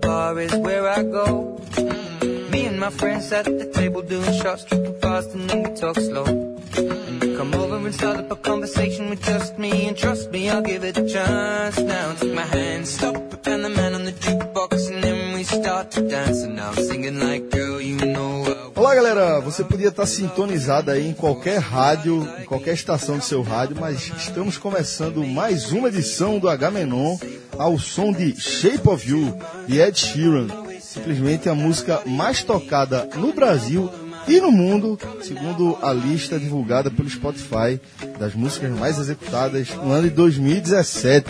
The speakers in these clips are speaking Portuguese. bar is where I go. Me and my friends at the table doing shots, tripping fast and then we talk slow. And you come over and start up a conversation with just me, and trust me, I'll give it a chance. Now take my hand, stop, and the man on the jukebox, and then we start to dance. And I'm singing like, girl, you know I Olá galera, você podia estar sintonizado aí em qualquer rádio, em qualquer estação do seu rádio, mas estamos começando mais uma edição do H-Menon ao som de Shape of You de Ed Sheeran, simplesmente a música mais tocada no Brasil e no mundo, segundo a lista divulgada pelo Spotify das músicas mais executadas no ano de 2017.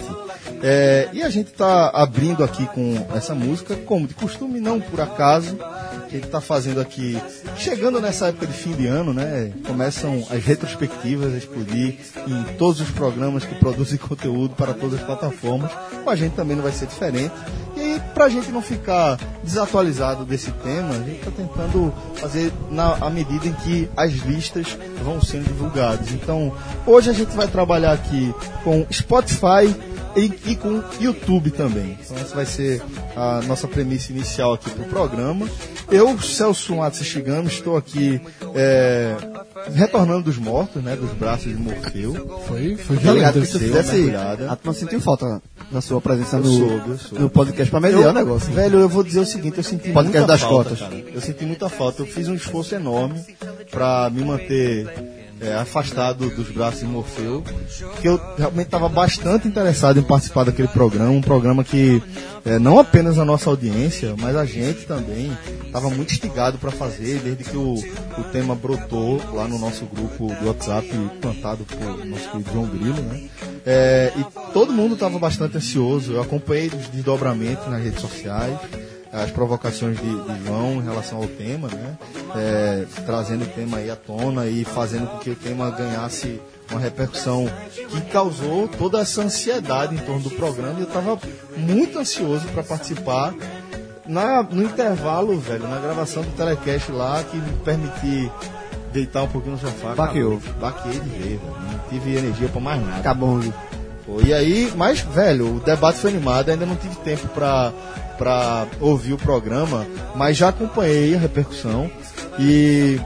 É, e a gente está abrindo aqui com essa música, como de costume, não por acaso. A gente está fazendo aqui, chegando nessa época de fim de ano, né? Começam as retrospectivas a explodir em todos os programas que produzem conteúdo para todas as plataformas. Com a gente também não vai ser diferente. E aí, para a gente não ficar desatualizado desse tema, a gente está tentando fazer na à medida em que as listas vão sendo divulgadas. Então, hoje a gente vai trabalhar aqui com Spotify, e, e com YouTube também. Então essa vai ser a nossa premissa inicial aqui para o programa. Eu, Celso Matos Shigami, estou aqui é, retornando dos mortos, né? Dos braços de Morfeu. Foi, foi Tá ligado violento. que se tu Seu, desse A ligada. turma Ah, sentiu falta da sua presença no, soube, eu soube. no podcast pra melhorar o negócio. Velho, eu vou dizer o seguinte, eu senti Podcast muita das falta, cotas. cara. Eu senti muita falta. Eu fiz um esforço enorme para me manter é, afastado dos braços de Morfeu, que eu realmente estava bastante interessado em participar daquele programa, um programa que é, não apenas a nossa audiência, mas a gente também estava muito instigado para fazer desde que o, o tema brotou lá no nosso grupo do WhatsApp, plantado por nosso querido João Grilo, né? É, e todo mundo estava bastante ansioso. Eu acompanhei os desdobramentos nas redes sociais as provocações de, de João em relação ao tema, né? É, trazendo o tema aí à tona e fazendo com que o tema ganhasse uma repercussão que causou toda essa ansiedade em torno do programa. E eu estava muito ansioso para participar. Na, no intervalo, velho, na gravação do telecast lá, que me permiti deitar um pouquinho no sofá. Baqueou. acabou. Baqueei de vez, velho. Não tive energia para mais nada. Acabou. né? Pô, E aí, mas, velho, o debate foi animado, ainda não tive tempo pra, pra ouvir o programa, mas já acompanhei a repercussão e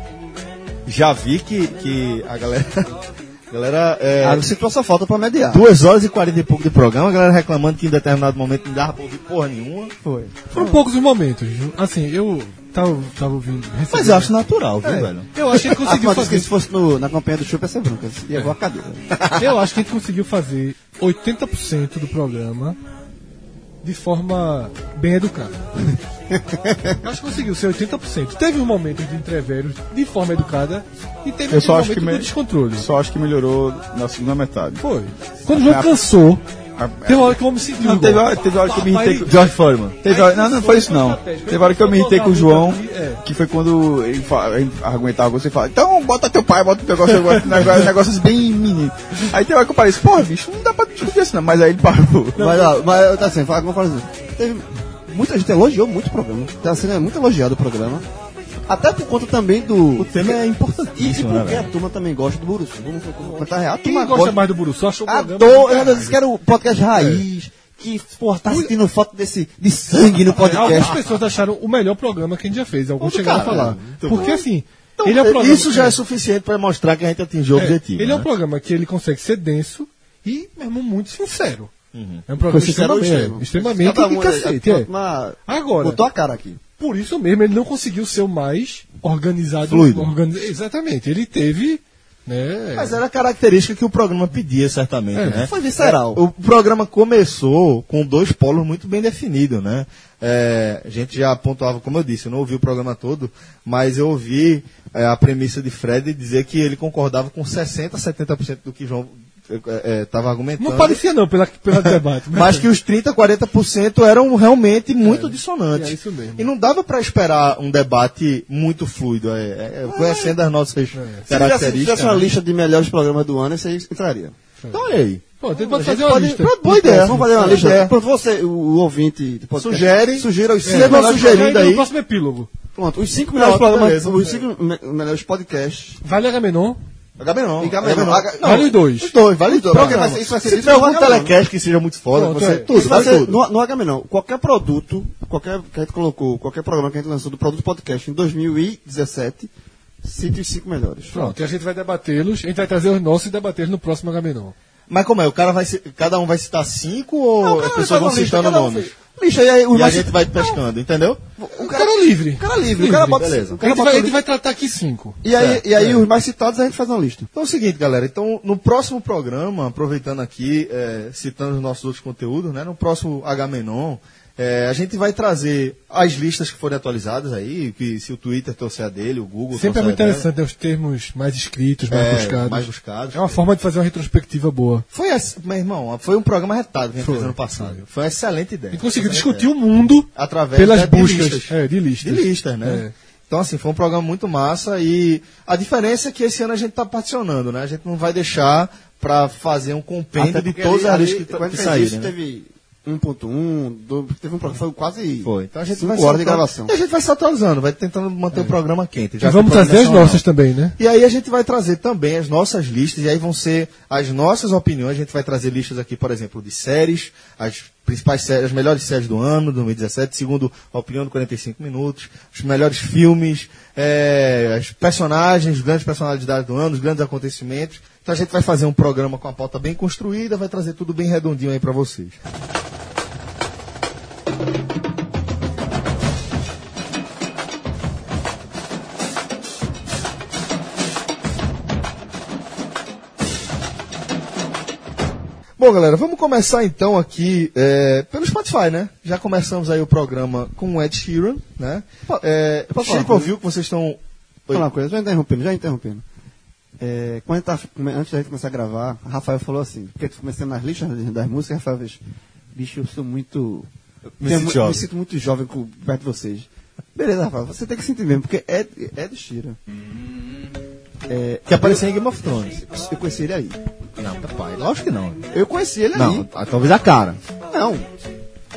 já vi que, que a galera. A galera é, Ah, sentiu sua falta pra mediar. duas horas e quarenta e pouco de programa, a galera reclamando que em determinado momento não dava pra ouvir porra nenhuma. Foi. Foram poucos os momentos. Assim, eu tava, tava ouvindo. Mas recebendo- eu acho natural, viu, velho? Eu acho que ele A turma conseguiu disse que fazer. assim, se fosse no- na campanha do Chupa ia ser bronca. Ia voar a cadeira. Eu acho que a gente conseguiu fazer 80% do programa de forma bem educada. Eu acho que conseguiu ser 80%. Teve um momento de entreveros de forma educada e teve Eu um só acho momento que me- do descontrole. Só acho que melhorou na segunda metade. Foi. Quando o João A- cansou, A- um tem uma hora que eu me senti. Não, teve hora, teve hora que eu me irritei com... George Foreman. Teve hora, não, não foi isso não. Teve hora que eu me irritei com o João, é. que foi quando ele, fa- ele argumentava com você e falava, então bota teu pai, bota teu negócio, negócio, negócio negócios bem menino. Aí tem hora que eu parei, porra, bicho, não dá pra discutir assim não. Mas aí ele parou. mas, ó, mas tá assim, fala- vamos falar assim. Teve, muita gente elogiou muito o programa. Tá sendo muito elogiado o programa. Até por conta também do. O tema é E, e importantíssimo, né, porque velho? a turma também gosta do Burus. Vamos contar real. A Quem turma gosta mais do Buru? Só achou o É. programa. Adoro, eu disse que era o podcast raiz. Que, porra, tá sentindo falta desse, de sangue no Algumas podcast. pessoas acharam o melhor programa que a gente já fez. Alguns Outro chegaram a cara, falar. né? Muito Porque bom. assim, Então, ele é um programa. Isso já é suficiente pra mostrar que a gente atingiu o objetivo. Ele é um né? programa que ele consegue ser denso e, meu irmão, muito sincero. Uhum. É um programa Foi sincero ao extremamente, extremo. extremamente Cada e um- cacete. a tá, É. turma Agora, Botou a cara aqui. por isso mesmo, ele não conseguiu ser o mais organizado. Fluido. organi- Exatamente. Ele teve. Né, Mas era a característica que o programa pedia, certamente, É. né? Foi visceral. O programa começou com dois polos muito bem definidos, né? É, a gente já pontuava, como eu disse, eu não ouvi o programa todo, mas eu ouvi é, a premissa de Fred dizer que ele concordava com 60%, 70% do que João estava argumentando. não parecia, não, pela, pelo debate. né, Mas que os 30, 40% eram realmente muito dissonantes. é isso mesmo. E não dava para esperar um debate muito fluido, é, é, conhecendo as nossas Se tivesse- se características. tivesse uma lista de melhores programas do ano, isso aí entraria. Então, olha aí. Pô, a gente pode A gente fazer uma pode- lista. pronto, boa ideia. Vamos fazer uma Boa lista. ideia. Pronto, você, o, o ouvinte do podcast, Sugere. Sugira É. os cinco Chegou melhores sugerindo programas. Aí, no aí. próximo epílogo. Pronto, os cinco melhores Pronto, programas, beleza, os cinco me- melhores podcasts. Vale Agamenon. Agamenon. E Gabriel, Agamenon. Aga- não, Vale os dois. É, Os dois, vale tudo. Pronto, mas isso vai ser Se dito tiver no algum Agamenon. telecast que seja muito foda, Pronto, você, é. tudo, Isso vai vale ser tudo. no, no HM não. Qualquer produto, qualquer que a gente colocou, qualquer programa que a gente lançou do Produto Podcast em 2017, cite os cinco melhores. Pronto, e a gente vai debatê-los, a gente vai trazer os nossos e debatê-los no próximo Agamenon. Mas como é? O cara vai, ci- cada um vai citar cinco ou Não, cada as um pessoas vai vão dar uma lista, citando cada um nomes? Bicho, aí, aí os E a mais- gente vai pescando, entendeu? o Um O cara é livre. O cara é livre, o cara bota. beleza. O A cara gente, bota vai, a a gente lista. vai tratar aqui cinco. E aí, e é. aí os mais citados a gente faz uma lista. Então é o seguinte, galera. Então, no próximo programa, aproveitando aqui, é, citando os nossos outros conteúdos, né? No próximo Agamenon, é, a gente vai trazer as listas que forem atualizadas aí, que se o Twitter trouxer a dele, o Google Sempre é trouxer muito né? a dela. interessante ter os termos mais escritos, mais É, buscados. mais buscados. É uma forma de fazer uma retrospectiva boa. Foi, assim, meu irmão, foi um programa retado que a gente Foi. fez ano passado. Foi uma excelente ideia. A gente conseguiu é Excelente discutir ideia. o mundo Ah, através pelas da- de buscas. listas. É, de listas. É. De listas, né? Então, assim, foi um programa muito massa e a diferença é que esse ano a gente está particionando, né? A gente não vai deixar para fazer um compêndio de todas as listas que, quando que fez isso, saíram. né? teve 1.1, do- teve um programa, foi quase Foi. Então a gente cinco vai se horas de atualizando. gravação. E a gente vai se atualizando, vai tentando manter o programa quente. É. E que vamos o programa trazer as não é nossas também, né? E aí a gente vai trazer também as nossas listas, e aí vão ser as nossas opiniões. A gente vai trazer listas aqui, por exemplo, de séries, as principais séries, as melhores séries do ano, 2017, segundo a opinião do 45 Minutos, os melhores filmes, eh, as personagens, grandes personalidades do ano, os grandes acontecimentos. Então a gente vai fazer um programa com a pauta bem construída, vai trazer tudo bem redondinho aí pra vocês. Bom, galera, vamos começar então aqui eh, pelo Spotify, né? Já começamos aí o programa com o Ed Sheeran, né? É, posso falar Shape uma of You, que vocês estão... Oi. Falar uma coisa, já interrompendo, já interrompendo. É, quando a gente tava- come- antes da gente começar a gravar, a Rafael falou assim, porque começando nas listas das músicas, Rafael fez, bicho, eu sou muito. Me tenho sinto mu- jovem." me sinto muito jovem com, perto de vocês. Beleza, Rafael, você tem que sentir mesmo, porque é, é do Shira. É, Que apareceu em Game of Thrones. eu conheci ele aí. Não, papai, lógico que não. Eu conheci ele Não, aí. ah, talvez a cara. Não.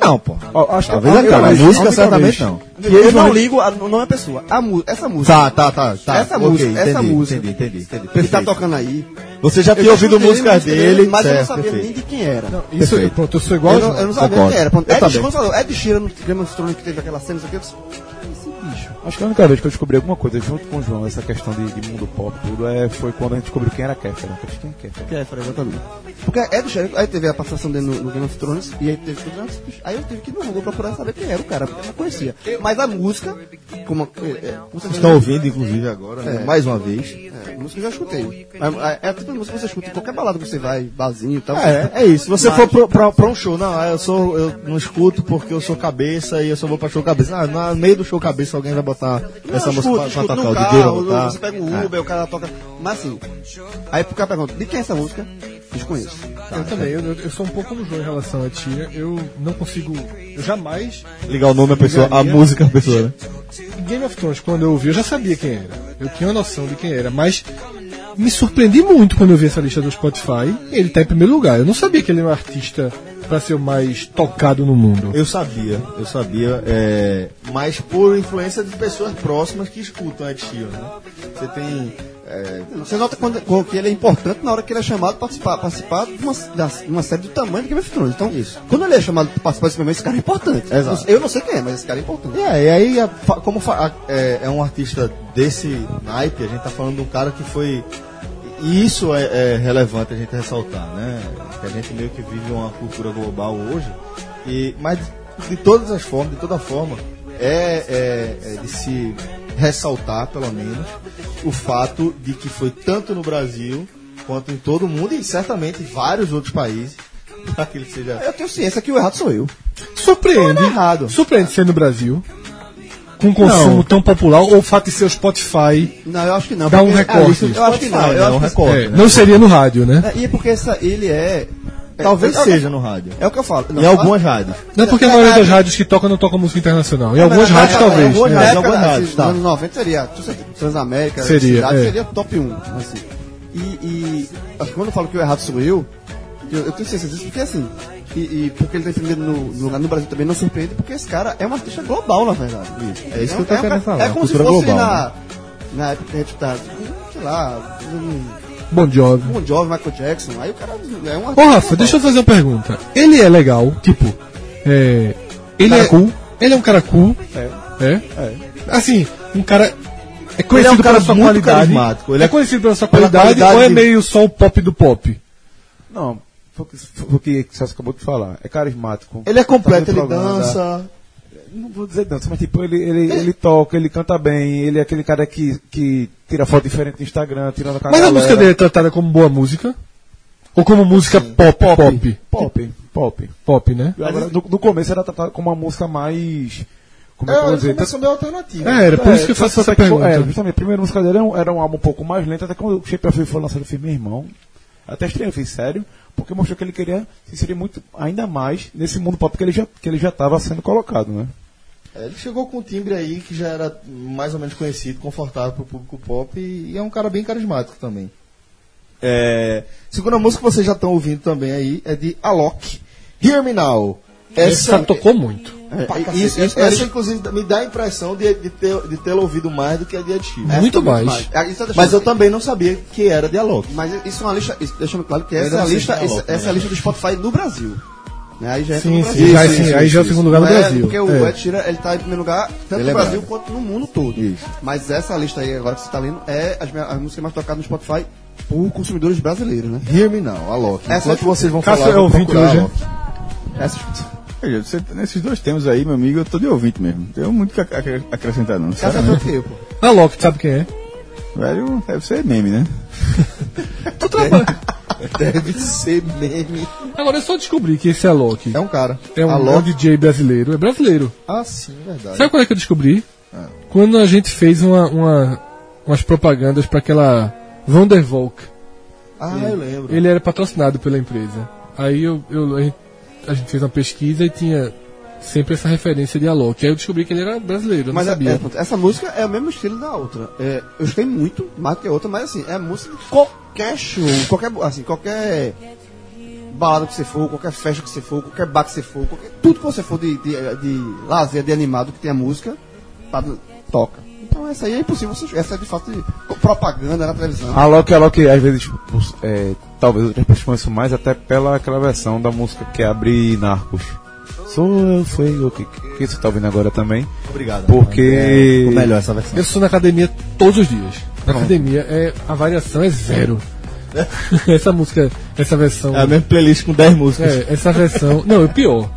Não, pô. Ó, acho que Talvez a eu- cara, a eu- música eu- certamente não. Eu, não ligo, a, não é a pessoa. A, mu- essa música. Tá, tá, tá, tá. Essa Ok, música, essa entendi, música. Entendi, entendi, entendi. Que tá Perfeito. tocando aí. Você já Eu tinha ouvido escutei músicas música dele, mas eu não certo, sabia perfeito. nem de quem era. Isso aí, Perfeito. pronto, eu sou igual Eu ao não, João. eu não sabia Concordo. quem era. é Eu Ed também. Sheeran, quando falou, Ed Sheeran no Game of Thrones que teve aquela cena, não sei o que, eu disse, "Quem é esse bicho? Acho que a única vez que eu descobri alguma coisa junto com o João, essa questão de, de mundo pop, tudo, é, foi quando a gente descobriu quem era Kéfera. Eu disse, Quem é Kéfera? Que é, Fred, exatamente. Porque Ed Sheeran, aí teve a passação dele no, no Game of Thrones, e aí teve tudo antes, bicho. aí eu tive que ir no Google procurar saber quem era o cara, porque eu não conhecia. Mas a música, como, é, é, com certeza- Estão ouvindo, inclusive, agora, né? É. mais uma vez. É, música eu já escutei. Mas, É, é a tipo de música que você escuta em qualquer balada que você vai, barzinho e tal. É, é isso. Se você Mas- for pro- pra, pra um show, não, eu, sou, eu não escuto porque eu sou cabeça e eu só vou pra show cabeça. Ah, no meio do show cabeça alguém vai botar essa música pra, pra tocar, no o DJ vai carro, botar. É. Você pega um Uber, o cara toca. Mas assim, aí o cara pergunta, de quem é essa música? Desconheço. Eu também, eu, eu sou um pouco no João em relação a tia. Eu não consigo. Eu jamais. É. Ligar o nome da pessoa, a Ligaria. música da pessoa, né? Em Game of Thrones, quando eu ouvi, eu já sabia quem era. Eu tinha uma noção de quem era, mas me surpreendi muito quando eu vi essa lista do Spotify. Ele tá em primeiro lugar. Eu não sabia que ele é um artista pra ser o mais tocado no mundo. Eu sabia, eu sabia, é, mas por influência de pessoas próximas que escutam Ed Sheeran. Né? Você tem. é, Você nota quando, quando que ele é importante na hora que ele é chamado para participar, participar de, uma, da- de uma série do tamanho do Game of Thrones. Então, isso. quando ele é chamado para participar desse programa, esse cara é importante. Exato. Eu não sei quem é, mas esse cara é importante. é, e aí, a- fa- como fa- a- é, é um artista desse naipe, a gente tá falando de um cara que foi. E isso é, é relevante a gente ressaltar, né? Que a gente meio que vive uma cultura global hoje, e, mas de todas as formas, de toda forma, é, é- é de se ressaltar, pelo menos, o fato de que foi tanto no Brasil quanto em todo o mundo e certamente em vários outros países, para que ele seja Eu tenho ciência que o errado sou eu. Surpreende. errado. Surpreende ser no Brasil. Com um consumo Não. tão popular, ou o fato de ser o Spotify. Não, eu acho que não. Dá porque- um recorte. isso eu acho que não. Eu é um acho que- recorde. É, né? não seria no rádio, né? É, E porque essa, ele é. é, Talvez é, seja no rádio. É o que eu falo. Não, Em algumas rádios. Não é porque a maioria das rádios que toca não toca música internacional. Em algumas Na- na- rádios, na- talvez. Em É algumas né? rádios, rádios, algumas assim, rádios, tá. Nos anos 90 seria tu sei, Transamérica, Seria, Cidade, é. seria top 1. Assim. E, e acho que quando eu falo que o errado sou eu, eu, eu tenho certeza disso porque assim. E, e porque ele tá entendendo no, no, no Brasil também não surpreende, porque esse cara é um artista global, na verdade. É isso que eu tô é um querendo cara- falar, É como se cultura fosse global, né? na, na época que a gente tá, sei lá, um, Bom Jovi. um jovem Michael Jackson. Aí o cara é um Ô, Rafa, deixa eu fazer uma pergunta. Ele é legal, tipo, é, ele Cara é cool. Ele é um cara cool. É. Assim, um cara. É conhecido cara pela sua muito qualidade. carismático, ele Ele é é- conhecido pela sua pela qualidade, qualidade ou é de- meio só o pop do pop? Não, foi o que- foi o que você acabou de falar. É carismático. Ele é completo, Tá ele no programa, dança. Não vou dizer dança, mas tipo, ele, ele, É. ele toca, ele canta bem, ele é aquele cara que, que tira foto diferente no Instagram, tirando Mas a música dele é tratada como boa música? Ou como música pop, pop? Pop, Pop, pop. né? Agora, no, no começo era tratado como uma música mais. Como é, que eu vou É, dizer? começou meio alternativa. É, era por É, isso que eu faço essa até que foi- pergunta. É, justamente, a primeira música dele era um, era um álbum um pouco mais lento, até quando o Shape of You foi lançado, eu fiz, meu irmão, é até estranho, eu fiz sério, porque mostrou que ele queria se inserir muito, ainda mais nesse mundo pop que ele já que ele já estava sendo colocado, né? É, Ele chegou com um timbre aí que já era mais ou menos conhecido, confortável pro público pop e, e é um cara bem carismático também. É, segunda música que vocês já estão ouvindo também aí é de Alok, Hear Me Now. Essa, tocou muito. é, pra é, cacete. isso- isso- Essa- essa, inclusive, me dá a impressão de, de ter- de tê-la ouvido mais do que a de Ativa. é muito mais. Ah, isso tá Mas deixando- eu também não sabia que era de Alok. Mas isso é uma lista, isso- deixando claro que Eu essa é não a sei lista, se é esse- louco, essa é a lista do Spotify no Brasil. Né? Aí já entra Sim, no sim, Brasil. já, sim, aí já é o segundo lugar no Não é Brasil. Porque o É. Ed Sheeran, ele tá em primeiro lugar tanto Ele é no Brasil brabo. quanto no mundo todo. Isso. Mas essa lista aí agora que você tá lendo é as, minha- as músicas mais tocadas no Spotify por consumidores brasileiros, né? Hear Me Now, Alok. Essa- Enquanto vocês vão Cássio falar, eu é vou ouvinte procurar hoje, Alok. Essas Veja, você- tá nesses dois temas aí, meu amigo, eu tô de ouvinte mesmo. Não tenho muito que ac- ac- acrescentar, não. Essa é Sinceramente. tanto que eu, pô. A Loki, sabe quem é? Velho, deve ser meme, né? Tu trabalha. É Deve ser meme. É. Agora eu só descobri que esse Alok É um cara. é um, é um Alok. DJ brasileiro. É brasileiro. Ah, sim, verdade. Sabe quando é que eu descobri? Ah. Quando a gente fez uma, uma- umas propagandas para aquela Vandervolk. Ah, eu lembro. Ele era patrocinado pela empresa. Aí eu, eu- a gente- a gente fez uma pesquisa e tinha sempre essa referência de Alok. Aí eu descobri que ele era brasileiro, eu Mas não é- sabia. é, pronto, essa música é o mesmo estilo da outra. É, eu gostei muito, mais do que a outra, mas assim, é a música de qualquer show, qualquer, assim, qualquer balada que você for, qualquer festa que você for, qualquer bar que você for, qualquer- tudo que você for de, de, de lazer, de animado que tenha música, tá, toca. Então essa aí é impossível, você, essa é de fato de propaganda na televisão. A Loki, a Loki, às vezes, os- é, talvez outras pessoas conheçam mais, até pela aquela versão da música que é abre Narcos. Sou eu, foi eu que, que você tá ouvindo agora também. Obrigado. Porque. Ficou melhor essa versão. Eu sou na academia todos os dias. Na academia é, a variação é zero. É. essa música, essa versão. É a mesma playlist com 10 músicas. É, essa versão. Não, o pior.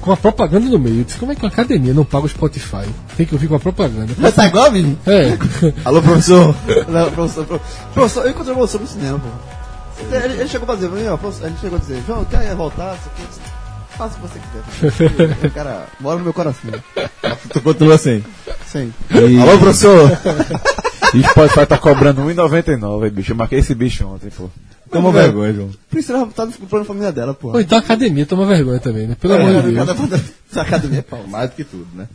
Com a propaganda no meio. Eu disse, como é que uma academia não paga o Spotify? Tem que ouvir com a propaganda. Mas tá igual, menino? É. Alô, professor. Não, professor, pro- professor, eu encontrei o professor no cinema, pô. Ele, ele chegou pra dizer, ó, professor, ele chegou a dizer, João, quer voltar? Isso aqui, Faça o que você quiser. O cara mora no meu coração. tu continua assim. Sim. E- Alô, professor. E o Spotify tá cobrando 1,99, bicho. Eu marquei esse bicho ontem, pô. Toma vergonha, João. Priscila tá desculpando a família dela, pô. tá Ou então a academia toma vergonha também, né? é, Pelo amor de Deus. Academia é pau. Mais do que tudo, né?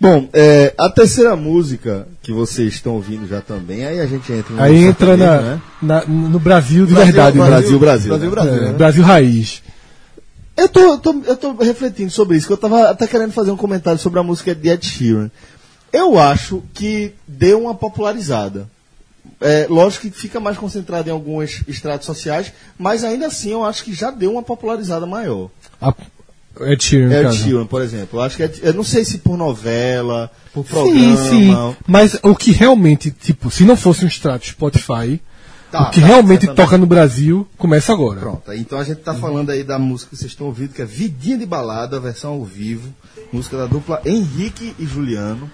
Bom, é, a terceira música que vocês estão ouvindo já também, aí a gente entra no Aí nosso entra sertanejo, na, né? na- no Brasil de Brasil, verdade. né? Brasil, Brasil. Brasil, É, Brasil. né? Brasil raiz. Eu tô, eu, tô, eu tô refletindo sobre isso, que eu tava até querendo fazer um comentário sobre a música de Ed Sheeran. Eu acho que deu uma popularizada. É, lógico que fica mais concentrado em alguns estratos sociais, mas ainda assim eu acho que já deu uma popularizada maior. A, Ed Sheeran, no Ed caso. Sheeran, por exemplo. Eu acho que Ed- eu não sei se por novela, por Sim, programa. sim. Mas o que realmente, tipo, se não fosse um extrato Spotify, Tá, o que tá, realmente certamente. toca no Brasil começa agora. Pronto, então a gente tá falando aí da música que vocês estão ouvindo, que é Vidinha de Balada, versão ao vivo, música da dupla Henrique e Juliano.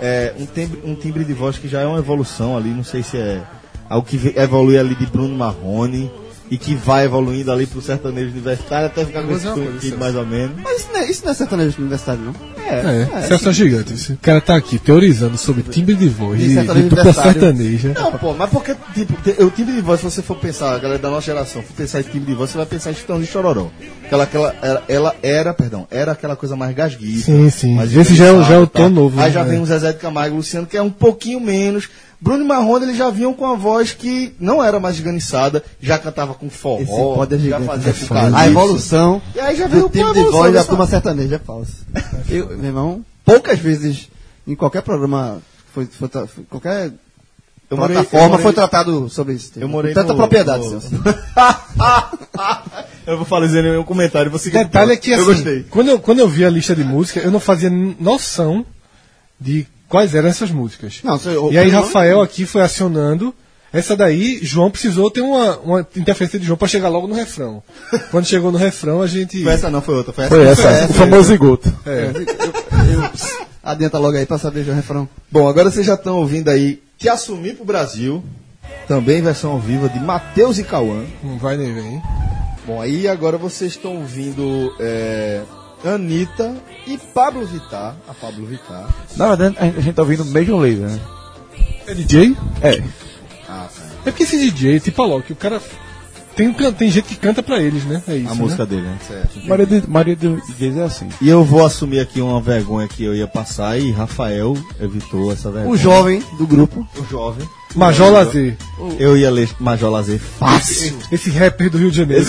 É, um, timbre, um timbre de voz que já é uma evolução ali, não sei se é algo que ve- evolui ali de Bruno Marrone e que vai evoluindo ali pro sertanejo universitário até ficar com Vou esse fazer é uma tom coisa, aqui, Celso. mais ou menos. Mas isso não é, isso não é sertanejo universitário, não. É, Celso é gigante. Esse cara tá aqui teorizando sobre timbre de voz De de, de, sertanejo dupla universitário. sertaneja. Não, pô, mas porque, tipo, te- o timbre de voz, se você for pensar, a galera da nossa geração, for pensar em timbre de voz, você vai pensar em Chitão de Chororó. Aquela, aquela, ela, ela era, perdão, era aquela coisa mais gasguita. Sim, sim. mais Esse já é o- já é o tá? tom novo, Aí né? já É. vem o Zezé de Camargo e Luciano, que é um pouquinho menos. Bruno e Marrone, eles já vinham com a voz que não era mais esganiçada, já cantava com forró, Esse pode é já gigante. né? fazia com a calypso. evolução E aí já veio do É, o tipo de voz da turma sertaneja é falsa. Eu, meu irmão, poucas vezes em qualquer programa, foi, foi, tra- foi- qualquer Eu morei- eu plataforma morei- foi tratado sobre isso. Eu morei Com tanta no- propriedade, no- Celso. Eu vou falar dizendo um comentário. Você que- Detalhe é que Eu assim, gostei. Quando, eu, quando eu vi a lista de música, eu não fazia n- noção de quais eram essas músicas. Não, você- o- e aí pelo nome- Rafael aqui foi acionando. Essa daí, João precisou ter uma, uma interferência de João pra chegar logo no refrão. Quando chegou no refrão, a gente. Foi essa não, foi outra. Foi essa. Foi essa, o famoso zigoto. Adianta logo aí pra saber já o refrão. Bom, agora vocês já estão ouvindo aí Te Assumir pro Brasil. Também versão ao vivo de Matheus e Cauã. Não vai nem vem. Bom, aí agora vocês estão ouvindo é, Anitta e Pablo Vittar. A Pablo Vittar. Na verdade, a gente- a gente tá ouvindo Major Laser, né? É DJ? É. Ah, tá. É porque esse DJ, tipo a Loki, o cara. Tem, um can- tem gente que canta pra eles, né? É isso. A né? música dele, né? Maria de, Maria de DJs é assim. E eu vou assumir aqui uma vergonha que eu ia passar e Rafael evitou essa vergonha. O jovem do grupo. O jovem. Major Lazer. Eu ia ler Major Lazer fácil. Esse rapper do Rio de Janeiro.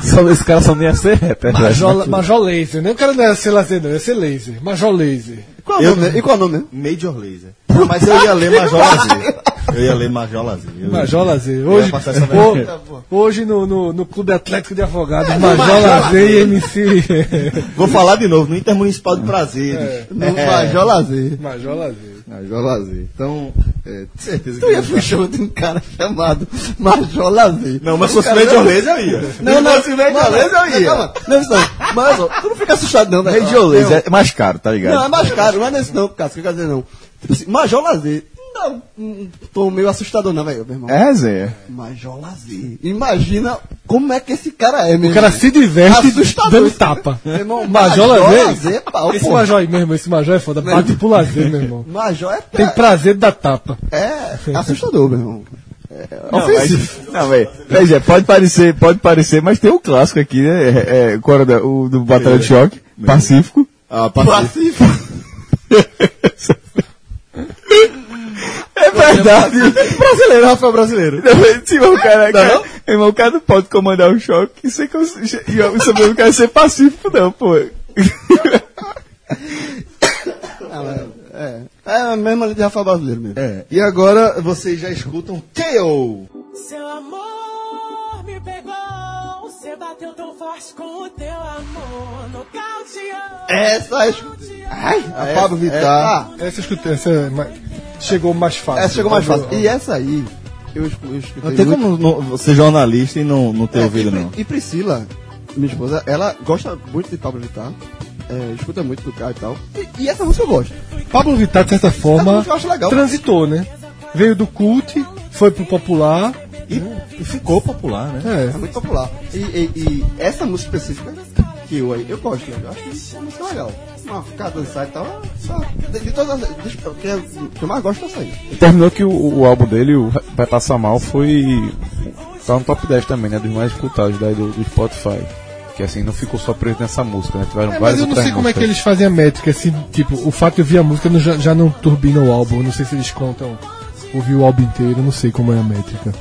Só, esse cara só nem ia ser rapper. Major, Major Laser. Não, o cara não ia ser laser, não. Ia ser laser. Major Laser. Qual é o Eu- nome? E qual é o nome? mesmo? Major Laser. Mas eu ia ler Major Lazer. Eu ia ler Major Lazer. Eu ia- Major Lazer. Eu ia Hoje, passar essa ho- vergonha. hoje no, no, no Clube Atlético de Afogados, É, Major Lazer e MC. Vou falar de novo, no Intermunicipal do Prazer. É. No Major Lazer. Major Lazer. Major É. Lazer. Então, é, tenho certeza que. Eu ia pro show de um cara chamado Major Lazer. Um Não, mas se fosse Major Laser, eu ia. Não, não, se fosse Major mas- Laser, eu ia. Calma, Não, não, mas ó, tu não fica assustado não, né? Major Laser é mais caro, tá ligado? Não, é mais caro, não é nesse não, Cássio, que eu quero dizer não. Tipo assim, Major Lazer. Não, um tom meio assustador não, velho, meu irmão. É resenha. Major Lazer. Imagina como é que esse cara é, meu O cara irmão. Tá se diverte Assustador, dando isso, tapa. Meu irmão, Tá Major Lazer. Lazer, pau, Esse pô. Major aí mesmo, esse Major é foda. Bate pro lazer, meu irmão. Major é, Tem prazer da tapa. é assustador, meu irmão. É Não, ofensivo. mas- Não, velho. Veja, pode parecer, pode parecer, mas tem um clássico aqui, né? É, é, qual era o da- o do Batalha de Choque, Pacífico. Ah, passei. É verdade. Brasileiro, Rafael brasileiro. é Sim, mas tipo, o cara, cara, irmão, o cara não pode comandar um choque sem cons- e o sobrenome do cara ser pacífico, não, pô. É, é a mesma linha de Rafa Brasileiro mesmo. É, e agora vocês já escutam KO. Seu amor me pegou, você bateu tão forte com o teu amor, nocauteou. Essa é. Ai, a Pablo Vittar. Essa eu escutei, essa é ma- chegou mais fácil. essa chegou mais fácil. E essa aí, eu escu- eu escutei. Não tem muito. como não- ser jornalista e não, não ter É, ouvido, e, Pri- não. E Priscila, minha esposa, ela gosta muito de Pablo Vittar. é, escuta muito do cara e tal. E, e essa música eu gosto. Pablo Vittar, de certa Essa forma, música eu acho legal. transitou, né? Veio do cult, foi pro popular. E, ficou popular, né? É. É muito popular. E, e- e essa música específica que eu aí, eu gosto, eu acho que é uma música legal. Não, ficar dançar e tal, é só, de, de todas as. de- o que eu- o que eu mais gosto é essa aí. Terminou que o, o álbum dele, o Vai Passar Mal, foi. Tá no top 10 também, né? Dos mais escutados daí do, do Spotify. Que assim, não ficou só preso nessa música, né? Tiveram É, mas várias eu não outras sei como é que músicas. eles fazem a métrica, assim, tipo, o fato de eu ouvir a música não- já, já não turbina o álbum, eu não sei se eles contam ouvir o álbum inteiro, eu não sei como é a métrica.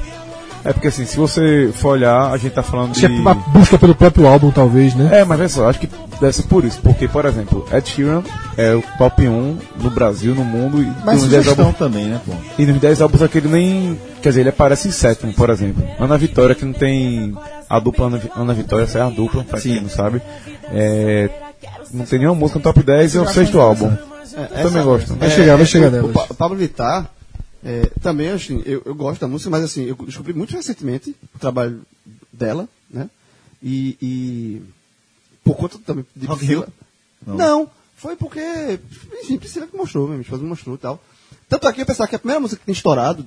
É porque assim, se você for olhar, a gente tá falando de. Acho que é uma busca pelo próprio álbum, talvez, né? É, mas vê só, acho que deve ser por isso. Porque, por exemplo, Ed Sheeran é o top 1 no Brasil, no mundo e Mas nos 10 álbuns. sugestão também, né, pô? E nos 10 álbuns aqui ele nem. Quer dizer, ele aparece em sétimo, por exemplo. Ana Vitória, que não tem a dupla Ana, Vi- Ana Vitória, essa é a dupla, pra Sim. quem não sabe. É, não tem nenhuma música no top 10 e é o sexto álbum. É, Eu é também gosto. Vai chegar, vai chegar o, nelas. o Pa- Pablo Vittar, é, também, assim, eu, eu gosto da música, mas assim, eu descobri muito recentemente o trabalho dela, né? E. e por conta também de Rock in Rio? Não. foi porque. Enfim, Priscila que mostrou, minha esposa me mostrou e tal. Tanto aqui eu pensava que a primeira música que tinha estourado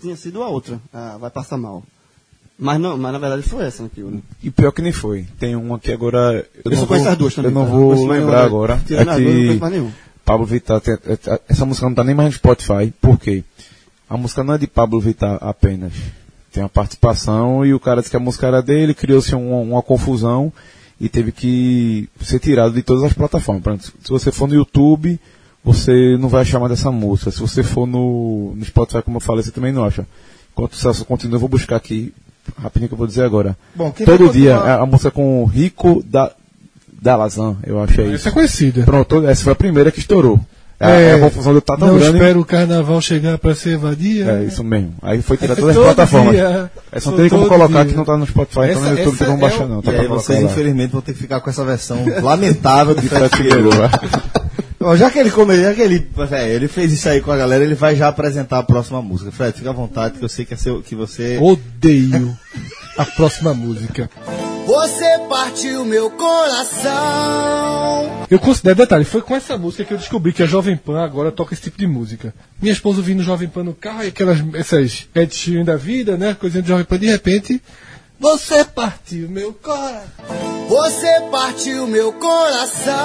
tinha sido a outra, a Vai Passar Mal. Mas não, mas na verdade foi essa aqui, né? E pior que nem foi. Tem uma que agora. Eu, só não conheço vou, as duas também, Eu não tá? vou Conheço mais lembrar uma, agora. tirando é as duas, não conheço que mais nenhuma. Pablo Vittar. tem- é- é- essa música não tá nem mais no Spotify. Por quê? A música não é de Pablo Vittar apenas. Tem uma participação e o cara disse que a música era dele, criou-se uma, uma confusão e teve que ser tirado de todas as plataformas. Por exemplo, Se você for no YouTube, você não vai achar mais dessa música. Se você for no, no Spotify, como eu falei, você também não acha. Enquanto o Celso continua, eu vou buscar aqui rapidinho que eu vou dizer agora. Bom, quem vai Todo dia, continuar? a, a música com o Rico da, da Lazan, eu acho é Essa isso. é conhecida. Pronto, essa foi a primeira que estourou. É, é a confusão do tá tão Não grande. espero o carnaval chegar pra ser vadia. É isso mesmo. Aí foi tirar É todas as todo plataformas. dia. É, só Sou não tem como todo colocar dia. que não tá no Spotify, então no Essa- YouTube tem essa como é o- baixar não. Tá e pra aí vocês, colocar lá. infelizmente, vão ter que ficar com essa versão lamentável de Fred Figueiredo. Ó, já que ele come, já que ele, é, ele fez isso aí com a galera, ele vai já apresentar a próxima música. Fred, fica à vontade, que eu sei que, é seu, que você. Odeio a próxima música. Você partiu meu coração. Eu considero, detalhe, foi com essa música que eu descobri que a Jovem Pan agora toca esse tipo de música. Minha esposa ouvindo Jovem Pan no carro e aquelas, essas headshot da vida, né? Coisinha de Jovem Pan, de repente. Você partiu, meu cara. Você partiu meu coração.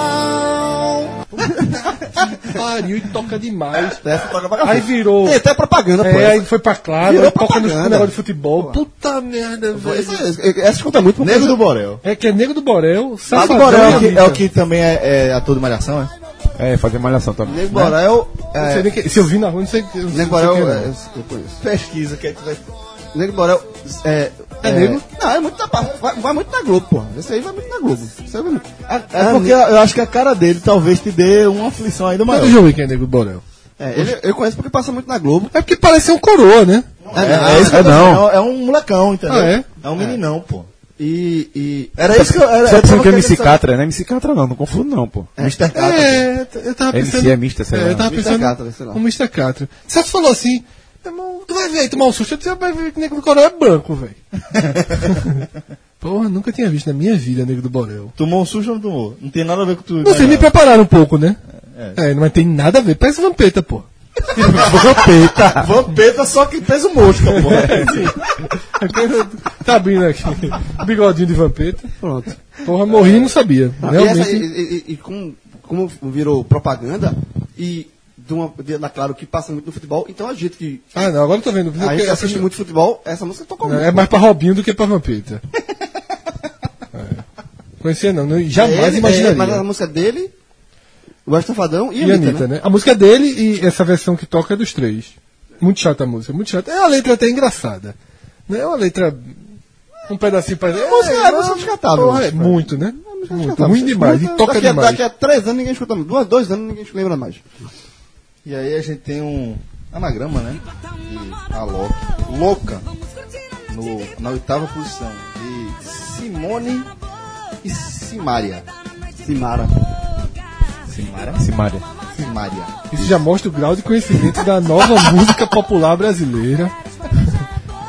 Pariu e toca demais. Essa toca pra Aí virou. Tem até propaganda, pô. É, aí foi pra Claro, Virou aí toca no propaganda. negócio de futebol. Puta merda, velho. Essa, essa conta é muito porque Negro do Borel. É que é Nego do Lá Borel, do Safadão Borel é e o que, Anitta. é o que também é, é ator de Malhação, é? É, fazer malhação também. né? Nego Borel. Não sei nem que- se eu vi na rua, não sei. eu não sei Negro é, Borel, quem é, é, não. eu conheço. Pesquisa, que é que vai. Negro Borel é. É negro? Não, é muito na, vai, vai muito na Globo, porra. Esse aí vai muito na Globo. Isso aí vai muito. Ah, É, porque eu acho que a cara dele talvez te dê uma aflição Ah, ainda Mas maior. eu já ouvi quem é Nego do Borel. É, ele, eu conheço porque passa muito na Globo. É porque parece um coroa, né? É, é isso que eu tô dizendo, É um molecão, entendeu? Ah, é? um meninão, pô. E. e Era isso que eu. Era, Só eu dizendo tava que é querendo MC Catra, não é MC Catra não, não confundo não, pô. saber. Mr. Ah, tá. Catra. É, eu tava MC pensando. é mista, sei lá. eu tava Mr. pensando. Catra, sei lá. O Mr. Catra. Você falou assim, meu irmão, tu vai ver aí tomar um susto, eu disse, "Ah, vai ver que Nego do Borel é branco, velho. Porra, nunca tinha visto na minha vida Nego do Borel. Tomou um susto ou não tomou? Não tem nada a ver com tu. Vocês me prepararam um pouco, né? É, mas tem nada a ver. Parece vampeta, pô. Vampeta. Vampeta, só que peso mosca, É. pô. tá abrindo aqui. Bigodinho de vampeta. pronto. Porra, morri e não sabia. E, essa, e, Realmente. e- e- e com- como virou propaganda, e de uma, de, na Claro que passa muito no futebol, então a gente que Ah, não, agora eu tô vendo. a gente Porque que assiste muito futebol, essa música tocou Não, muito. é mais pra Robinho do que pra Vampeta. É. Conhecia não, não É jamais ele, imaginaria. é, mas a música dele, o West Safadão e, e Anitta, né? A música é dele e essa versão que toca é dos três. Muito chata a música, muito chata. É uma letra até engraçada. Não é uma letra. Um pedacinho pra. É, música- é uma- música descartável, Porra, é música. muito, né? Música Muito, descartável. ruim demais. E toca Tá daqui, a- demais. Daqui a três anos ninguém escuta mais. Duas, dois anos ninguém lembra mais. E aí a gente tem um anagrama, né? De Tá Alok. Louca. No, na oitava posição. De Simone e Simária. Simara. Simara? Simária. Simária. Isso já mostra o grau de conhecimento da nova música popular brasileira.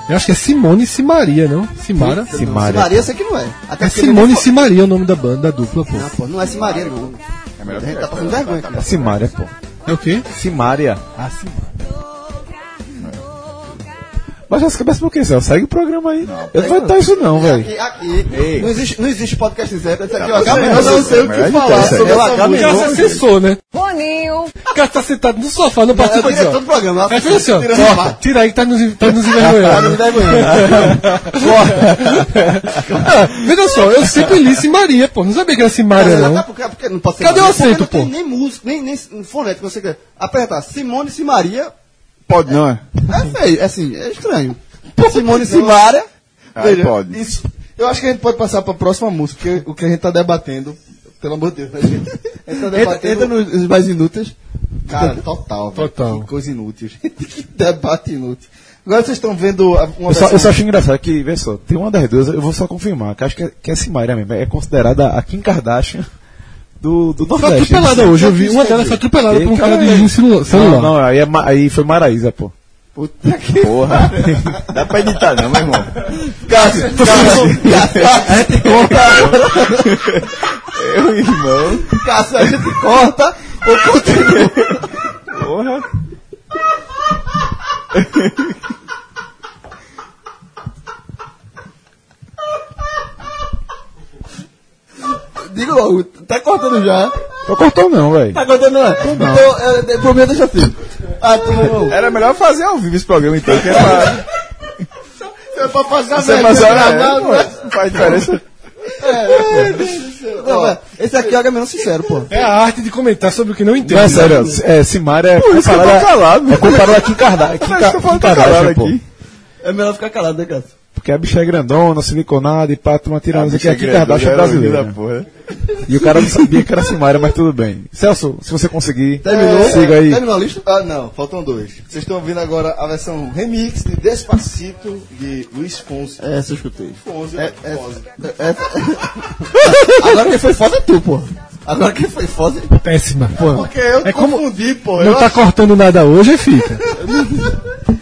Eu acho que é Simone e Simaria, não? Simara? Simária. Simaria eu sei que não é. Até É porque- Simone e Simaria o nome da banda, da dupla, pô. Não, pô, não é Simaria, não. É melhor A gente tá passando vergonha aqui. É Simária, pô. É o quê? Simária. Ah, Simária. Baixa as cabeças por quê, Céu? Segue o programa aí. eu não vou editar isso não, velho. Aqui, aqui. Não existe, não existe podcast zero. Esse aqui é o Acabei, eu não sei o Melhor que editar falar isso aí. sobre Eu essa acabei- música. Cara, você cessou, né? Boninho. O cara tá sentado no sofá, não Eu participa tirei todo o disso. programa. tá Aí foi assim, ó. Tirando corta, parte. tira aí que tá nos, tá nos envergonhando. Ah, Veja só, eu sempre li Simaria, pô. Não sabia que era Simaria, Mas tá não. até porque- porque não pode ser Cadê o Maria, porque acento, não pô? tem Nem música, nem, nem fonético, você quer apertar Simone e Simaria. Pode não, é? É feio, é assim, é estranho. Simone e Simaria. Aí pode. Isso. Eu acho que a gente pode passar pra próxima música, porque o que a gente tá debatendo, pelo amor de Deus, né, gente? A gente tá Entra, debatendo. entra nos mais inúteis. Cara, total, velho. Total. Que coisa inútil, gente. Que debate inútil. Agora vocês estão vendo a- uma Eu só, versão- eu só acho engraçado que, vê só, tem uma das duas, eu vou só confirmar, que acho que é, que é Simária mesmo. É considerada a Kim Kardashian do, do Foi Nordeste. atropelada hoje, eu vi. Uma delas foi atropelada por um cara dirigindo celu- celular. é. Não, não, aí, é Ma- aí foi Maraísa, pô. Puta que Porra. Dá pra editar, não, meu irmão. Cássio, Cássio, Cássio, a gente um corta, É, Meu irmão. Cássio, a gente corta ou continua? Porra. Digo logo, tá cortando já. Não cortou não, velho. Tá cortando não. Então, é, é, pro meu deixa assim. Ah, tu não. Era melhor fazer ao vivo esse programa, então, que é pra... É pra passar Você passar né? gravado, não faz diferença. não, é. Esse aqui é o H-Menos sincero, pô. É a arte de comentar sobre o que não entende. Não, é sério, é, Simara é isso que eu tô comparada... É comparada a Kim Kardashian, Kim, Ka- Parece que eu falo Kim que eu tô calado Kardashian, pô. É melhor ficar calado, né, Cássio? Porque a bicha é grandona, siliconada e pá, tu uma tirando que aqui Kardashian é brasileira. né? E o cara não sabia que era Simaria, mas tudo bem. Celso, se você conseguir, Terminou? siga aí. Terminou a lista? Ah, não, faltam dois. Vocês estão ouvindo agora a versão remix de Despacito de Luiz Fonsi. Essa eu escutei. Fonsi, é- Fonsi. Agora quem foi foda é tu, pô. Agora quem foi foda é Péssima, pô. Porque eu É como- confundi, pô. Não Eu, tá cortando nada hoje, fica.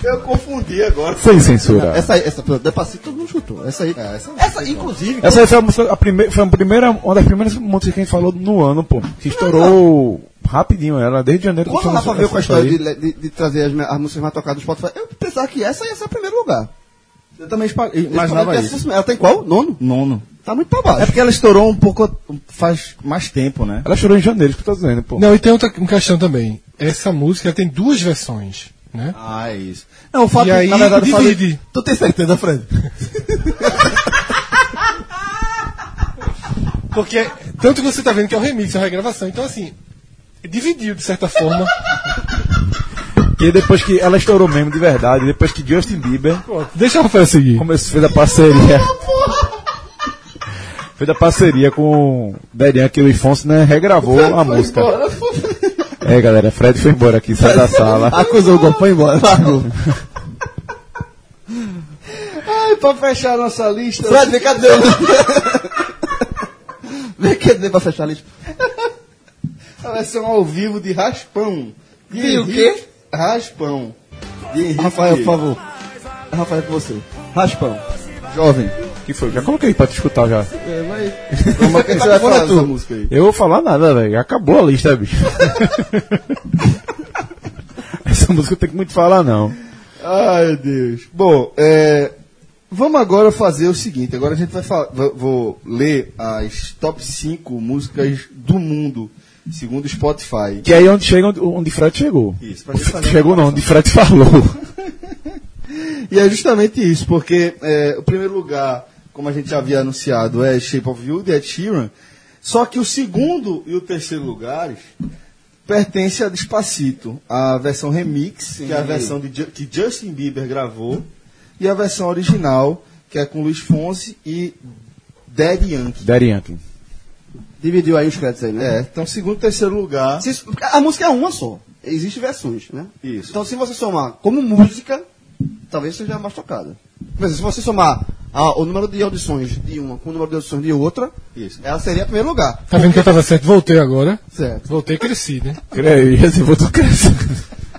eu confundi agora. Sem censura. Essa aí, essa pronto, Despacito todo mundo escutou. Essa aí. é, essa- essa inclusive. Essa aí foi, a música, a primeira, foi a primeira, uma das primeiras músicas que a gente falou no ano, pô. Que estourou rapidinho ela, desde janeiro. Quando o começou Rafa veio com é a essa história aí. de, de- de trazer as, as músicas mais tocadas do Spotify, eu pensava que essa ia ser o primeiro lugar. Eu também espa- Eu falei imaginava que essa isso. fosse- Ela tem qual? Nono? Nono. Tá muito pra baixo. É porque ela estourou um pouco faz mais tempo, né? Ela estourou em janeiro, isso que eu tô dizendo, pô. Não, e tem outra questão também. Essa música tem duas versões, né? Ah, isso. Não, o fato E é que, aí, na verdade, eu falei- divide. Tu tem certeza, Fred? Porque tanto que você tá vendo que é um remix, é uma regravação. Então, assim, dividiu de certa forma. E depois que ela estourou mesmo, de verdade, depois que Justin Bieber Pronto, deixa o Rafael seguir. começou, fez a parceria. fez a parceria com Darian, que o Ifonso, né, regravou a música. É, galera, Fred foi embora aqui, sai da sala. Acusou o golpe, foi embora. Largou. Ai, pra fechar a nossa lista. Fred, vem cá dizer. Vem cá dizer pra fechar a lista. A versão um ao vivo de Raspão. De E o Henrique- Raspão. De Henrique. Rafael, por favor. Rafael, com você. Raspão. Jovem. Que foi? Já coloquei pra te escutar já. Como é que você vai falar dessa música aí? Eu vou falar nada, velho. Acabou a lista, bicho. Essa música eu tenho que muito falar, não. Ai, meu Deus. Bom, é, vamos agora fazer o seguinte. Agora a gente vai falar. Vou, vou ler as top 5 músicas do mundo, segundo o Spotify. Que aí é onde chega, onde, onde Fred chegou. Isso, pra gente fazer uma chegou não, onde Fred falou. E é justamente isso, porque é, o primeiro lugar, como a gente já havia anunciado, é Shape of You, de Ed Sheeran. Só que o segundo e o terceiro lugares pertence a Despacito, a versão remix, que é a versão de Ju- que Justin Bieber gravou, e a versão original, que é com Luiz Fonsi e Dead Yankee. Daddy Yankee. Dividiu aí os créditos aí, né? É, então segundo e terceiro lugar. Se isso- a música é uma só. Existem versões, né? Isso. Então, se você somar como música, talvez seja a mais tocada. Mas se você somar a- o número de audições de uma com o número de audições de outra, Isso. ela seria o primeiro lugar. Tá vendo que eu tava certo? Voltei agora. Certo. Voltei e cresci, né? Creio, esse voto crescendo.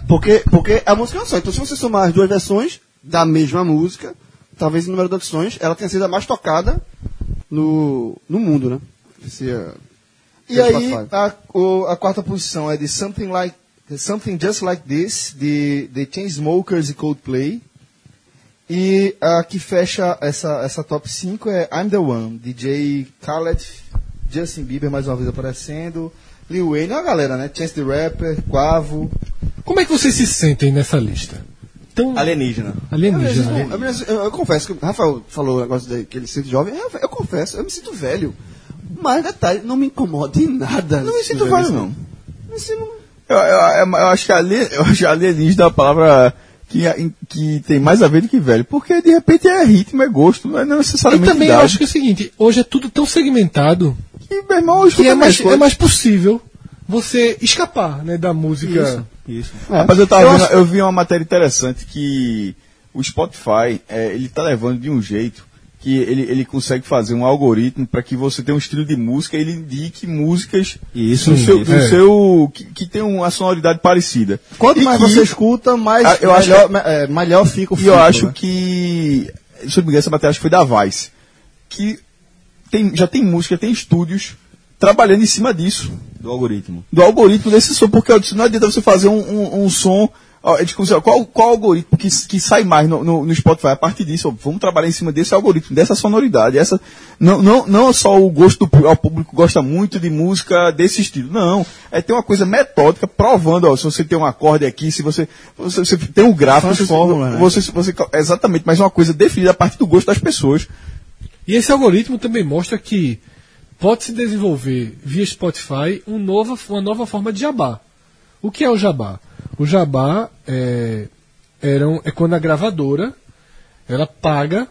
Porque, porque a música é uma só. Então, se você somar as duas versões da mesma música, talvez o número de audições, ela tenha sido a mais tocada no, no mundo, né? Esse, é, E aí, Spotify. a, o- a quarta posição é de Something Like Something Just Like This, de The Chainsmokers e Coldplay. E a que fecha essa, essa top 5 é I'm The One, DJ Khaled, Justin Bieber mais uma vez aparecendo, Lil Wayne, olha a galera, né? Chance the Rapper, Quavo. Como é que vocês se sentem nessa lista? Tão Alienígena. alienígena. né? Eu, me- eu- eu confesso que o Rafael falou o negócio de que ele se sente jovem. Rafael, Eu, confesso, eu me sinto velho. Mas detalhe, não me incomoda em nada. Não me sinto velho, não. Me sinto- Eu, eu, eu- eu acho que ali, eu acho alienígena a palavra que, que tem mais a ver do que velho. Porque de repente é ritmo, é gosto, não é E necessariamente. também eu idade. acho que é o seguinte, hoje é tudo tão segmentado que meu irmão que escuta é mais, coisas. é mais possível você escapar né, da música. Rapaz, É. eu, tava Eu vendo- acho- eu vi uma matéria interessante que o Spotify, é, ele tá levando de um jeito que ele, ele consegue fazer um algoritmo para que você tenha um estilo de música e ele indique músicas Isso, do seu, do é. seu- que, que tem uma sonoridade parecida. Quanto E mais que- você escuta, mais Ah, eu acho melhor, me- é, melhor fica o E eu filtro, acho né? que. Se eu não me engano, essa matéria acho que foi da Vice. Que tem, já tem música, tem estúdios trabalhando em cima disso. Do algoritmo. Do algoritmo desse som, porque eu disse, não adianta você fazer um, um- um som. ó, eles começaram, Qual, qual algoritmo que, que sai mais no, no- no Spotify? A partir disso, ó, vamos trabalhar em cima desse algoritmo, dessa sonoridade. Essa, não, não, não é só o gosto do pu- ó, o público gosta muito de música desse estilo. Não. É ter uma coisa metódica, provando, ó, se você tem um acorde aqui, se você, você, você tem um gráfico, Faz se fórmula, né? você, você, você, exatamente, mas é uma coisa definida a partir do gosto das pessoas. E esse algoritmo também mostra que pode-se desenvolver via Spotify um novo, uma nova forma de jabá. O que é o jabá? O um, jabá é, eram, é quando a gravadora ela paga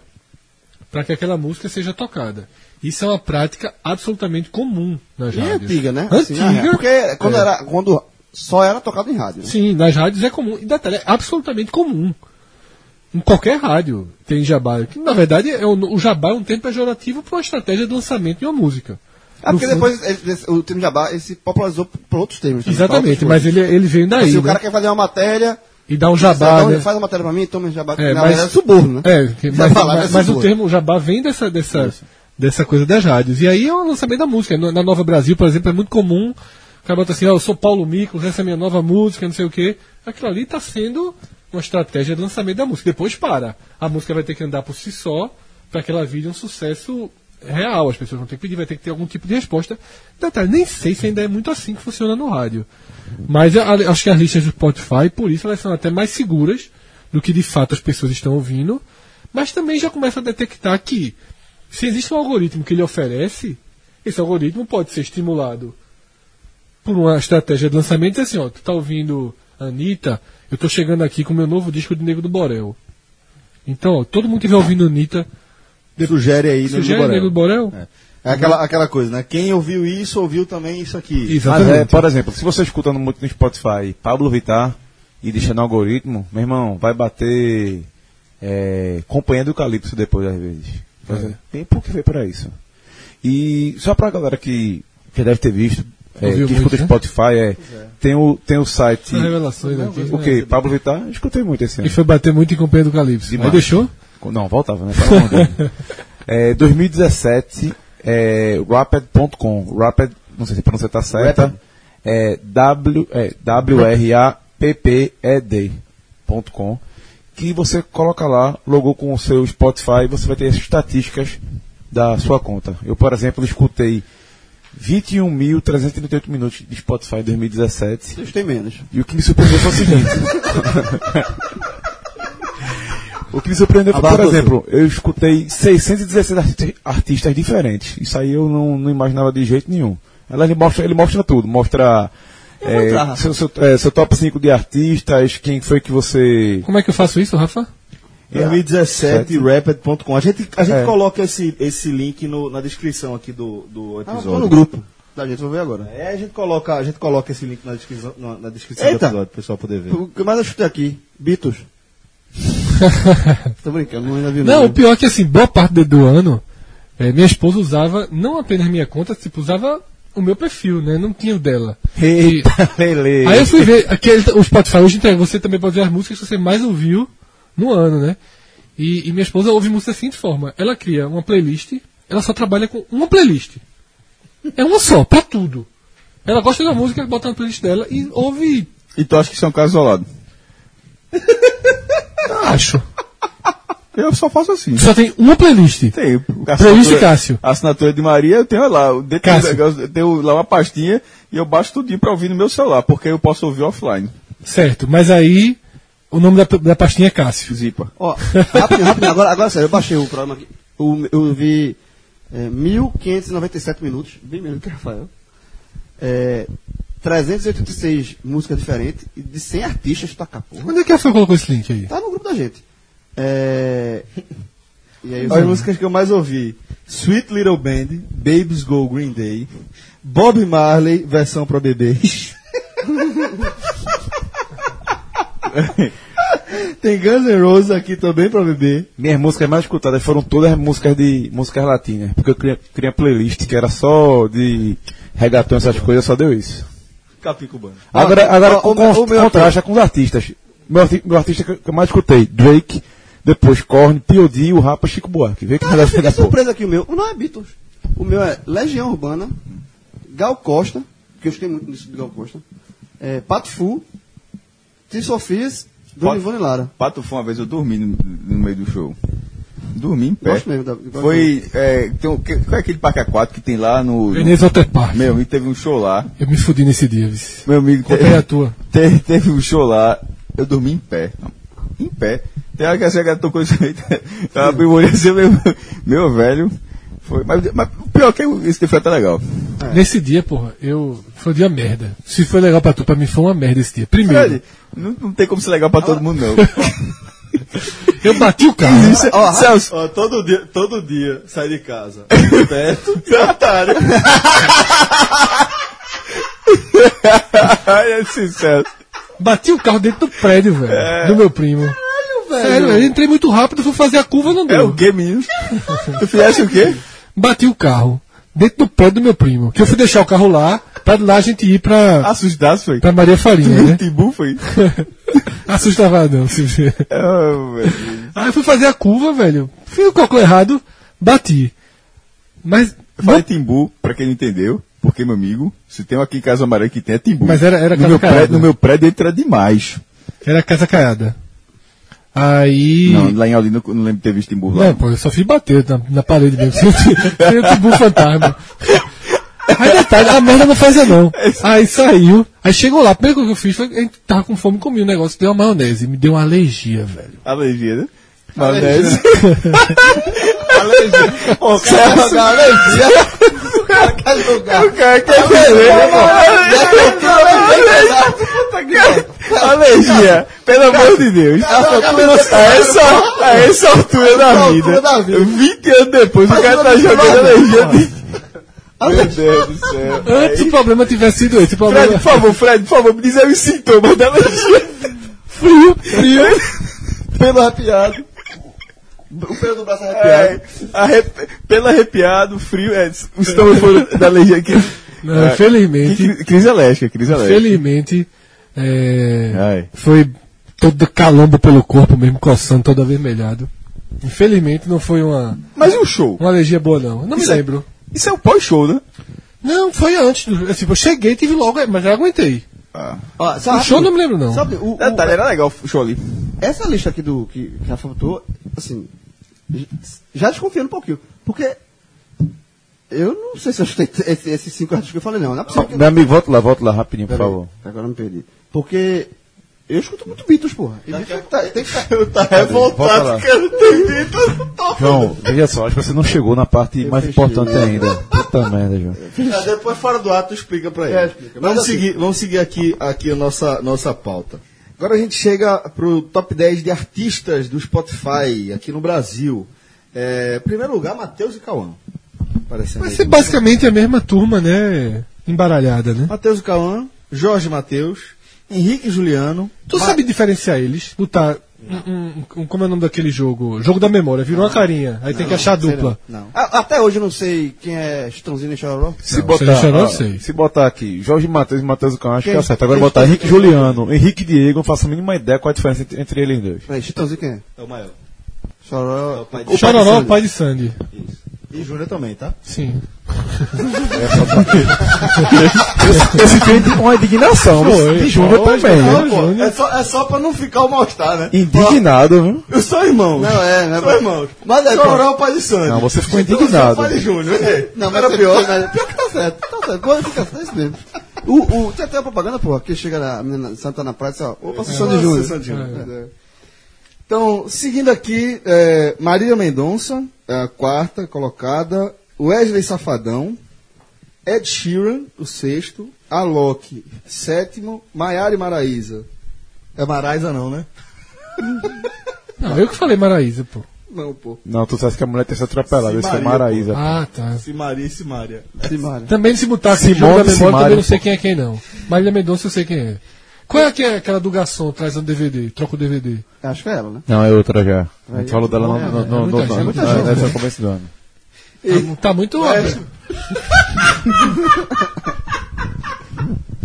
para que aquela música seja tocada. Isso é uma prática absolutamente comum nas E é rádios. antiga, né? Assim, Antiga. É. na real. porque quando, era, quando só era tocado em rádio. né? Sim, nas rádios é comum. E detalhe, é absolutamente comum. Em qualquer rádio tem jabá. Que, na verdade, é o, o jabá é um termo pejorativo para uma estratégia de lançamento de uma música. Ah, No porque fundo- depois ele- esse- o termo Jabá ele se popularizou por por outros termos. também, Exatamente, pra outras mas ele, ele veio coisas. daí. Assim, o né? cara quer fazer uma matéria, E dá um você jabá. dá um- né? faz uma matéria pra mim, toma um jabá. É, Na mas- verdade é suborno, né? É, que- mas, falar, mas- né, mas o suborno. termo jabá vem dessa, dessa, dessa coisa das rádios. E aí é o lançamento da música. No- Na Nova Brasil, por exemplo, é muito comum. O cara bota assim, ó, eu sou Paulo Miklos, essa é a minha nova música, não sei o quê. Aquilo ali está sendo uma estratégia de lançamento da música. Depois para. A música vai ter que andar por si só para que ela vire um sucesso real. As pessoas vão ter que pedir, vai ter que ter algum tipo de resposta. Detalhe, nem sei se ainda é muito assim que funciona no rádio. Mas a- a- acho que as listas do Spotify, por isso, elas são até mais seguras do que de fato as pessoas estão ouvindo. Mas também já começa a detectar que se existe um algoritmo que ele oferece, esse algoritmo pode ser estimulado por uma estratégia de lançamento e dizer assim, ó, tu tá ouvindo Anitta, eu tô chegando aqui com o meu novo disco de Negro do Borel. Então, ó, todo mundo que estiver ouvindo Anitta, Sugere aí no sugere Negro do Borel. Borel? É aquela, aquela coisa, né? Quem ouviu isso, ouviu também isso aqui. Mas, Exatamente. é, por exemplo, se você escutando muito no Spotify Pablo Vittar e deixando no algoritmo, meu irmão, vai bater é, Companhia do Calypso depois, às vezes. Mas é. Tem por que ver para isso. E só para a galera que, que deve ter visto, é, Ouviu que escuta muito, né? Tá Spotify, é, tem, o, tem o site. Essas revelações né? aqui. O que? Pablo Vittar? Eu Escutei muito esse ano. E foi bater muito em Companhia do Calypso. Aí Demais. deixou? Não, voltava, né? Pelo amor de Deus. é, 2017, é, rapid.com. Rapid, não sei se a pronúncia tá certa. É, w, é, W-R-A-P-P-E-D.com. Que você coloca lá, logou com o seu Spotify, você vai ter as estatísticas da sua conta. Eu, por exemplo, escutei 21.338 minutos de Spotify em 2017. Vocês têm menos. E o que me surpreendeu foi o seguinte. o que me surpreendeu foi, por Abarca você. exemplo, eu escutei 616 arti- artistas diferentes. Isso aí eu não, não imaginava de jeito nenhum. Ela, ele, mostra, ele mostra tudo, mostra. é, seu, seu- é, seu top 5 de artistas, quem foi que você. Como é que eu faço isso, Rafa? É. 2017, rapid.com. A gente, a gente É. coloca esse, esse link no- na descrição aqui do, do Ah, episódio. vou no grupo. Da gente, vou ver agora. É, a gente coloca, a gente coloca esse link na descrição, na, na descrição do Eita! episódio pro pessoal poder ver. O que mais eu chutei aqui? Beatles. Tô brincando, não ainda vi Não, o pior é que assim, boa parte do, do ano, eh, minha esposa usava não apenas minha conta, tipo, usava o meu perfil, né? Não tinha o dela. Eita, beleza. Aí eu fui ver, aqui, tá, o Spotify hoje entrega, você também pode ver as músicas que você mais ouviu no ano, né? E, e minha esposa ouve música da seguinte forma, ela cria uma playlist, ela só trabalha com uma playlist. É uma só, pra tudo. Ela gosta da música, bota na playlist dela e ouve E tu acha que isso é um caso isolado? Acho. Eu só faço assim. Só tem uma playlist. Tem. a Playlist assinatura- Cássio. A assinatura de Maria, eu tenho lá, eu dentro do Cássio. negócio, eu tenho lá uma pastinha e eu baixo tudinho pra ouvir no meu celular, porque eu posso ouvir offline. Certo, mas aí o nome da, da pastinha é Cássio. Zipa. Ó, rapidinho, rapidinho. Agora, agora sério, eu baixei o programa aqui. O- eu vi é, 1.597 minutos, bem menos que o Rafael. É, 386 músicas diferentes e de 100 artistas tocar porra. Onde é que a Rafa colocou esse link aí? Tá no grupo da gente. É... E aí, As músicas que eu mais ouvi: Sweet Little Band, Babies Go Green Day, Bob Marley, versão pra bebês. Tem Guns N' Roses aqui também pra bebê. Minhas músicas mais escutadas foram todas músicas de músicas latinas, porque eu criei, criei uma playlist que era só de regatão, essas coisas, só deu isso. Capim cubano. Agora, agora o- con- o meu- o meu contrasta com os artistas. Meu, arti- meu artista que eu- que eu mais escutei, Drake, depois Korn, P.O.D. e o Rapa Chico Buarque. Vê que Ah, eu negócio fiquei da porra. surpreso aqui o meu. O não é Beatles. O meu é Legião Urbana, Gal Costa, que eu gostei muito disso de Gal Costa, é, Pato Fu, Tim Sofias, Dona Pato- Ivone Lara. Pato foi uma vez eu dormi no, no meio do show. Dormi em pé. Gosto mesmo da- da- Foi. É, tem, um- que- qual é aquele parque aquático que tem lá no. no Veneza Water Park. meu amigo teve um show lá. Eu me fudi nesse dia, vice. Meu amigo Qual é a tua? Te- teve um show lá, eu dormi em pé. Em pé. Tem hora que a chega tocou isso aí, eu abri o olho assim, meu, meu velho. Foi, mas, mas o pior é que eu- esse foi até legal. Nesse dia, porra, eu. Foi um dia merda. Se foi legal pra tu, pra mim foi uma merda esse dia. Primeiro. Ah. Velho, não, não tem como ser legal pra todo mundo, não. Eu bati o carro. é- Ó, ó, todo, dia, todo dia sai de casa. Perto, é otário. Ai, é sincero. Bati o carro dentro do prédio, velho. É. Do meu primo. Sério, eu entrei muito rápido, fui fazer a curva, não É deu. o quê, menino? tu fizesse o quê? Bati o carro dentro do prédio do meu primo. Que eu fui deixar o carro lá, pra de lá a gente ir pra, Assustasse, foi? É, pra Maria Farinha, né? Timbu, foi? Assustava não, se vê. Ah, velho. Aí eu fui fazer a curva, velho. Fiz o cocô errado, bati. Mas. Eu Falei timbu, pra quem não entendeu, porque, meu amigo, se tem um aqui em Casa Amarela que tem, é timbu. Mas era- era no casa meu, caiada. prédio, no meu prédio entra demais. Era casa caiada. Aí. Não, lá em Olinda eu não lembro de ter visto timbu lá. Não, pô, eu só fui bater na, na parede mesmo. Sem sem o tibu fantasma. Aí detalhe, a merda não fazia não. Aí saiu, aí chegou lá, primeiro que eu fiz foi, a gente tava com fome, comi um negócio, deu uma maionese, me deu uma alergia, velho. Alergia, né? é. Maionese. O cara quer beber, né, pô? Alergia, pelo amor de Deus. A essa, a essa altura da vida, 20 anos depois, o cara tá jogando alergia de. Meu Deus do céu. Antes o problema tivesse sido esse, o Fred, por problema favor, Fred, por favor, me diz aí os sintomas da alergia. frio, frio. Pelo arrepiado. O pelo do braço arrepiado. É, arrep- pelo arrepiado, frio, é, os sintomas foram da alergia aqui. Não, É, felizmente, que- Crise alérgica, crise alérgica. felizmente, é, Ai. foi todo calombo pelo corpo mesmo, coçando, todo avermelhado. Infelizmente não foi uma, Mas e o show? uma alergia boa não, não me Isso é- lembro. Isso é o pós-show, né? Não, foi antes. do- Assim, eu cheguei, tive logo, mas já aguentei. Ó, sabe- O show não me lembro, não. Sabe, o, o- Detalhe, era legal o show ali. essa lista aqui do que, que a faltou, assim, j- já desconfiando um pouquinho. Porque eu não sei se eu chutei t- esse- esses cinco artistas que eu falei, não. Não é possível que eu... Meu amigo, volta lá, volta lá rapidinho, por Peraí, favor. Agora eu me perdi. Porque eu escuto muito Beatles, porra. E Beatles tá, tem que tá, Volta lá. João, veja só, acho que você não chegou na parte mais importante ainda. Puta merda, João. Ah, depois fora do ato explica pra ele. É, explica. Vamos, Mas assim- seguir, vamos seguir aqui, aqui a nossa, nossa pauta. Agora a gente chega pro top 10 de artistas do Spotify aqui no Brasil. É, primeiro lugar, Matheus e Cauã. Parecendo Mas aí. é basicamente a mesma turma, né? Embaralhada, né? Matheus e Cauã, Jorge Matheus, Henrique e Juliano. Tu sabe diferenciar eles? Botar. um- um- um- como é o nome daquele jogo? Jogo da memória. Virou uma carinha. Aí tem que achar a dupla. Não. A- até hoje eu não sei quem é Chitãozinho e Chororó. Se Não, você já chorou, ó, eu sei. se botar aqui Jorge Matheus e Matheus do Cão, acho que Quem- é certo. Agora quem botar está- Henrique e Juliano, Henrique e Diego, não faço a mínima ideia qual é a diferença entre, entre eles dois. Peraí, Chitãozinho quem é? É o maior. Chororó. É o pai de- O pai de Chororó é o Sandy. pai de Sandy. E Júnior também, tá? Sim. Esse filme tem uma indignação, Foi, de Júnior foi, também, foi. né? Não, pô, Júnior. é, só, é só pra não ficar o mal-estar, né? Indignado, viu? Eu sou irmão. Não, é, né? Sou irmão. Mas é, Chororó é o pai de Sandy. Não, você ficou Então, eu sou o indignado. pai de Júnior. é. Não, mas era pior. Pior que tá certo, tá certo. Agora fica certo, é isso mesmo. O, o, tem até uma propaganda, porra, que chega na, a menina Santa na praia e diz, ó, opa, Sessão de Nossa, Júnior. Sandy Júnior. É. Então, seguindo aqui, é, Maria Mendonça, é a quarta colocada, Wesley Safadão, Ed Sheeran, o sexto, Alok, sétimo, Maiara e Maraíza. É Maraíza não, né? Não, eu que falei Maraísa, pô. Não, pô. Não, tu sabes que a mulher tem se atropelado, é esse foi Maria, Maraísa. Ah, tá. Se Maria e se Maria. Simário. Também se botar aqui Simone, jogo da memória, Simário. também não sei quem é quem não. Marília Mendonça eu sei quem é. Qual é que é aquela do garçom trazendo DVD? Troca o DVD. Acho que é ela, né? Não, é outra já. A gente falou dela no, no, no, muita no, gente, no, muita no- gente. nessa começo do ano. Tá muito óbvio.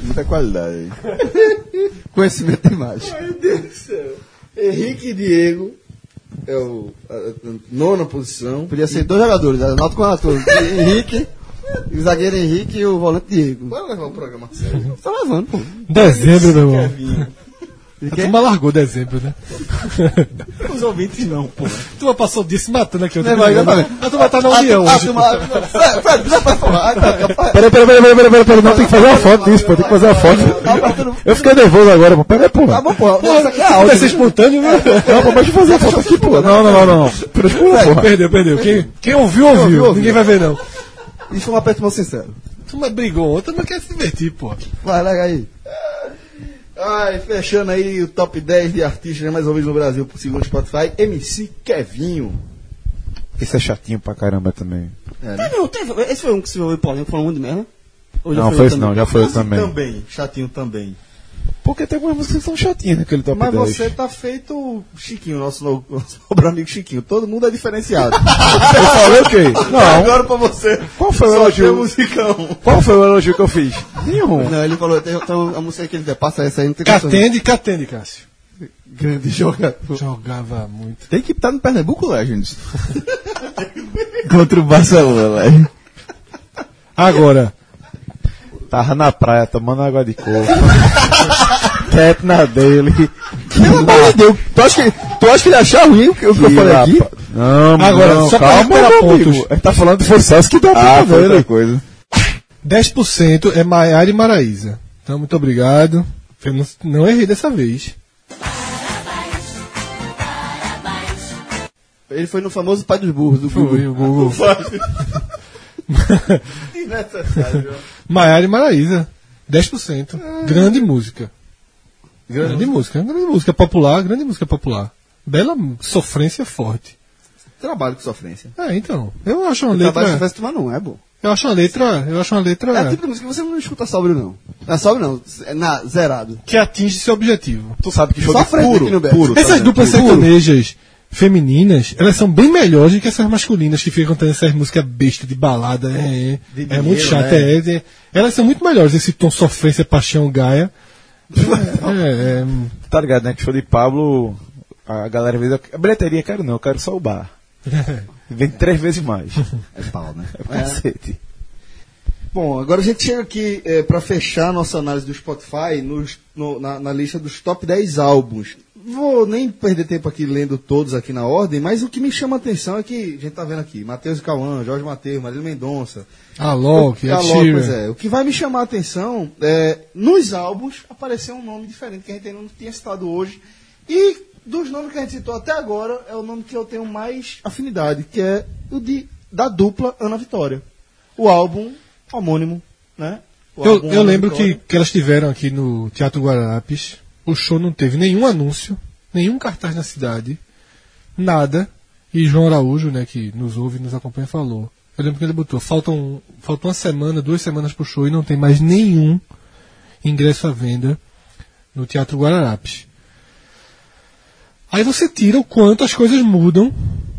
Muita qualidade. Conhecimento de imagem. Meu Deus do céu. Henrique e Diego é o a, a- nona posição. Podia ser dois jogadores, anota com a ator. Henrique, o zagueiro Henrique e o volante Diego. Bora levar o programa a sério. Tá levando, pô. Dezembro, meu irmão. A quê? turma largou dezembro, né? Os ouvintes não, pô. A turma passou o dia se matando aqui. Eu tô Não, mas eu ligado. É, a turma tá na Ah, União hoje. tá, Peraí, peraí, peraí, peraí, peraí, peraí, peraí, não, tem que fazer uma foto disso, pô, tem que fazer uma foto. Eu fiquei nervoso agora, pô, peraí, pô. Tá bom, pô. Isso aqui é Vai áudio. ser espontâneo, né? Não, pô, mas deixa eu fazer a foto aqui, pô. Não, né? não, não, não. Pô, Perdeu, perdeu. Quem, É, quem ouviu, ouviu. Ninguém vai ver, não. A Isso foi um aperto mão sincero. turma brigou, a turma quer se divertir, pô. Vai, larga aí. Ai, fechando aí o top 10 de artistas mais ouvidos no Brasil por segundo Spotify, MC Kevinho. Esse é chatinho pra caramba também. É, né? Teve um, teve, esse foi um que se envolveu em polêmica, falou muito de merda. Ou já não, foi outro esse não, também? já foi esse Assim também. também, chatinho também. Porque tem algumas músicas que são chatinhas naquele top Mas 10. você tá feito o Chiquinho, nosso novo, nosso nobre amigo Chiquinho. Todo mundo é diferenciado. Eu falei o quê? Não, Agora pra você. qual foi o Só tem elogio? musicão. Qual foi o elogio que eu fiz? Nenhum. Não, ele falou, tem, tem uma música que ele der, passa essa aí, não tem condições. Catende, catende, Cássio. Grande jogador. Jogava muito. Tem que estar no Pernambuco Legends. Contra o Barcelona, velho. Agora, Tava na praia tomando água de coco. Cap na dele. Pelo amor de Deus. Tu acha que, tu acha que ele achar ruim o que eu falei aqui? Não, Agora, não, só pra calma, recuperar meu amigo. pontos. Ele tá falando de Celso que dá Ah, pra foi ver, né? coisa. 10% é Maiara e Maraísa. Então, muito obrigado. Eu não, não errei dessa vez. Ele foi no famoso pai dos burros, do Google. Foi o Google. Maiara e Maraísa. 10%. Grande música. Grande, música. Grande música popular, grande música popular. Bela sofrência forte. Trabalho com sofrência. É, então. Eu acho uma Trabalho com letra. sofrência, mas não é bom. Eu acho uma letra. Eu acho uma É, o letra tipo de música que você não escuta sóbrio, não. Não é sóbrio, não. É na, zerado. que atinge seu objetivo. Tu sabe que Só jogo é frente aqui no puro, Beto. puro. Essas duplas sertanejas femininas, elas são bem melhores do que essas masculinas que ficam cantando essas músicas besta de balada. É, é, é muito chato. né? É, é, elas são muito melhores, esse tom sofrência, paixão, gaia. É, é, Tá ligado, né? Que show de Pablo, a galera às vezes... A bilheteria quero não, eu quero só o bar. Vem três vezes mais. É pau, né? É cacete. Bom, agora a gente chega aqui eh, pra para fechar a nossa análise do Spotify nos- no- na, na lista dos top 10 álbuns. Vou nem perder tempo aqui lendo todos aqui na ordem, mas o que me chama a atenção é que a gente tá vendo aqui, Matheus e Cauã, Jorge Matheus, Marília Mendonça, Oh, Alok, Tá Ed logo, pois Sheeran. é. O que vai me chamar a atenção é nos álbuns apareceu um nome diferente que a gente ainda não tinha citado hoje. E dos nomes que a gente citou até agora, é o nome que eu tenho mais afinidade, que é o de, da dupla Ana Vitória. O álbum homônimo, né? O Eu, álbum eu Ana lembro que, Vitória. que elas tiveram aqui no Teatro Guararapes. O show não teve nenhum anúncio, nenhum cartaz na cidade, nada. E João Araújo, né, que nos ouve e nos acompanha, falou. Eu lembro que ele botou, faltam, faltam uma semana, duas semanas pro show e não tem mais nenhum ingresso à venda no Teatro Guararapes. Aí você tira o quanto as coisas mudam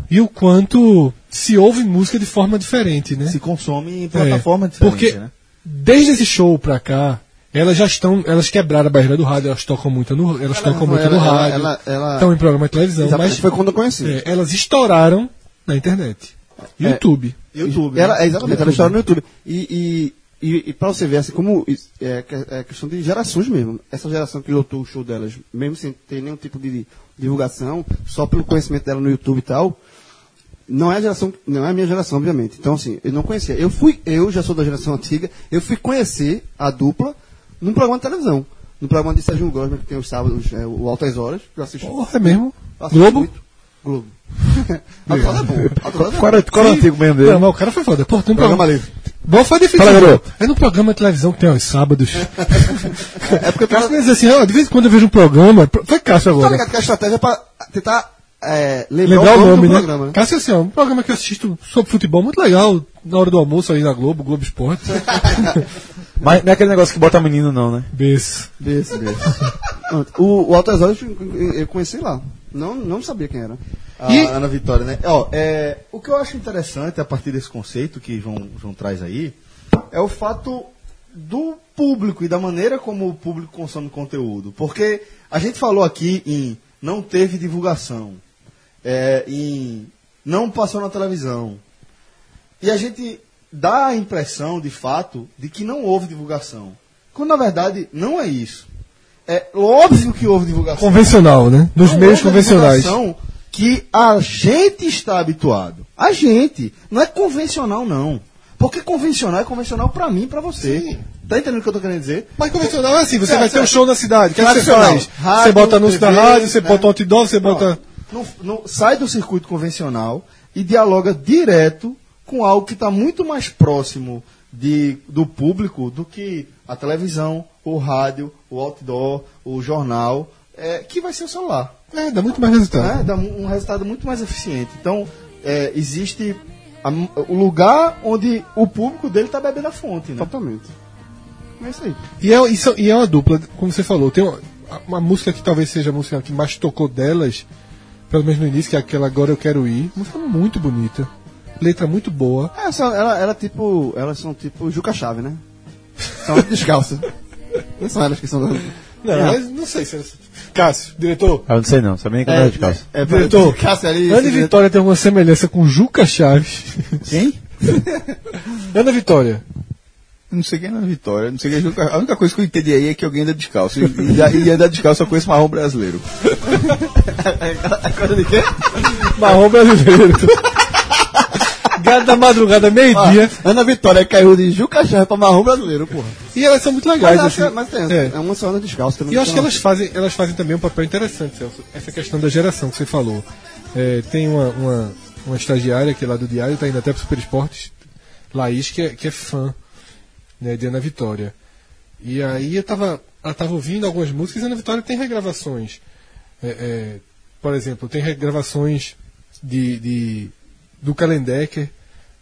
e o quanto se ouve música de forma diferente, né? se consome em É, plataforma diferente, porque né? desde esse show pra cá elas já estão elas quebraram a barreira do rádio elas tocam muito no elas tocam muito no ela- rádio ela- ela- estão em programa de televisão Exatamente, mas foi quando eu conheci. é, elas estouraram na internet É. YouTube YouTube. Ela, né? é, exatamente, ela estourou no YouTube. E, e, e, e pra você ver, assim, como isso é, que- é questão de gerações mesmo. Essa geração que lotou o show delas, mesmo sem ter nenhum tipo de divulgação, só pelo conhecimento dela no YouTube e tal, não é a geração, não é a minha geração, obviamente. Então, assim, eu não conhecia. Eu fui, eu já sou da geração antiga, eu fui conhecer a dupla num programa de televisão. No programa de Sérgio Gosma, que tem os sábados, é, o Altas Horas, que eu assisto. Porra, é mesmo eu assisto Globo muito. Globo. a Globo é boa. A Globo é boa. Qual era, qual era o Sim. antigo mesmo não, dele? mas o cara foi foda. Pô, tem um Programa programa. livre. Bom, foi difícil. Fala, garoto. é no programa de televisão que tem aos sábados. É porque eu Cássio diz assim, ó, de vez em quando eu vejo um programa. Foi Cássio Tá agora. ligado que a estratégia é pra tentar é, lembrar, Lembrar o nome, do né? programa, né? Cássio, assim, ó, um programa que eu assisto sobre futebol muito legal, na hora do almoço aí na Globo, Globo Esporte. Mas não é aquele negócio que bota menino, não, né? Beijo. Desse, desse. o, o Altas Horas eu eu conheci lá. Não, não sabia quem era. A Ana Vitória, né? Ó, é, o que eu acho interessante a partir desse conceito que João, João traz aí é o fato do público e da maneira como o público consome conteúdo. Porque a gente falou aqui em não teve divulgação, é, em não passou na televisão. E a gente dá a impressão, de fato, de que não houve divulgação. Quando na verdade não é isso. É óbvio que houve divulgação Convencional, né? Nos não meios houve a convencionais. divulgação Que a gente está habituado. A gente. Não é convencional, não. Porque convencional é convencional pra mim e pra você. Tá entendendo o que eu tô querendo dizer? Mas convencional é assim, você É, vai ter um certo. show na cidade. O que, é que você Tradicional. faz? você Rádio, bota anúncio da TV, rádio, você né? bota um outdoor, você bota. Não, não- sai do circuito convencional e dialoga direto com algo que está muito mais tá próximo de, do público do que a televisão, o rádio, o outdoor, o jornal, é, que vai ser o celular. É, dá muito mais resultado. Tá. né? Dá um um resultado muito mais eficiente. Então, é, existe a- o lugar onde o público dele tá está bebendo a fonte, né? Totalmente. É isso aí. E é, e, são- e é uma dupla, como você falou, tem uma, uma música que talvez seja a música que mais tocou delas, pelo menos no início, que é aquela Agora Eu Quero Ir. Música muito bonita, letra muito boa. É, só- ela, ela tipo. Elas são tipo Juca Chave, né? São descalça. Não são elas que são. Não, mas não sei se. Cássio, diretor. Ah, eu não sei não, sabia nem como era de calça. É, Diretor, Cássio ali. Ana e Vitória tem alguma semelhança com Juca Chaves. Quem? Ana Vitória. Não sei quem é na Vitória, não sei quem é Juca- A única coisa que eu entendi aí é que alguém anda descalço. E, e, e andar descalço eu conheço marrom brasileiro. Marrom brasileiro. Gado da madrugada, meio-dia. Ana Vitória caiu de Juca Chave pra marrom brasileiro, porra. E elas são muito legais, Mas, acho assim. que, mas tem, É. é. uma só anda descalça. Então, E eu acho que elas fazem, elas fazem também um papel interessante, Celso. Essa questão da geração que você falou. É, tem uma, uma, uma estagiária que é lá do Diário, tá indo até pro Super Esportes, Laís, que é, que é fã né, de Ana Vitória. E aí eu tava, ela tava ouvindo algumas músicas e Ana Vitória tem regravações. É, é, por exemplo, tem regravações de, de- do Kalendecker,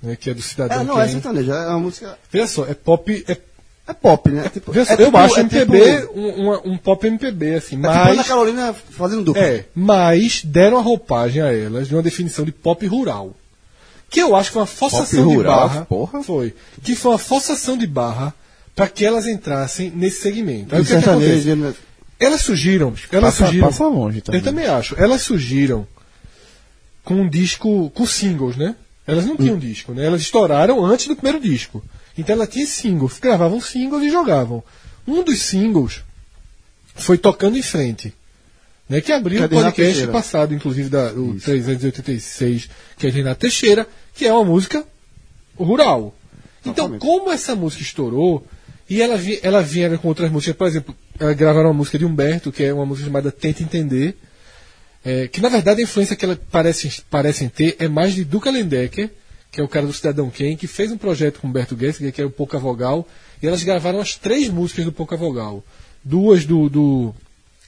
né, que é do Cidadão. É, não que é é- sertaneja, é uma música. Veja só, é pop, é É pop, né? É tipo, Vê só, é eu tipo- acho é MPB Tipo, um, uma- um pop MPB, assim, é tipo Ana mas. Carolina fazendo dupla. É, mas deram a roupagem a elas de uma definição de pop rural. Que eu acho que foi uma forçação de rural, barra. porra. Foi. Que foi uma forçação de barra para que elas entrassem nesse segmento. Aí Do o que, é que acontece? sertanejo, né? Elas surgiram. Elas Passa- surgiram. passa longe também. Eu também acho. Elas surgiram com um disco, com singles, né? Elas não tinham disco, né? Elas estouraram antes do primeiro disco. Então ela tinha singles, gravavam singles e jogavam. Um dos singles foi Tocando em Frente, né? Que abriu Que é o de Renato podcast Teixeira. passado, inclusive da, o 386, que é de Renato Teixeira, que é uma música rural. Então, Totalmente. como essa música estourou, e ela, vi, ela vinha com outras músicas, por exemplo, ela gravaram uma música de Humberto, que é uma música chamada Tenta Entender, é, que na verdade a influência que elas parecem, parecem ter é mais de Duca Lendecker, que é o cara do Cidadão Ken, que fez um projeto com Humberto Gessinger, que é o Pouca Vogal, e elas gravaram as três músicas do Pouca Vogal. Duas do, do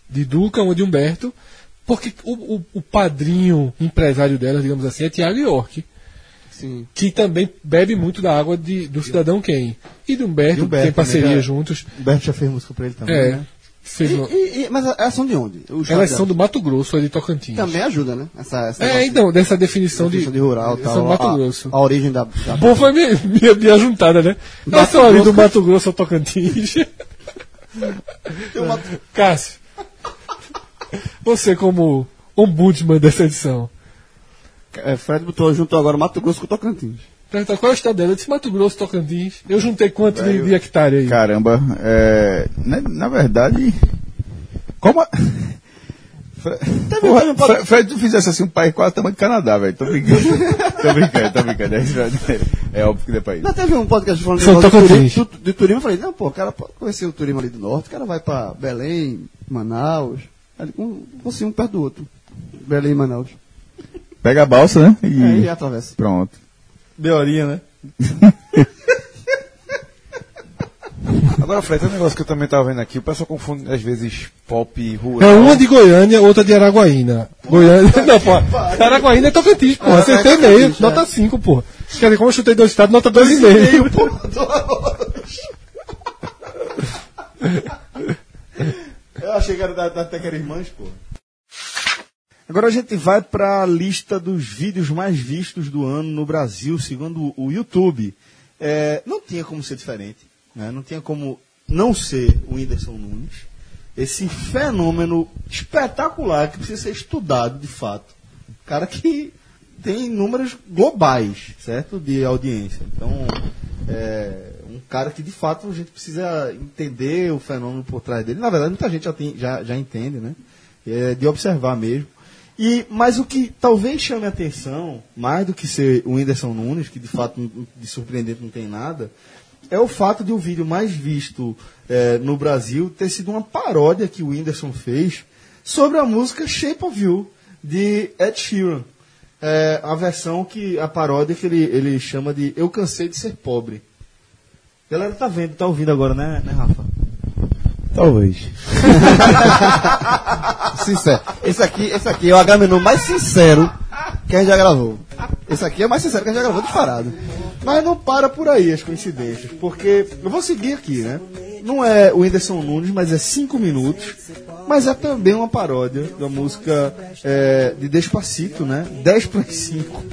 de Duca, uma de Humberto, porque o, o- o padrinho empresário delas, digamos assim, é Tiago York Sim. que também bebe muito da água de- do Cidadão Quem e do Humberto, E que Humberto né, tem parceria também, já- juntos. Humberto já fez música pra ele também. É, né? fez uma- E- e- e- mas elas são de onde? Os elas caras- são do Mato Grosso, é de Tocantins. Também ajuda, né? Essa, essa É, então, dessa definição de, de, rural, são tal, do Mato a, Grosso. A origem da. da Bom, foi minha, minha, minha juntada, né? Elas Mato são ali do Grosso. Mato Grosso ao Tocantins. Cássio, você como ombudsman dessa edição, é, Fred botou, juntou agora o Mato Grosso com o Tocantins. pergunta qual é o estado dela? Eu disse Mato Grosso, Tocantins. Eu juntei quanto de, um de hectare aí? Caramba, é, na, na verdade. Como a... Fre- um Porra, Fre- Fred, tu fizesse assim um país quase o tamanho do Canadá, velho. Tô brincando. tô brincando, tô brincando. É, isso, Fred. É óbvio que não é país. Não teve um podcast falando São negócio Tocantins. de, Turim, de Turim. Eu falei, não, pô, o cara pode conhecer o Turim ali do norte, o cara vai pra Belém, Manaus. Ali, um, assim, um perto do outro. Belém e Manaus. Pega a balsa, né? E Aí atravessa. pronto. Deorinha, né? Agora, Fred, tem um negócio que eu também tava vendo aqui, o pessoal confunde às vezes pop rural. É uma de Goiânia, outra de Araguaína. Goiânia. Não, pô. Araguaína é Tocantins, pô. Acertei meio. Nota 5, pô. Quer dizer, como eu chutei dois estados, nota 2,5. Eu achei que era da, da Tecker Irmãs, pô. Agora a gente vai para a lista dos vídeos mais vistos do ano no Brasil, segundo o YouTube. É, não tinha como ser diferente, né? não tinha como não ser o Whindersson Nunes. Esse fenômeno espetacular que precisa ser estudado de fato. Cara que tem números globais, certo? De audiência. Então, é um cara que de fato a gente precisa entender o fenômeno por trás dele. Na verdade, muita gente já, tem- já, já entende, né? É de observar mesmo. E, mas o que talvez chame a atenção, mais do que ser o Whindersson Nunes, que de fato não- não- de surpreendente não tem nada, é o fato de o vídeo mais visto eh, no Brasil ter sido uma paródia que o Whindersson fez sobre a música Shape of You, de Ed Sheeran. É, a versão que, a paródia que ele, ele chama de Eu Cansei de Ser Pobre. Galera tá vendo, tá ouvindo agora, né, né, Rafa? Talvez. Sincero. Esse aqui, esse aqui é o Agamenon mais sincero que a gente já gravou. Esse aqui é o mais sincero que a gente já gravou disparado. Mas não para por aí as coincidências, porque eu vou seguir aqui, né? Não é o Whindersson Nunes, mas é cinco minutos. Mas é também uma paródia da música é, de Despacito, né? 10 para 5.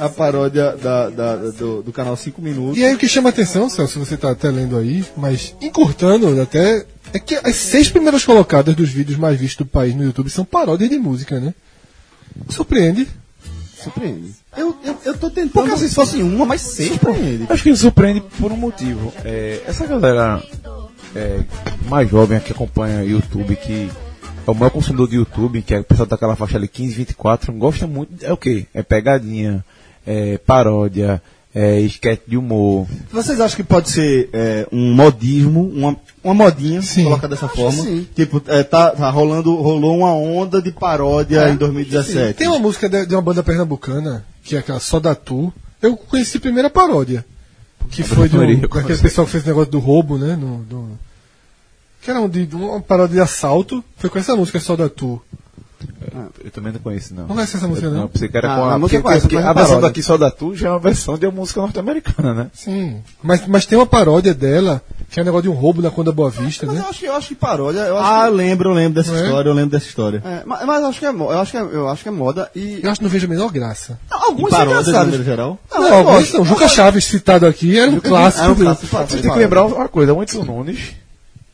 A paródia da, da- do, do canal 5 Minutos. E aí o que chama atenção, Celso, você tá até lendo aí, mas encurtando até, é que as seis primeiras colocadas dos vídeos mais vistos do país no YouTube são paródias de música, né? Surpreende. Surpreende. Eu, eu, eu tô tentando. Porque se assim, fosse uma, mas seis, surpreende. Acho que ele surpreende por um motivo. É, essa galera é, mais jovem que acompanha YouTube, que é o maior consumidor de YouTube, que é o pessoal daquela faixa ali 15, 24, gosta muito. É o quê? É pegadinha, é paródia, é esquete de humor. Vocês acham que pode ser é, um modismo, uma, uma modinha, Sim. coloca dessa forma? sim. Tipo, é, tá, tá rolando, rolou uma onda de paródia em 2017. Tem uma música de, de uma banda pernambucana, que é aquela Só da Tu. Eu conheci a primeira paródia. Que foi de um, adorei, eu daquele conheci. pessoal que fez o negócio do roubo, né? No, do- que era um de, de uma paródia de assalto. Foi com essa música Só da Tu. Ah, Eu também não conheço, não. Não conhece essa música, Eu- não? Não, pensei que era Ah, com a, a música porque- conhece, porque mas a é versão paródia. daqui só da Tu já é uma versão de uma música norte-americana, né? Sim. Hum, Mas, mas tem uma paródia dela, que é um negócio de um roubo na Conda Boa Vista, Mas né? eu acho que, eu acho que paródia. Eu acho Ah, eu lembro, eu lembro dessa Não é? história, eu lembro dessa história. que, é, mas, mas eu acho que é, mo- eu acho que é, eu acho que é moda e. Eu acho que não vejo a menor graça. E Alguns são paródia, de engraçados. maneira geral? Não, é não, eu alguns gosto. não. Juca Chaves, citado aqui, era um clássico. Era um do- clássico, clássico. Você tem que lembrar uma coisa, o Anderson Nunes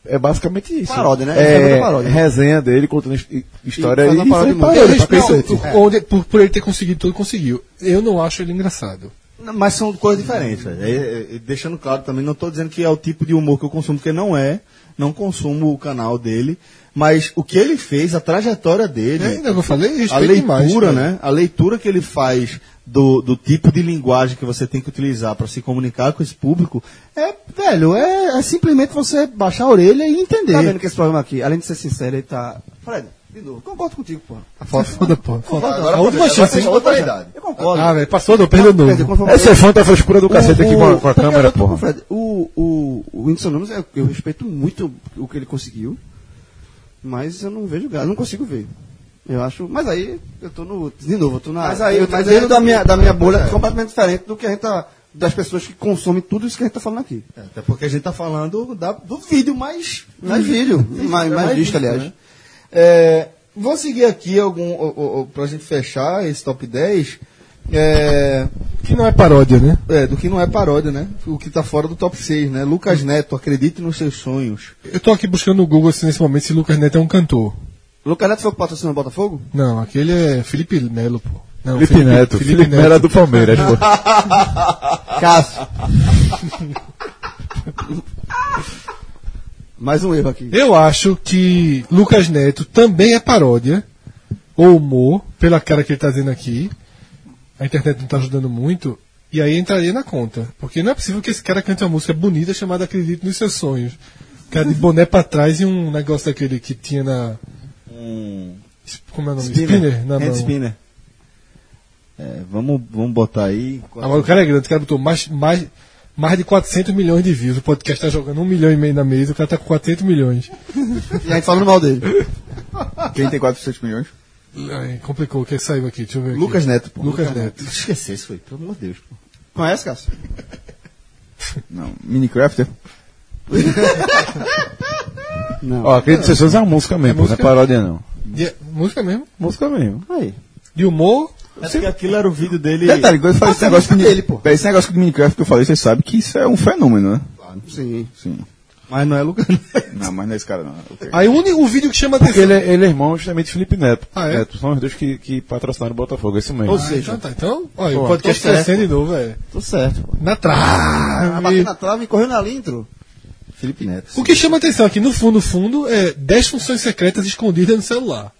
é basicamente isso. Paródia, né? Ele faz É, muita paródia. resenha dele, contando his- história E e, faz uma paródia de e foi Eu paródia. pra um respeito, cacete. o- onde- por, por ele ter conseguido tudo, conseguiu. Eu não acho ele engraçado. Não, Mas são coisas diferentes. velho. É, é, é, deixando claro também, não estou dizendo que é o tipo de humor que eu consumo, porque não é. Não consumo o canal dele. Mas o que ele fez, a trajetória dele, É, ainda não falei, respeito a leitura, demais. cara. né? A leitura que ele faz do, do tipo de linguagem que você tem que utilizar para se comunicar com esse público, é, velho, é, é simplesmente você baixar a orelha e entender. Tá vendo que esse programa aqui, além de ser sincero, ele tá. Fred, de novo, concordo contigo, pô. A foto foda, pô. Foda. agora a última chance. hein? Eu concordo. Ah, velho, passou, não, perdeu não. Fred, quando for- Esse é fã da frescura do O- cacete aqui o- com a, com a porque câmera, eu tô com o porra. Fred, o, o, o Whindersson Nunes, é, eu, eu respeito muito o que ele conseguiu, mas eu não vejo graça, não consigo ver. Eu acho, mas aí eu tô no. De novo, eu tô na. Mas aí- eu tô mas dentro aí- da, minha, da É. minha bolha completamente diferente do que a gente tá. Das pessoas que consomem tudo isso que a gente tá falando aqui. Até porque a gente tá falando da- do vídeo mais Mais vídeo, mais, Uhum. mais visto, aliás. né? É, vou seguir aqui algum. O, o, o- pra gente fechar esse top 10. É, Que não é paródia, né? é, do que não é paródia, né? O que tá fora do top 6, né? Lucas Neto, acredite nos seus sonhos. Eu tô aqui buscando no Google assim, nesse momento se Lucas Neto é um cantor. Lucas Neto foi o que patrocinou o Botafogo? Não, aquele é Felipe Melo, pô. Não, Felipe, Neto, Felipe, é Neto era do Palmeiras, pô. Cássio. mais um erro aqui. Eu acho que Lucas Neto também é paródia, ou humor, pela cara que ele tá dizendo aqui. A internet não tá ajudando muito. E aí entraria na conta. Porque não é possível que esse cara cante uma música bonita chamada Acredito nos Seus Sonhos. Cara de boné pra trás e um negócio daquele que tinha na. Como é o nome? Spinner, na mão. spinner. É, vamos, vamos botar aí. Agora o cara é grande, o cara botou mais, mais, mais de 400 milhões de views. O podcast tá jogando um milhão e meio na mesa, o cara tá com 400 milhões. E a gente falando mal dele. Quem tem 400 milhões? Ai, complicou, o que saiu aqui? Deixa eu ver. aqui. Lucas Neto, pô. Lucas Neto. Esquecer isso aí, pelo amor de Deus. Pô. Conhece, Cássio? Não. é É Minecrafter? Não. Ó, Acredito que vocês é uma música né? mesmo, música. não é paródia não. De- música mesmo. Música mesmo. Aí. De humor, Acho que aquilo era o vídeo dele. Detalhe, quando eu falo esse negócio, de, dele, pô. esse negócio de Minecraft que eu falei, vocês sabem que isso é um fenômeno, né? Ah, Sim. Sim. Mas não é Lucas Neto. Não, mas não é esse cara, não. Ok. Aí o único vídeo que chama Porque atenção. ele, é- ele é irmão justamente de Felipe Neto. Ah, é? Neto, são os dois que, que patrocinaram o Botafogo, é isso mesmo. Ah, então tá. Então, olha, o podcast tô certo. crescendo de novo, velho. Tô certo, pô. Na Ah, bateu trave. na trave e correu na linha, entrou. Felipe Neto. O que chama atenção aqui, no fundo, no fundo, é 10 funções secretas escondidas no celular.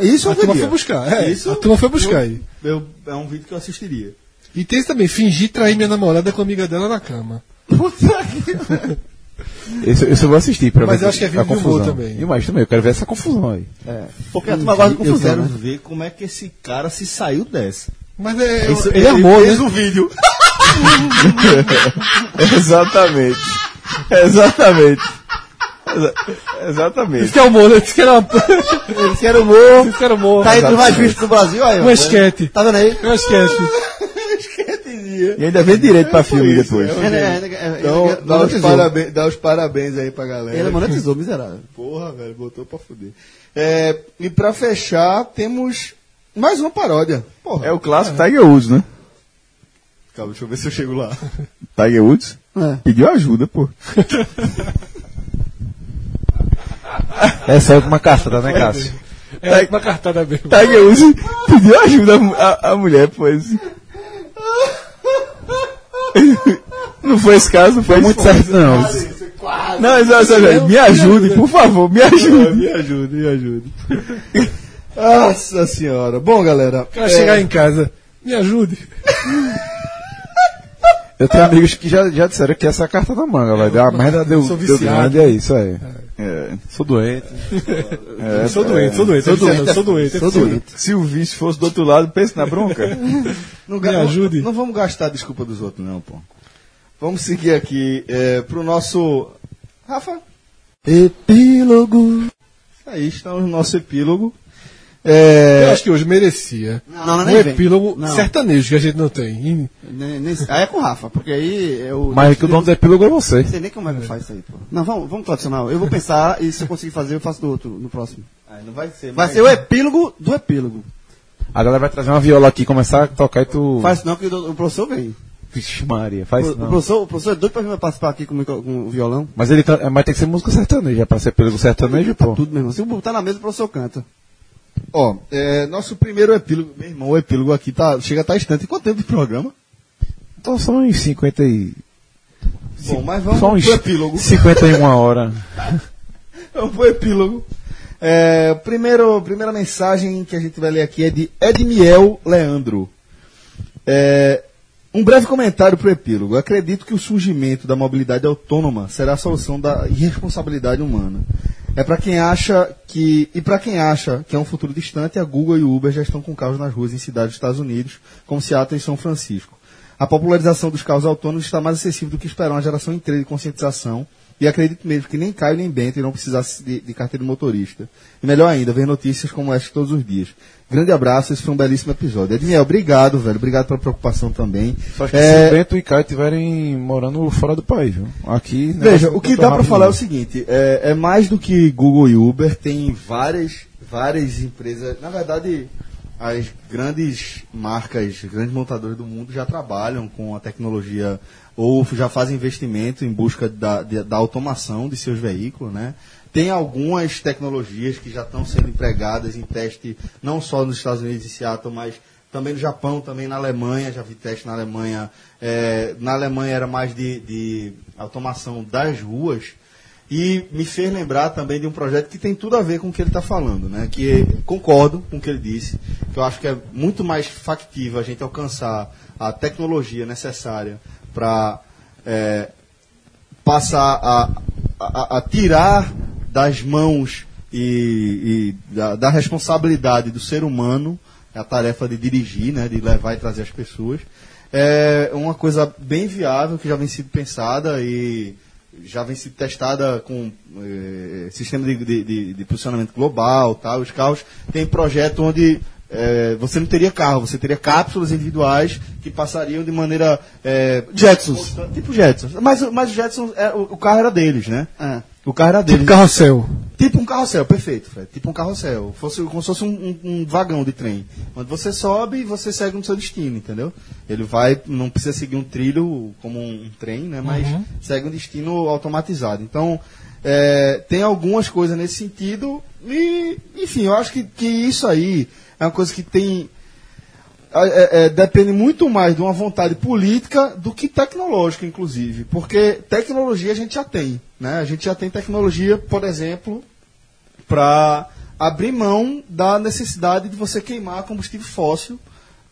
Isso eu a turma veria. foi buscar. É, Isso a turma foi buscar aí. Eu- é um vídeo que eu assistiria. E tem esse também, fingir trair minha namorada com a amiga dela na cama. Esse, esse eu vou assistir pra Mas ver eu acho que é vídeo a de humor confusão. também. E mais também, eu quero ver essa confusão aí. Porque a turma gosta de confusão, Eu quero né? ver como é que esse cara se saiu dessa. Mas é. Isso- ele amou, né? fez um vídeo. Exatamente. Exatamente. Exa- Exatamente. Isso que é humor, né? Isso que era uma... Esse era o humor. Isso que era humor. Tá indo mais visto do Brasil aí, ó. Uma esquete. É Tá vendo aí? Uma esquete. E ainda vem direito pra filme depois. É, é, é, é, Então, ele dá os, monetizou. parabéns, dá os parabéns aí pra galera. Ele monetizou, miserável. Porra, velho, botou pra fuder. É, e pra fechar, temos mais uma paródia. Porra, É o clássico Tiger Woods, né? calma, deixa eu ver se eu chego lá. Tiger Woods pediu ajuda, pô. Essa é uma cartada, né, Cássio? É uma cartada mesmo. Tiger Woods um, pediu ajuda à mu- à à mulher, pô. Esse- Não foi esse caso, não foi esse Muito caso. certo, não. Não, exato, exato, exato. me ajude, por favor, me ajude. me ajuda, me ajuda. Nossa senhora. Bom, galera. Pra chegar em casa, me ajude. Eu tenho amigos que já, já disseram que essa é a carta da manga, vai dar. Merda deu, sou deu viciado. grande, é isso aí. É, Sou doente. é, Sou doente, sou doente. Sou doente, sou doente. Sou doente. Se o vício fosse do outro lado, pensa na bronca. Não, Me não- ajude. Não, vamos gastar a desculpa dos outros, não, pô. Vamos seguir aqui é, pro nosso. Rafa? Epílogo. Aí está o nosso epílogo. É, Eu acho que hoje merecia. Não, não, Um nem vem. epílogo Não. sertanejo que a gente não tem. E- Nem- nem- Aí é com o Rafa, porque aí eu. Mas que o dono do epílogo é você. Não sei nem como é que faz isso aí, pô. Não, vamos, vamos tradicional. Eu vou pensar e se eu conseguir fazer, eu faço do outro, no próximo. Ah, não vai ser. Vai ser o epílogo do epílogo. A galera vai trazer uma viola aqui, começar a tocar e tu. Faz não que o, o professor vem. Vixe, Maria, O, faz o não. professor, o professor é doido pra vir participar aqui com, o micro- com o violão. Mas, ele, tá- mas tem que ser música sertaneja, pra ser pelo sertanejo, pô. Tá Tudo mesmo. Se eu botar na mesa, o professor canta. Ó, é, nosso primeiro epílogo, meu irmão, o epílogo aqui tá, chega a estar instante. Quanto tempo de programa? Então são uns 50 e. Bom, mas vamos só uns pro epílogo. 51 horas. Vamos pro epílogo. É, primeiro, primeira mensagem que a gente vai ler aqui é de Edmiel Leandro. É, um breve comentário para o epílogo. Acredito que o surgimento da mobilidade autônoma será a solução da irresponsabilidade humana. É para quem acha que e para quem acha que é um futuro distante, a Google e o Uber já estão com carros nas ruas em cidades dos Estados Unidos, como Seattle e São Francisco. A popularização dos carros autônomos está mais acessível do que esperar uma geração inteira de conscientização. E acredito mesmo que nem Caio nem Bento irão precisar de, de carteira de motorista. E melhor ainda, ver notícias como essa todos os dias. Grande abraço, esse foi um belíssimo episódio. Edmiel, obrigado, velho. Obrigado pela preocupação também. Só que É, se Bento e Caio estiverem morando fora do país, viu? Aqui. Veja, negócio o que tá dá para rápido. falar é o seguinte: é, é mais do que Google e Uber, tem várias, várias empresas. Na verdade, as grandes marcas, grandes montadoras do mundo já trabalham com a tecnologia ou já fazem investimento em busca da, de- da automação de seus veículos, né? Tem algumas tecnologias que já estão sendo empregadas em teste, não só nos Estados Unidos e Seattle, mas também no Japão, também na Alemanha, já vi teste na Alemanha. É, na Alemanha era mais de, de automação das ruas. E me fez lembrar também de um projeto que tem tudo a ver com o que ele está falando, né? Que concordo com o que ele disse, que eu acho que é muito mais factível a gente alcançar a tecnologia necessária para passar a, a- a tirar das mãos e, e da, da responsabilidade do ser humano a tarefa de dirigir, né, de levar e trazer as pessoas, é uma coisa bem viável que já vem sido pensada e já vem sido testada com eh, sistema de, de- de- de posicionamento global, tal. Os carros tem projeto onde eh, você não teria carro, você teria cápsulas individuais que passariam de maneira eh, Jetsons. Tipo Jetsons. Mas, o- mas o Jetson, é, o, o carro era deles, né? É. O carro era deles. Tipo carrossel. Tipo um carrossel, perfeito, Fred. Tipo um carrossel. Fosse, como se fosse um, um- um vagão de trem. Onde você sobe e você segue no seu destino, entendeu? Ele vai, não precisa seguir um trilho como um, um trem, né? Mas segue um destino automatizado. Então, é, tem algumas coisas nesse sentido. E, enfim, eu acho que, que isso aí é uma coisa que tem a- é- é, depende muito mais de uma vontade política do que tecnológica, inclusive. Porque tecnologia a gente já tem. Né? A gente já tem tecnologia, por exemplo, para abrir mão da necessidade de você queimar combustível fóssil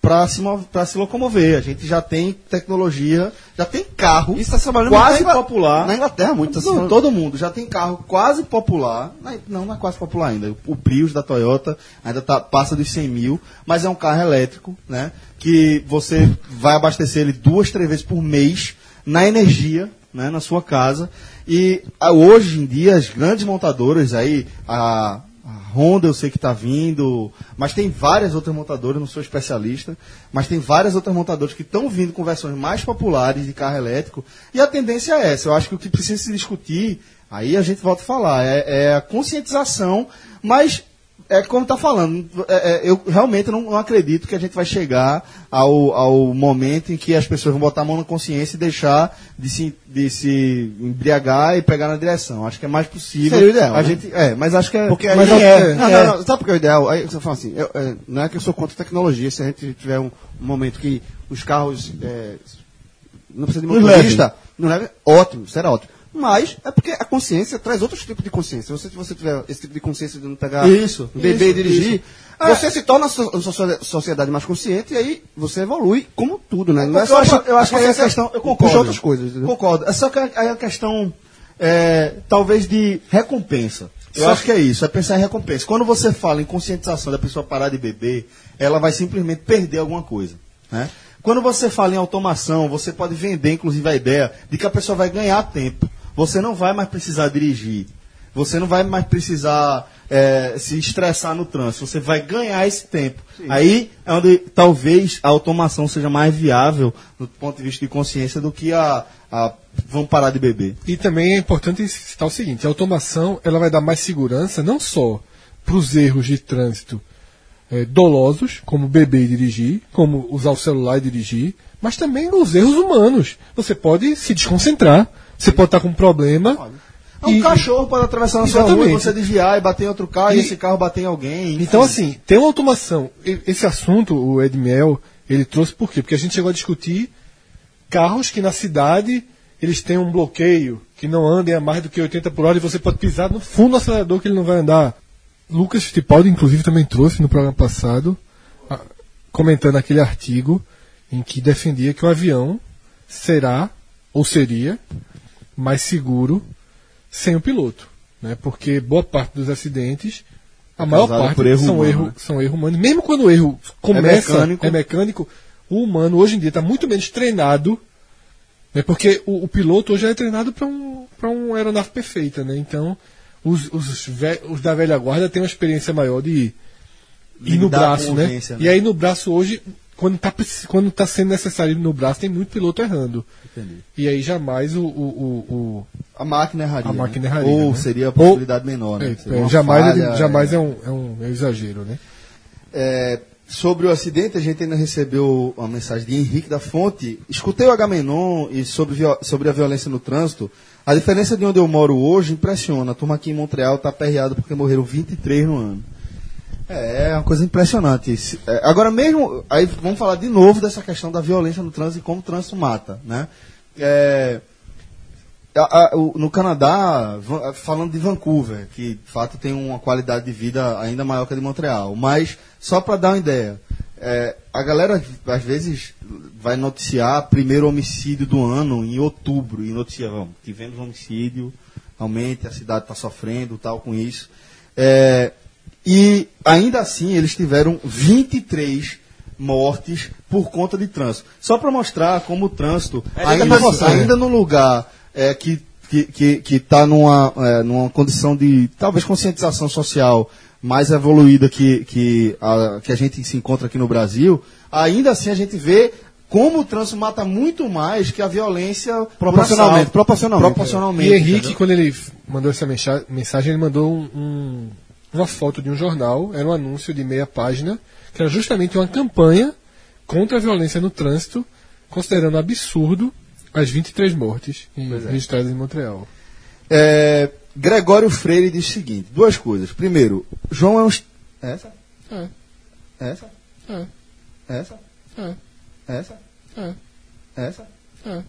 pra- para se, mov- pra se locomover. A gente já tem tecnologia, já tem carro Isso tá se trabalhando quase na Ingla- popular. Na Inglaterra, muito. Tá se Não, trabalhando- todo mundo já tem carro quase popular. Na- Não, não é quase popular ainda. O Prius da Toyota ainda tá, passa dos 100 mil, mas é um carro elétrico, né? Que você vai abastecer ele duas, três vezes por mês na energia, né? Na sua casa. E ah, hoje em dia, as grandes montadoras aí, a a Honda eu sei que está vindo, mas tem várias outras montadoras, eu não sou especialista, mas tem várias outras montadoras que estão vindo com versões mais populares de carro elétrico, e a tendência é essa. Eu acho que o que precisa se discutir, aí a gente volta a falar, é, é a conscientização, mas é como está falando, é- é, eu realmente não, não acredito que a gente vai chegar ao, ao momento em que as pessoas vão botar a mão na consciência e deixar de se, de se embriagar e pegar na direção. Acho que é mais possível. Seria o ideal, A né? gente, é, mas acho que é. Porque mas aí a- é. Não, não, não. Sabe por que é o ideal? Aí você fala assim, eu, é, não é que eu sou contra a tecnologia, se a gente tiver um, um momento que os carros é, não precisa de Nos motorista, não leve, ótimo, será ótimo. Mas é porque a consciência traz outros tipos de consciência. Se você, você tiver esse tipo de consciência de não pegar Isso, beber e dirigir, ah, isso. você É. se torna so- uma socie- sociedade mais consciente e aí você evolui como tudo, né? Não Eu é só acho, pra- eu acho que aí é a consciência questão. Eu puxa concordo. outras coisas, entendeu? Concordo. É só que aí é a questão, é, talvez, de recompensa. Eu acho que é isso, é pensar em recompensa. Quando você fala em conscientização da pessoa parar de beber, é ela vai simplesmente perder alguma coisa. Né? Quando você fala em automação, você pode vender, inclusive, a ideia de que a pessoa vai ganhar tempo. Você não vai mais precisar dirigir. Você não vai mais precisar eh, se estressar no trânsito. Você vai ganhar esse tempo. Aí é onde talvez a automação seja mais viável do ponto de vista de consciência do que a, a vamos parar de beber. E também é importante citar o seguinte: a automação ela vai dar mais segurança não só para os erros de trânsito eh, dolosos, como beber e dirigir, como usar o celular e dirigir, mas também os erros humanos. Você pode se desconcentrar, você pode estar com um problema. é Um e- cachorro pode atravessar na sua rua, Exatamente. e você desviar e bater em outro carro, e, E- esse carro bater em alguém. enfim. Então, assim, tem uma automação. E- Esse assunto, o Ed Mel, ele trouxe por quê? Porque a gente chegou a discutir carros que na cidade eles têm um bloqueio, que não andem a mais do que 80 por hora e você pode pisar no fundo do acelerador que ele não vai andar. Lucas Fittipaldi, inclusive, também trouxe no programa passado, a- comentando aquele artigo em que defendia que o avião será, ou seria, mais seguro sem o piloto. Né? Porque boa parte dos acidentes, a maior causado parte por erro são, humano, erro, né? são erro humano. Mesmo quando o erro começa, É mecânico. é mecânico, o humano hoje em dia está muito menos treinado né? Porque o, o piloto hoje é treinado para um, pra um aeronave perfeita, né? Então, os, os, ve- os da velha guarda têm uma experiência maior de ir no Lidar com braço, né? urgência, né? E aí no braço hoje, quando está quando tá sendo necessário ir no braço, tem muito piloto errando. E aí jamais o... o- o- a máquina erraria. A né? máquina erraria, Ou né? seria a Ou- possibilidade menor. o- Né? é, Seria uma jamais falha, ele- jamais é, um, é um- é um exagero, né? É, sobre o acidente, a gente ainda recebeu uma mensagem de Henrique da Fonte. Escutei o Agamenon e sobre, viol- sobre a violência no trânsito. A diferença de onde eu moro hoje impressiona. A turma aqui em Montreal está aperreada porque morreram 23 no ano. É, é uma coisa impressionante. Se- é, agora mesmo, aí vamos falar de novo dessa questão da violência no trânsito e como o trânsito mata, né? É, a- a- o- no Canadá, va- falando de Vancouver, que de fato tem uma qualidade de vida ainda maior que a de Montreal, mas só para dar uma ideia, é, a galera às vezes vai noticiar primeiro homicídio do ano em outubro e noticia, vamos, tivemos homicídio, realmente a cidade está sofrendo tal com isso. É, e ainda assim eles tiveram 23 mortes por conta de trânsito. Só para mostrar como o trânsito ainda, tá ainda num lugar é, que que que que tá numa é, numa condição de talvez conscientização social mais evoluída que que a, que a gente se encontra aqui no Brasil, ainda assim a gente vê como o trânsito mata muito mais que a violência por Proporcionalmente, assalto. proporcionalmente. proporcionalmente é. E Henrique, entendeu? quando ele f- mandou essa mencha- mensagem, ele mandou um- um- uma foto de um jornal, era um anúncio de meia página, que era justamente uma campanha contra a violência no trânsito, considerando absurdo as 23 mortes em- registradas em Montreal. É, Gregório Freire diz o seguinte: duas coisas. Primeiro, João é um. est- Essa? Hum. É. Essa? É. Essa? Hum. É. Essa? É. Essa? É.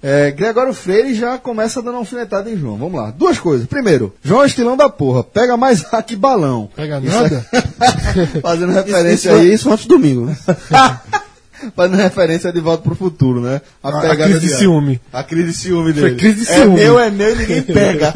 É, Gregório Freire já começa dando uma alfinetada em João. Vamos lá. Duas coisas. Primeiro, João é estilão da porra. Pega mais ar que balão. Pega Isso nada? é- Fazendo Isso, referência aí. isso antes do domingo, né? Fazendo referência de volta pro futuro, né? A crise de ciúme. A crise de ciúme dele. Foi crise de é ciúme. meu, é meu e ninguém pega.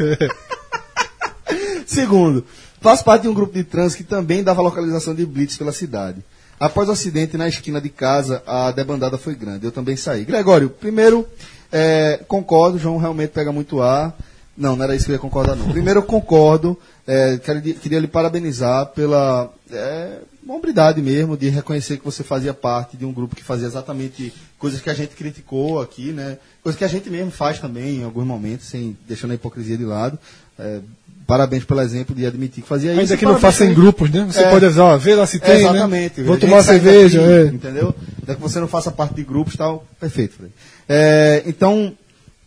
Segundo, faço parte de um grupo de trans que também dava localização de blitz pela cidade. Após o acidente na esquina de casa, a debandada foi grande. Eu também saí. Gregório, primeiro, é, concordo, João realmente pega muito ar. Não, não era isso que eu ia concordar, não. Primeiro, eu concordo. é, quero de- queria lhe parabenizar pela é, hombridade mesmo de reconhecer que você fazia parte de um grupo que fazia exatamente coisas que a gente criticou aqui, né? Coisas que a gente mesmo faz também em alguns momentos, sem deixando a hipocrisia de lado. É, parabéns pelo exemplo de admitir que fazia isso. Ainda que não Parabéns faça em aí. grupos, né? Você É. pode avisar, ó, vê lá se tem, É, né? exatamente. Vou A gente tomar sai cerveja, daqui, é. Entendeu? Ainda que você não faça parte de grupos e tal. Perfeito, Fred. É, então,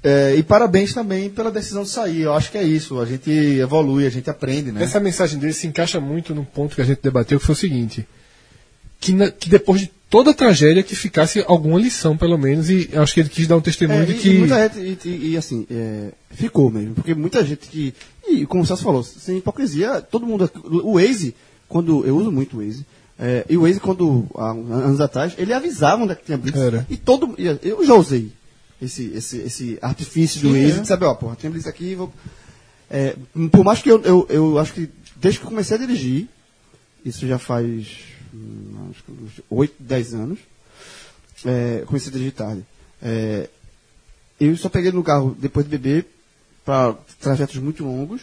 é, e parabéns também pela decisão de sair. Eu acho que é isso. A gente evolui, a gente aprende, É. né? Essa mensagem dele se encaixa muito num ponto que a gente debateu, que foi o seguinte: que, na- que depois de toda a tragédia que ficasse alguma lição, pelo menos, e acho que ele quis dar um testemunho É, de e- que. e muita gente, e, e- e, assim, é, ficou mesmo, porque muita gente que. E como o Celso falou, sem hipocrisia, todo mundo. aqui- O Waze, quando. Eu uso muito o Waze. é, e o Waze, quando. Há um- anos atrás, ele avisava onde é que tinha blitz. Era. E todo. e Eu já usei esse, esse, esse artifício do é. Waze de saber, ó, porra, tem blitz aqui, vou. É, por mais que eu, eu, eu acho que desde que eu comecei a dirigir, isso já faz hum, acho que uns 8, 10 anos, é, eu comecei a dirigir tarde. É, eu só peguei no carro depois de beber para trajetos muito longos,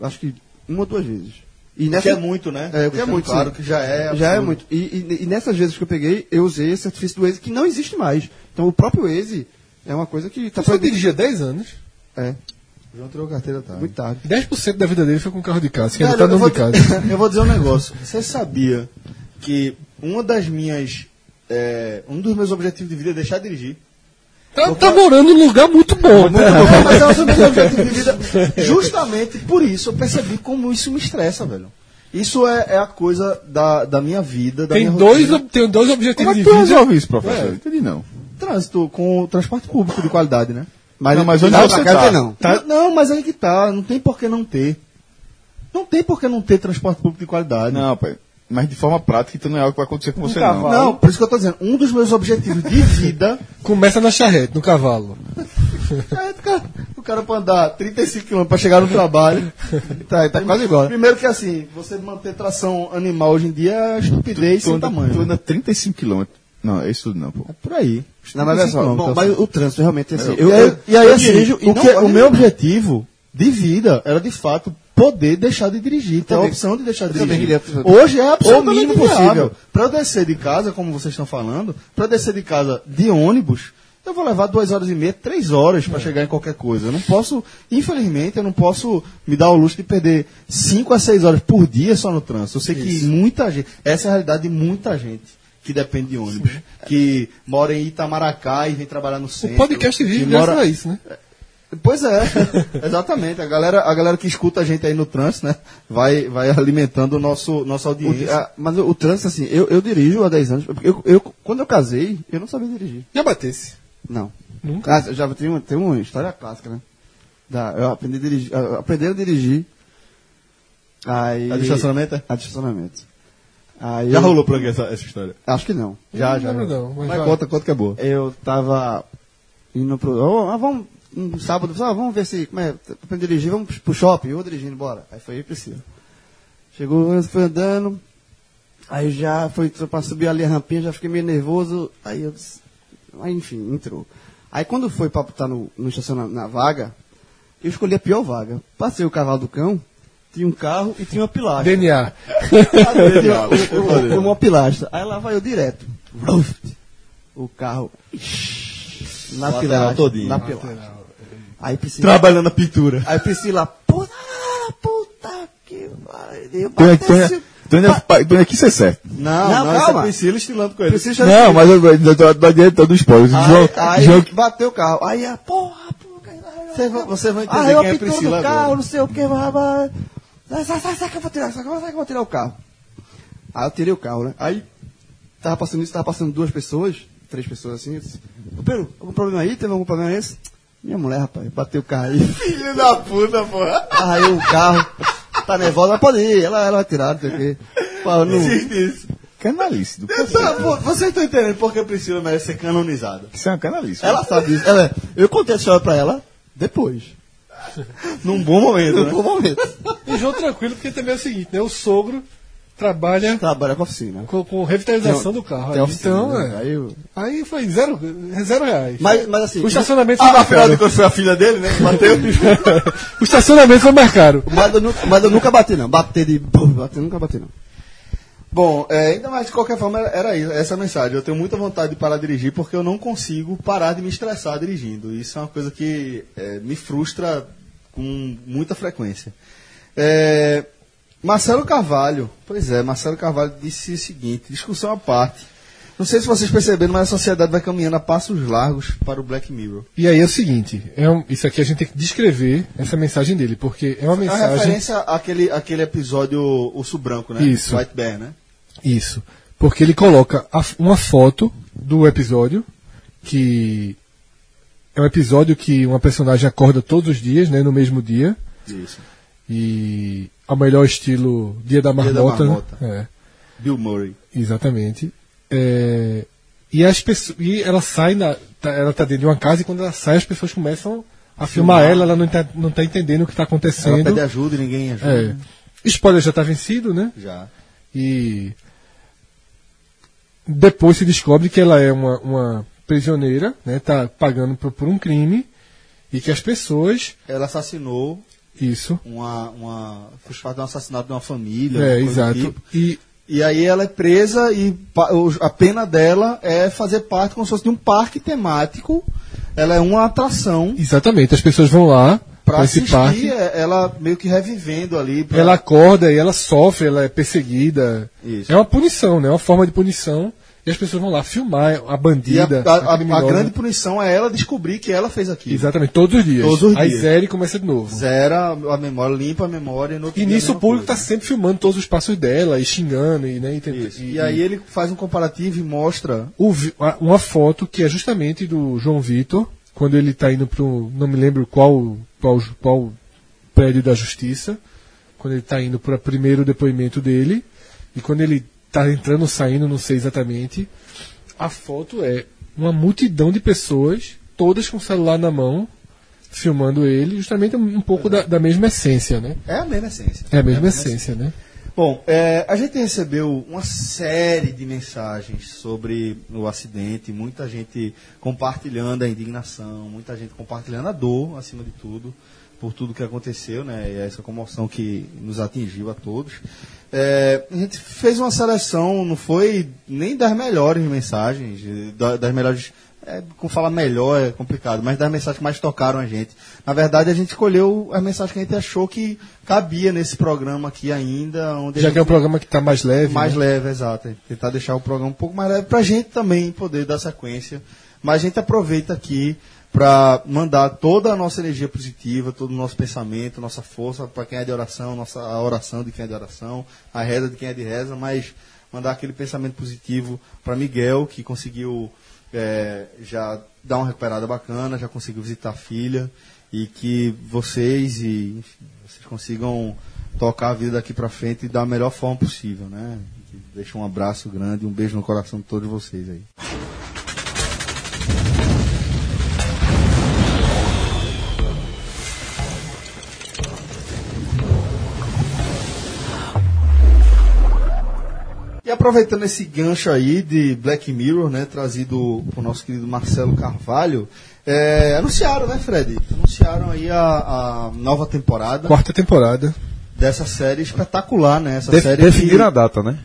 acho que uma ou duas vezes. E O que nessa, é muito, né? É, o que é Deixando muito, Claro sim. que já é. já é absurdo. muito. E, e- e nessas vezes que eu peguei, eu usei esse artifício do Waze que não existe mais. Então o próprio Waze é uma coisa que está Você dirigia 10 anos, É, João tirou carteira tarde. muito tarde. 10% da vida dele foi com carro de casa, que ainda tá Velho, eu, dando vou, de casa. eu vou dizer um negócio. Você sabia que uma das minhas. é, um dos meus objetivos de vida é deixar de dirigir. Tá, tá morando num lugar muito bom. né? É, mas é o meu objetivo de vida. Justamente por isso eu percebi como isso me estressa, velho. Isso é, é a coisa da, da minha vida, da Tem minha dois, rotina. ob- tem dois Como objetivos é de que tu vida. resolve isso, professor? Não Entendi não. Trânsito com transporte público de qualidade, né? Mas, não, mas onde Não, você na casa tá? não. Não, não, mas aí que tá. Não tem por que não ter. Não tem por que não ter transporte público de qualidade. Um Não, pai. Mas de forma prática, então não é algo que vai acontecer com você, não. Não, por isso que eu tô dizendo. Um dos meus objetivos de vida Começa na charrete, no cavalo. É, o cara- o cara pra andar 35 km pra chegar no trabalho. Tá, tá quase igual. Primeiro que assim, você manter tração animal hoje em dia é estupidez Tu sem anda, tamanho. tu anda 35 km. Não, é isso não, pô. é Por aí. Não, é mas olha só, bom, mas o trânsito realmente é assim. eu, eu- e aí, assim, o, não que- olho o meu nenhum. objetivo de vida era de fato poder deixar de dirigir, ter a Também. opção de deixar de Eu também dirigir. queria- Hoje é absolutamente O mínimo viável. possível. Pra eu descer de casa, como vocês estão falando, pra eu descer de casa de ônibus, eu vou levar duas horas e meia, três horas É. pra chegar em qualquer coisa. Eu não posso, infelizmente, eu não posso me dar o luxo de perder cinco a seis horas por dia só no trânsito. Eu sei que muita gente, essa é a realidade de muita gente que depende de ônibus, que mora em Itamaracá e vem trabalhar no O centro. podcast vive que graças mora, a isso, né? Pois é, exatamente. A galera, a galera que escuta a gente aí no trânsito, né? Vai, vai alimentando o nosso, nossa O- audiência. a- mas o, o trânsito, assim, eu, eu dirijo há 10 anos. porque Eu, eu- quando eu casei, eu não sabia dirigir. Já batesse. Não. Nunca. Ah, já tem, uma- tem uma história clássica, né? Da, eu aprendi a dirigir. ah, Aprender a dirigir. Aí. A do estacionamento, é? A de estacionamento. Aí Já eu- rolou por aqui essa, essa história? Acho que não. Já, Não já. lembro já. não, mas mas vai. conta, conta que é boa. Eu tava indo pro. "Ô, ah, vamos. Um sábado, ah, vamos ver se. Como é? Tô pra dirigir, vamos pro shopping. Eu vou dirigindo, bora. Aí foi aí, Priscila. Chegou, eu fui andando. Aí já foi pra subir ali a rampinha, já fiquei meio nervoso. Aí eu. disse- Aí, enfim, entrou. Aí quando foi pra estar no, no estacionamento, na vaga, eu escolhi a pior vaga. Passei o cavalo do cão, tinha um carro e tinha uma pilastra. DNA. Tinha o- o- o- uma pilastra. Aí lá vai eu direto. Vruf. O carro. Na pilastra. todinho. Na pilastra. Aí Priscila. Trabalhando a pintura. Aí Priscila. Puta, puta que pariu. Tu ainda, Bateu tu ainda, esse- tu ainda, pa- tu ainda quis ser certo. Não, Não, não, essa calma. é Priscila estilando com ele. Priscila já- Não, mas eu- eu- eu tô- tô adiantando o spoiler. Aí, João, aí João, bateu o carro. Aí a porra, porra. Você vai- você vai entender ah, eu quem é pintura Priscila do carro, agora. não sei o que, blá, blá. Sai, sai, sai, sai que eu vou tirar, sai, sai que eu vou tirar o carro. Aí eu tirei o carro, né? Aí tava passando isso, tava passando duas pessoas, três pessoas assim. Eu disse, "Ô, Pedro, algum problema aí? Teve algum problema esse? Minha mulher, rapaz, bateu o carro aí. Filho da puta, porra. Aí o carro tá nervosa, mas pode ir, ela, ela vai tirar, não sei o quê. Pô, eu não... é canalice do Eu tô- pô, Vocês estão entendendo por que a Priscila merece ser canonizada? Isso é uma canalice. Ela sabe disso. Ela, é- eu contei a história pra ela depois. Num bom momento, Em né? algum momento. E João tranquilo, porque também é o seguinte, né? O sogro trabalha Trabalha com oficina. com, com revitalização do carro. Tem Aí, oficina, então, né? é. Aí eu- Aí foi zero, é zero reais. Mas, mas assim. o estacionamento foi Ah, mais afinal de caro. contas foi a filha dele, né? Bateu. o estacionamento foi mais caro. Mas eu, nunca, mas eu nunca bati, não. Bater de. Bater, nunca bati, não. Bom, é, ainda mais de qualquer forma, era- era isso, essa é a mensagem. Eu tenho muita vontade de parar de dirigir porque eu não consigo parar de me estressar dirigindo. Isso é uma coisa que é, me frustra com muita frequência. É, Marcelo Carvalho, pois é, Marcelo Carvalho disse o seguinte: discussão à parte. Não sei se vocês perceberam, mas a sociedade vai caminhando a passos largos para o Black Mirror. E aí é o seguinte, é um- isso aqui a gente tem que descrever essa mensagem dele, porque é uma É uma mensagem. referência àquele, àquele episódio Urso Branco, né? Isso. White Bear, né? Isso. Porque ele coloca a f- uma foto do episódio, que é um episódio que uma personagem acorda todos os dias, né? No mesmo dia. Isso. E ao melhor estilo Dia da Dia Marmota. da né? Marmota. É. Bill Murray. Exatamente. É, e, as pessoas, e ela sai, na, tá- ela tá dentro de uma casa e quando ela sai as pessoas começam a filmar ela, ela não tá, não tá entendendo o que tá Ela pede acontecendo. ajuda e ninguém ajuda. É. Spoiler já tá vencido, né? Já. E depois se descobre que ela é uma, uma prisioneira, né? Tá pagando por, por um crime e que as pessoas. Ela assassinou Isso. uma. uma fez parte de um assassinato de uma família. É, uma coisa do exato. tipo. E E aí ela é presa e pa- o- a pena dela é fazer parte como se fosse de um parque temático. Ela é uma atração exatamente, as pessoas vão lá para pra esse assistir parque. é- ela meio que revivendo ali. pra- Ela acorda e ela sofre, ela é perseguida. Isso. É uma punição, né? É uma forma de punição. E as pessoas vão lá filmar a e a, bandida. a- a- a criminosa. grande punição é ela descobrir que ela fez aquilo. Exatamente, todos os dias. Todos os Aí dias. zero e começa de novo. Zera a memória, limpa a memória. no outro E dia é a nisso o mesma público coisa. está sempre filmando todos os passos dela e xingando e, né, e tenta- Isso. e- E aí ele faz um comparativo e mostra o vi- a- uma foto que é justamente do João Vitor, quando ele está indo pro. não me lembro qual, qual, ju- qual prédio da justiça, quando ele está indo para o primeiro depoimento dele, e quando ele está entrando ou saindo, não sei exatamente, a foto é uma multidão de pessoas, todas com o celular na mão, filmando ele, justamente um um pouco da, da mesma essência, né? É a mesma essência. É a mesma essência, né? Bom, é, a gente recebeu uma série de mensagens sobre o acidente, muita gente compartilhando a indignação, muita gente compartilhando a dor, acima de tudo, por tudo que aconteceu, né? E essa comoção que nos atingiu a todos. É, a gente fez uma seleção, não foi nem das melhores mensagens, eh, da- das melhores. É, com falar melhor é complicado, mas das mensagens que mais tocaram a gente. Na verdade, a gente escolheu as mensagens que a gente achou que cabia nesse programa aqui ainda, onde a Já gente que é um programa que está mais leve. mais né? leve, exato. Tentar deixar o programa um pouco mais leve para a gente também poder dar sequência. Mas a gente aproveita aqui para mandar toda a nossa energia positiva, todo o nosso pensamento, nossa força para quem é de oração, nossa a oração de quem é de oração, a reza de quem é de reza, mas mandar aquele pensamento positivo para Miguel, que conseguiu é, já dar uma recuperada bacana, já conseguiu visitar a filha e que vocês e enfim, vocês consigam tocar a vida daqui pra frente da melhor forma possível, né? Deixa um abraço grande, um beijo no coração de todos vocês aí. E aproveitando esse gancho aí de Black Mirror, né, trazido por nosso querido Marcelo Carvalho, é, anunciaram, né, Fred? Anunciaram aí a, a nova temporada Quarta temporada. dessa série espetacular, né? Essa Def- série definiram a que... data, né?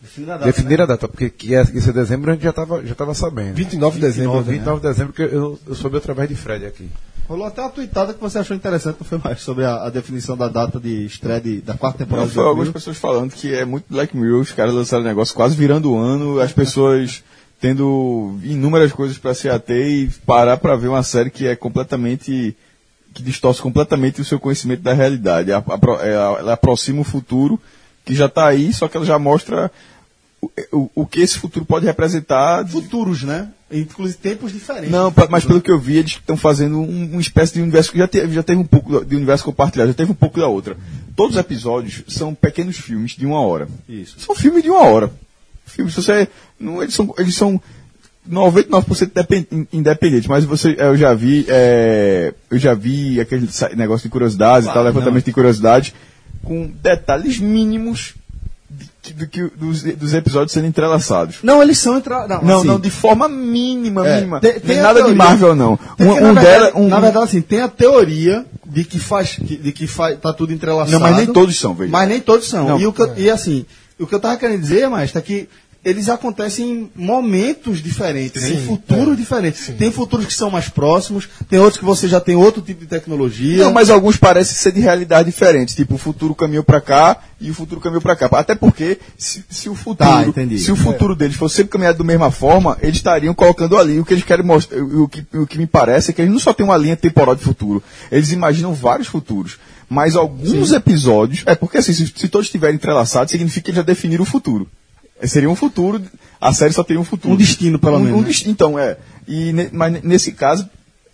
Definiram a data, né? Definiram a data, porque que ia ia ser dezembro a gente já estava já tava sabendo. 29 de dezembro. né? 29, 29 de dezembro, que eu, eu soube através de Fred aqui. Rolou até uma tuitada que você achou interessante, não foi mais, sobre a, a definição da data de estreia de- da quarta temporada. Não, foi do algumas Black pessoas falando que é muito Black Mirror, os caras lançaram o negócio quase virando o ano, as pessoas tendo inúmeras coisas pra se ater e parar pra ver uma série que é completamente que distorce completamente o seu conhecimento da realidade. A- apro- é, a- Ela aproxima o futuro que já tá aí, só que ela já mostra o, o- o que esse futuro pode representar de- Mirror. Futuros, né? Inclusive tempos diferentes. não, pa- mas pelo que eu vi, eles estão fazendo um- uma espécie de universo que já, te- já teve um pouco de universo compartilhado, já teve um pouco da outra. Todos os episódios são pequenos filmes de uma hora. Isso. São filmes de uma hora. filmes, você, não, eles, são, eles são 99% depen- in- independentes, mas você, eu já vi, é, eu já vi aquele sa- negócio de curiosidades e tal, levantamento de curiosidades, com detalhes mínimos de que- do que, dos, dos episódios sendo entrelaçados. Não, eles são entrados. Não, Não, assim, não, de forma mínima, É, mínima. tem- Não tem é a nada de teoria. Marvel, não. É Um, porque, na um verdade- dela, um, Na verdade, assim, tem a teoria de que faz, que- de que faz, tá tudo entrelaçado. Não, mas nem todos são, veja. Mas nem todos são. Não. E, o É. que eu- e, assim, o que eu tava querendo dizer, mas é que eles acontecem em momentos diferentes, né? em é. futuros diferentes. Tem futuros que são mais próximos, tem outros que você já tem outro tipo de tecnologia. Não, mas alguns parecem ser de realidade diferente. Tipo, o futuro caminhou pra cá e o futuro caminhou pra cá. Até porque, se, se o Tá, futuro, entendi. se o futuro deles fosse sempre caminhado da mesma forma, eles estariam colocando ali o que eles querem mostrar. O que, o que me parece é que eles não só têm uma linha temporal de futuro, eles imaginam vários futuros. Mas alguns episódios. É porque assim, se, se todos estiverem entrelaçados, significa que eles já definiram o futuro. É, Seria um futuro, a série só teria um futuro. Um destino, pelo Um- menos, um né? desti- então, é. E, ne- mas ne- nesse caso,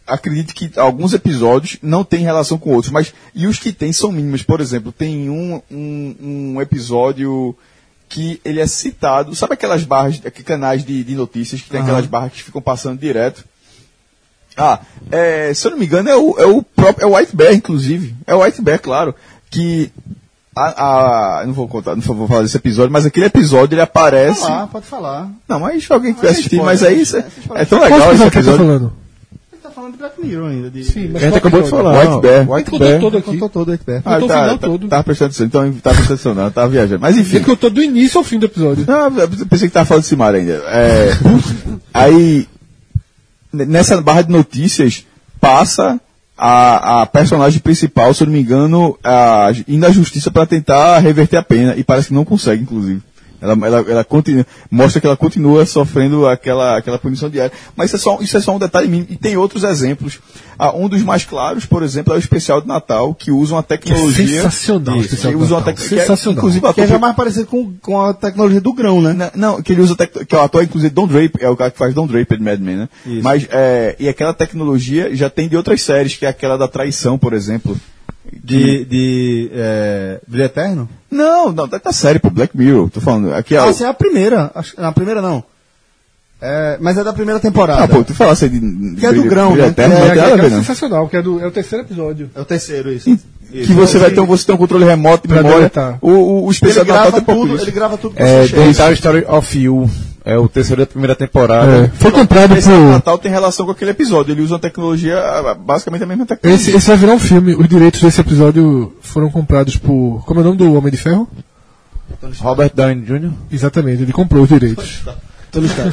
acredito que alguns episódios não têm relação com outros, mas e os que têm são mínimos. Por exemplo, tem um, um, um episódio que ele é citado, sabe aquelas barras, aqu- canais de, de notícias que tem aquelas barras que ficam passando direto? Ah, é, se eu não me engano, é o, é o próprio. É o White Bear, inclusive. É o White Bear, claro. Que. A, a- não vou contar, não vou falar desse episódio, mas aquele episódio ele aparece. falar, pode falar. Não, mas alguém que vai assistir, pode, mas aí isso é, é tão legal Qual esse episódio que tá episódio. falando? Ele tá falando de Black Mirror ainda. De... Sim, mas A gente qual é acabou de episódio? falar. White Bear. Ele contou todo aqui. Contou todo, Hector. Ah, Contou o tá, final tá, todo. tava prestando atenção, então tava prestando atenção, não, tava viajando. Mas enfim. Ele contou do início ao fim do episódio. Ah, eu pensei que tava falando de Simara ainda. É, aí, n- nessa barra de notícias, passa a, a personagem principal, se eu não me engano, a, indo à justiça para tentar reverter a pena, e parece que não consegue, inclusive. Ela, ela, ela continua, mostra que ela continua sofrendo aquela, aquela punição diária. Mas isso é, só, isso é só um detalhe mínimo. E tem outros exemplos. Ah, um dos mais claros, por exemplo, é o especial de Natal, que usa uma tecnologia. sensacional o Isso, especial que de usa uma Natal. tec- que é, Sensacional. Inclusive, a Que é já mais parecido com, com a tecnologia do grão, né? na- Não, que ele usa tec- que é o ator, inclusive, Don Draper, é o cara que faz Don Draper de Mad Men, né? Mas, é, e aquela tecnologia já tem de outras séries, que é aquela da traição, por exemplo. De, de é, Brilho Eterno? Não, não, da, da série, pô, Black Mirror, tô falando. Aqui é Ah, o- essa é a primeira. Acho, não, a primeira não. É, mas é da primeira temporada. Ah, pô, tu falasse de. Que é do grão, né? Eterno, É, não tem É, nada a aquele ver, é não. sensacional, que é, do, é o terceiro episódio. É o terceiro, isso. Que você vai ter, um- você tem um controle remoto de Pra memória. deletar. O, o, o especial Ele de Natal grava tem pouco tudo, ele disso. grava tudo que É, você acha. The Story of You. É o terceiro da primeira temporada. É, Foi Tipo, comprado O é especial de por. Natal tem relação com aquele episódio. Ele usa uma tecnologia, ah, basicamente a mesma tecnologia. Esse, esse vai virar um filme. Os direitos desse episódio foram comprados por. Como é o nome do Homem de Ferro? Robert Downey Jr. Exatamente, ele comprou os direitos. tô listado.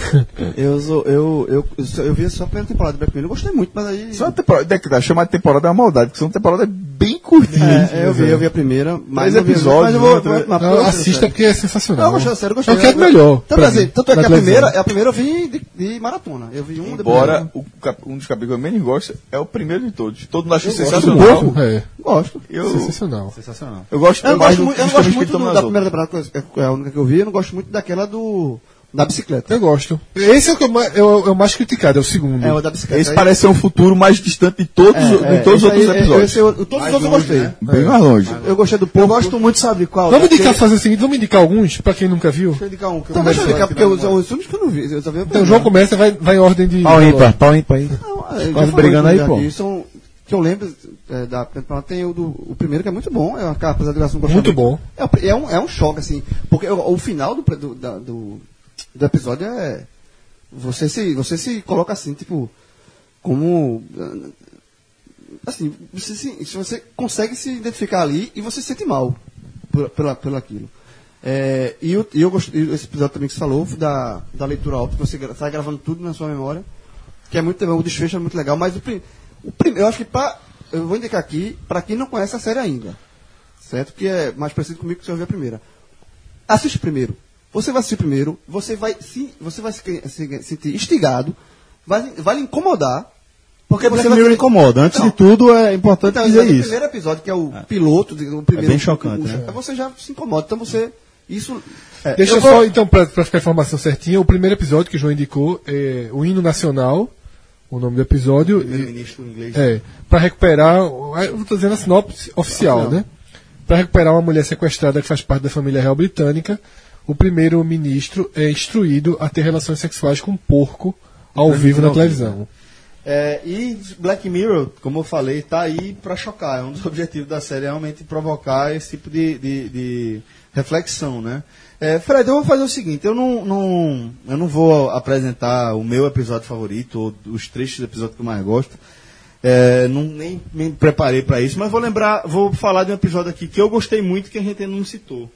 eu, sou- eu, eu, eu, só- eu vi só a primeira temporada de Black Mirror, eu gostei muito, mas aí... Só uma temporada, é que tá, chamar de temporada é uma maldade, porque são temporadas bem curtinhas. É, eu vi, eu vi a primeira, mas Três eu vi- episódios, mas eu vou, né? vou, mas Não, eu- assista porque é sensacional. Não, eu gostei, sério, eu gostei. É o que é Eu- melhor. Tanto, pra assim, mim, tanto é na que a televisão. primeira, a primeira eu vi de, de maratona. Eu vi um Embora depois. o cap- um dos capítulos que eu menos gosto é o primeiro de todos. Todo mundo acha sensacional. Sensacional. É, Gosto. Eu, sensacional. eu gosto, Eu não É mais do- gosto, muito, eu dos não gosto filmes que muito estão do- nas da outras. primeira temporada, que eu- é a única que eu vi, eu não gosto muito daquela do. da bicicleta. Eu gosto. Esse é o, que eu, mais- é o- é o mais criticado, é o segundo. É, o da bicicleta. Esse Aí- parece ser um futuro mais distante de todos, é, o- é, de todos os esse outros aí, é, episódios. É esse eu- todos os outros eu gostei. Bem mais longe. Eu gostei do povo. Eu gosto muito, sabe qual? vamos Daquele- indicar, fazer o seguinte, vamos indicar alguns, pra quem nunca viu. Deixa eu indicar um. Que eu Então, vou deixa eu indicar, porque os os únicos que eu não vi. Eu só vi a Então, primeira. o João começa, vai, vai em ordem de... Pau ímpar, pau ímpar aí. Não, é, já Quase falou brigando isso aí, já pô. aqui, São, que eu lembro é, da temporada, tem o, do, o primeiro que é muito bom, é uma capa, apesar de eu não gostar Muito bom. É, o pri- é um, é um choque, assim, porque o, o final do, pre- do, da- do, do episódio é. Você se, você se coloca assim, tipo. Como. Assim, você, se, se você consegue se identificar ali e você se sente mal por, pela, pelo aquilo. É, e, eu, e eu gostei, esse episódio também que você falou, da, da leitura alta, que você gra- sai gravando tudo na sua memória que é muito bom, o desfecho é muito legal, mas o, prim, o prim, eu acho que pra, eu vou indicar aqui para quem não conhece a série ainda, certo? Que é mais parecido comigo que você ouviu a primeira. Assiste primeiro. Você vai assistir primeiro, você vai se, você vai se, se- sentir instigado, vai, vai lhe incomodar, porque você vai Primeiro incomoda. Antes assim, Não. de tudo, é importante então, dizer mas O isso. primeiro episódio, que é o piloto, o primeiro, bem chocante, o- né? é, Você já se incomoda, então você isso É, Deixa eu só, então, pra, pra ficar a informação certinha, o primeiro episódio que o João indicou é o Hino Nacional, o nome do episódio. E, ministro inglês. é, pra recuperar, é, eu tô dizendo a sinopse oficial, né? Pra recuperar uma mulher sequestrada que faz parte da família real britânica, o primeiro-ministro é instruído a ter relações sexuais com um porco ao vivo na televisão. É, e Black Mirror, como eu falei, tá aí pra chocar. É um dos objetivos da série é realmente provocar esse tipo de, de- de reflexão, né? É, Fred, eu vou fazer o seguinte, eu não, não- eu não vou apresentar o meu episódio favorito, ou os trechos do episódio que eu mais gosto. É, não, nem me preparei pra isso, mas vou lembrar, vou falar de um episódio aqui que eu gostei muito que a gente ainda não citou.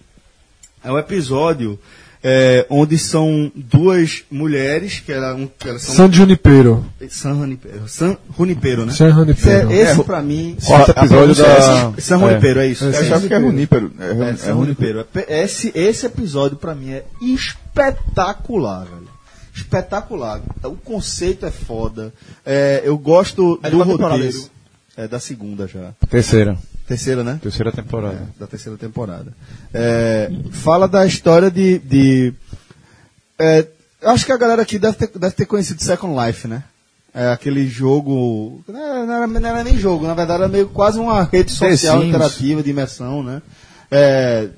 É um episódio é, onde são duas mulheres, que elas, que elas são San Junipero. San Junipero. San Junipero, né? San Esse, Junipero. é- esse pra mim. Quarto a- a episódio pronúncia- da- San Junipero, é, isso. Eu achava que era Runípero. É, É, é, San Junipero. É pe- Esse, esse episódio pra mim é espetacular, velho. Espetacular. O conceito é foda. É, eu gosto do roteiro. É da segunda já. Terceira. Terceira, né? Terceira temporada. da terceira temporada. É, fala da história de. de é, acho que a galera aqui deve ter, deve ter conhecido Second Life, né? É aquele jogo. Não era, não era- não era nem jogo, na verdade era meio quase uma rede social Sims. interativa de imersão, né? É,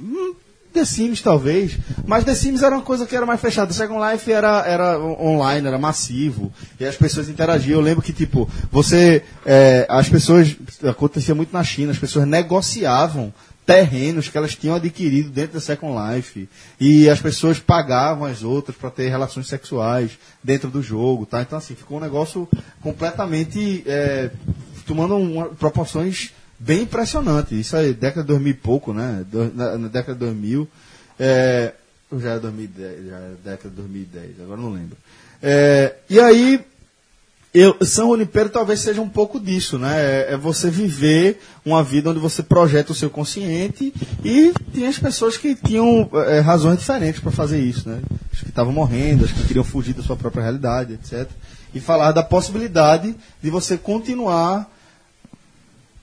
hum, The Sims, talvez. Mas The Sims era uma coisa que era mais fechada. Second Life era, era on- online, era massivo. E as pessoas interagiam. Eu lembro que, tipo, você. é, as pessoas. Acontecia muito na China, as pessoas negociavam terrenos que elas tinham adquirido dentro da Second Life. E as pessoas pagavam as outras para ter relações sexuais dentro do jogo, tá? Então, assim, ficou um negócio completamente. é, tomando uma- proporções bem impressionante. Isso aí, década de 2000 e pouco, né? Do- na, na década de 2000. É, ou já era 2010, já era década de 2010, agora não lembro. É, e aí, eu, São Junipero talvez seja um pouco disso, né? É, é você viver uma vida onde você projeta o seu consciente e tinha as pessoas que tinham é, razões diferentes para fazer isso, né? As que estavam morrendo, as que queriam fugir da sua própria realidade, etc. E falar da possibilidade de você continuar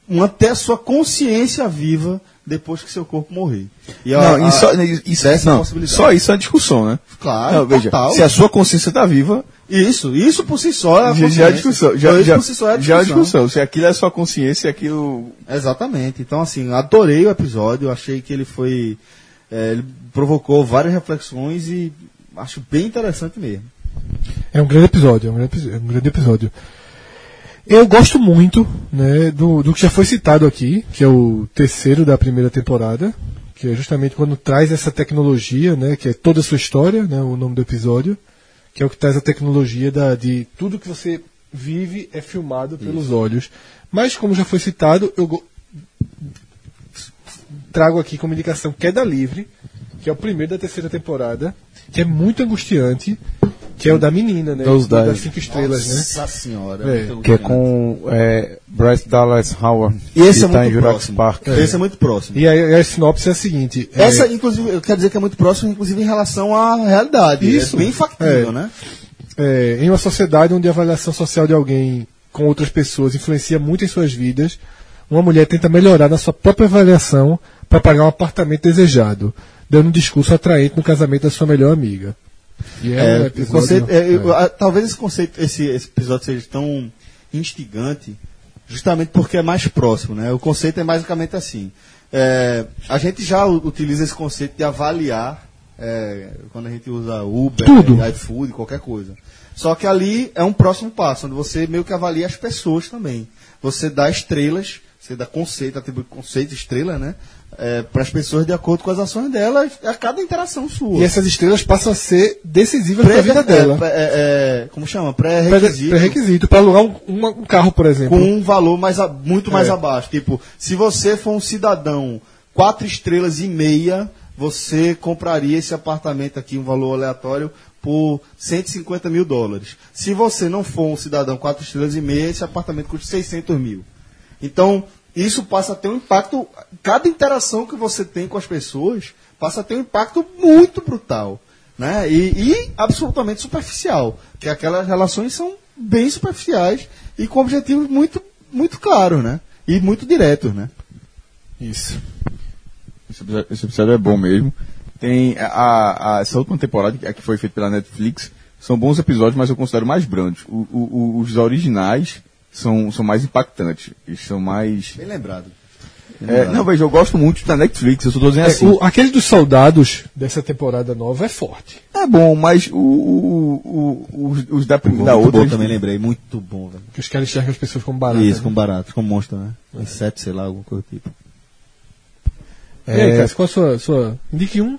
manter a sua consciência viva depois que seu corpo morrer. E a- Não, a- e só, isso, dessa não, possibilidade. só isso é discussão, né? Claro, Não, veja, total. se a sua consciência está viva, Isso, isso por si Ah, só é já, já a é consciência. discussão. Então, Já, isso já, por si só é a já é discussão. Se aquilo é sua consciência, aquilo. Exatamente. Então, assim, adorei o episódio. Achei que ele foi. eh, ele provocou várias reflexões e acho bem interessante mesmo. É um grande episódio, é um grande, epi- é um grande episódio. Eu gosto muito né, do, do que já foi citado aqui, que é o terceiro da primeira temporada, que é justamente quando traz essa tecnologia, né, que é toda a sua história, né, o nome do episódio, que é o que traz a tecnologia da, de tudo que você vive é filmado pelos olhos. Mas, como já foi citado, eu go- trago aqui como indicação Queda Livre, que é o primeiro da terceira temporada, que é muito angustiante, que é o da menina, né? Those das Dives. cinco estrelas, né? Nossa senhora. É, muito Que é grande. com é, Bryce Dallas Howard. E esse é que tá em muito Jurassic próximo. Park. Esse é muito próximo. E aí, a sinopse é a seguinte. é- Essa, inclusive, eu quero dizer que é muito próximo, inclusive, em relação à realidade. Isso. É bem factível, É. né? É, em uma sociedade onde a avaliação social de alguém com outras pessoas influencia muito em suas vidas, uma mulher tenta melhorar na sua própria avaliação para pagar um apartamento desejado, dando um discurso atraente no casamento da sua melhor amiga. E é, um É, o episódio- conceito- é, eu- é. a- talvez esse conceito, esse, esse episódio seja tão instigante, justamente porque é mais próximo, né? O conceito é basicamente assim. É, a gente já u- utiliza esse conceito de avaliar é, quando a gente usa Uber, Tudo. iFood, qualquer coisa. Só que ali é um próximo passo, onde você meio que avalia as pessoas também. Você dá estrelas, você dá conceito, atribui conceito, estrela, né? para as pessoas de acordo com as ações delas, a cada interação sua E essas estrelas passam a ser decisivas para a vida dela. é, é, é, como chama? Pré- Pré-requisito. Pré-requisito para alugar um, uma- um carro, por exemplo. com um valor mais a- muito mais É. abaixo. Tipo, se você for um cidadão quatro estrelas e meia, você compraria esse apartamento aqui, um valor aleatório, por 150 mil dólares. Se você não for um cidadão quatro estrelas e meia, esse apartamento custa 600 mil. Então, isso passa a ter um impacto. Cada interação que você tem com as pessoas passa a ter um impacto muito brutal. Né? E, e absolutamente superficial. Que aquelas relações são bem superficiais e com objetivos muito, muito claros, né? E muito diretos, né? Isso. Esse episódio, esse episódio é bom mesmo. Tem a, a- essa última temporada, que- é a que foi feita pela Netflix, são bons episódios, mas eu considero mais brandos. O- o- o- os originais são, são mais impactantes. Eles são mais. Bem lembrado. É, não, veja, eu gosto muito da Netflix, eu só tô dizendo É, assim. o- aquele dos soldados dessa temporada nova é forte. É bom, mas o, o, o- o- os, os da primeira da muito outra. bom eles- também, é lembra? Lembrei, muito bom, velho. Que os caras enxergam as pessoas como baratas. Isso, né? com barato, com monstro, né? Uns sete, sei lá, alguma coisa do tipo. E aí, É. Cássio, qual a sua, sua. Indique um.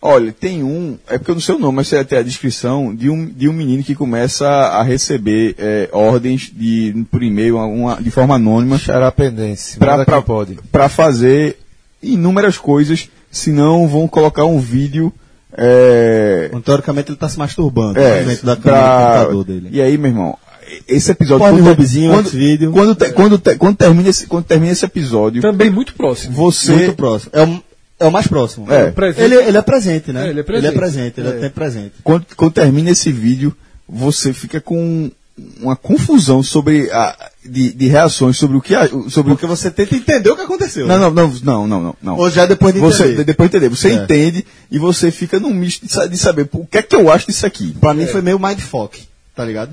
Olha, tem um, é porque eu não sei o nome, mas tem até a descrição de um, de um menino que começa a receber é, ordens de, por e-mail, uma- de forma anônima, Xarapendense. Pra- é Pra, pra- quem pode. para fazer inúmeras coisas, senão vão colocar um vídeo. É, Quando, teoricamente ele tá se masturbando é, dentro da câmera do pra, computador dele. e aí, meu irmão, esse episódio. Pode quando- robezinho, quando, antes vídeo. Então, quando, te- quando, te- quando termina esse, quando termina esse episódio, Também muito próximo. você. Muito próximo. É o, é o mais próximo. É. Presente. Ele, ele é presente, né? É, ele é presente. Ele é presente, ele É. é tempo presente. quando, quando termina esse vídeo, você fica com uma confusão sobre a, de, de reações sobre o que a- sobre o que Porque você tenta entender o que aconteceu. né? não, não, não, não, não, não, não. Ou já depois de você, entender. Depois de entender. Você É. entende e você fica num misto de, sa- de saber pô, o que é que eu acho disso aqui. Pra mim foi meio mindfuck, tá ligado?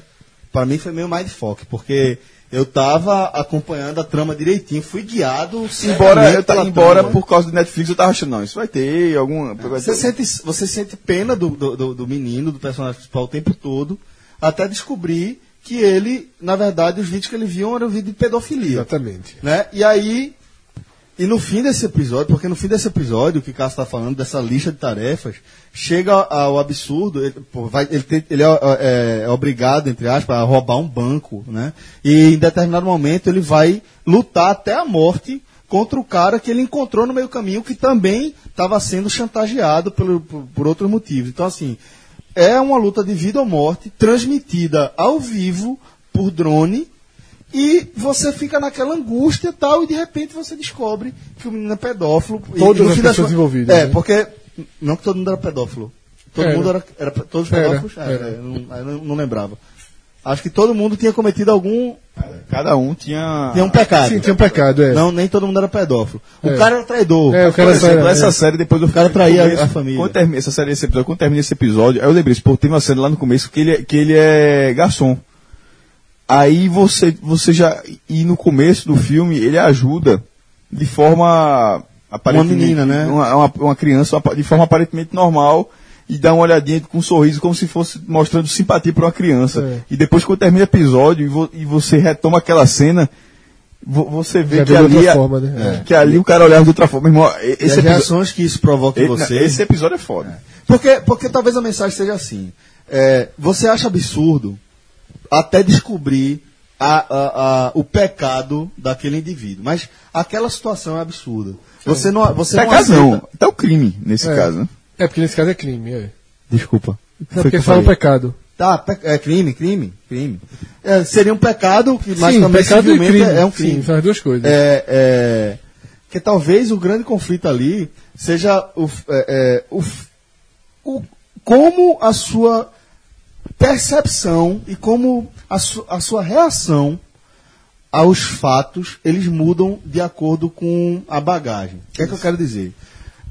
Pra mim foi meio mindfuck, porque eu tava acompanhando a trama direitinho, fui guiado. Embora, cegamente eu tá, pela embora trama. por causa do Netflix, eu tava achando, não, isso vai ter algum. vai né? Você ter- sente, você sente pena do, do, do- do menino, do personagem principal o tempo todo, até descobrir que ele, na verdade, os vídeos que ele viu eram vídeos de pedofilia. Exatamente. né? E aí, e no fim desse episódio, porque no fim desse episódio, o que o Cássio está falando, dessa lista de tarefas, chega ao absurdo, ele, pô, vai- ele tem- ele é, é- é obrigado, entre aspas, a roubar um banco, né? E em determinado momento ele vai lutar até a morte contra o cara que ele encontrou no meio caminho, que também estava sendo chantageado pelo- por, por outros motivos. Então, assim, é uma luta de vida ou morte, transmitida ao vivo por drone, e você fica naquela angústia e tal, e de repente você descobre que o menino é pedófilo. E- Todas e no as fim das pessoas contas- envolvidas, É, né? porque. Não que todo mundo era pedófilo. Todo Era. mundo era, era pe- Todos os Era, pedófilos? Era, era. é, eu não, eu não- não lembrava. Acho que todo mundo tinha cometido algum. Cada um tinha. Tinha um pecado. Sim, tem um pecado, é. Não, nem todo mundo era pedófilo. O É. cara era traidor. É, o cara Por exemplo, era- essa série depois eu O cara traía no começo, a família. Quando termina essa série, esse episódio, quando termina esse episódio, aí eu lembrei, pô, tem uma cena lá no começo que ele, é- que ele é garçom. Aí você, você já. E no começo do filme, ele ajuda de forma. aparentemente- menina, né? Uma, uma, uma criança uma- de forma aparentemente normal e dá uma olhadinha com um sorriso, como se fosse mostrando simpatia para uma criança. É. E depois, quando termina o episódio e, vo- e você retoma aquela cena. vo- Você vê Já que vê de ali, é outra a- forma, né? que ali o cara olhava de outra forma. Meu irmão, e- E as esse episódio, reações que isso provoca em ele- você. Esse episódio é foda. Porque, porque talvez a mensagem seja assim. É, você acha absurdo até descobrir a- a- a- o pecado daquele indivíduo. Mas aquela situação é absurda. Você não, você Pecado não não, Então, aceita. até Tá o crime nesse É. caso. né? É, porque nesse caso é crime, é. Desculpa. Não, porque fala um pecado. Tá, pe- é crime, crime, crime. É, seria um pecado, que- mas Sim, também pecado e civilmente crime. é um crime. Sim, são as duas coisas. É, é, que talvez o grande conflito ali seja o, f- é, é, o, f- o- como a sua percepção e como a, su- a sua reação aos fatos eles mudam de acordo com a bagagem. O que é que eu quero dizer?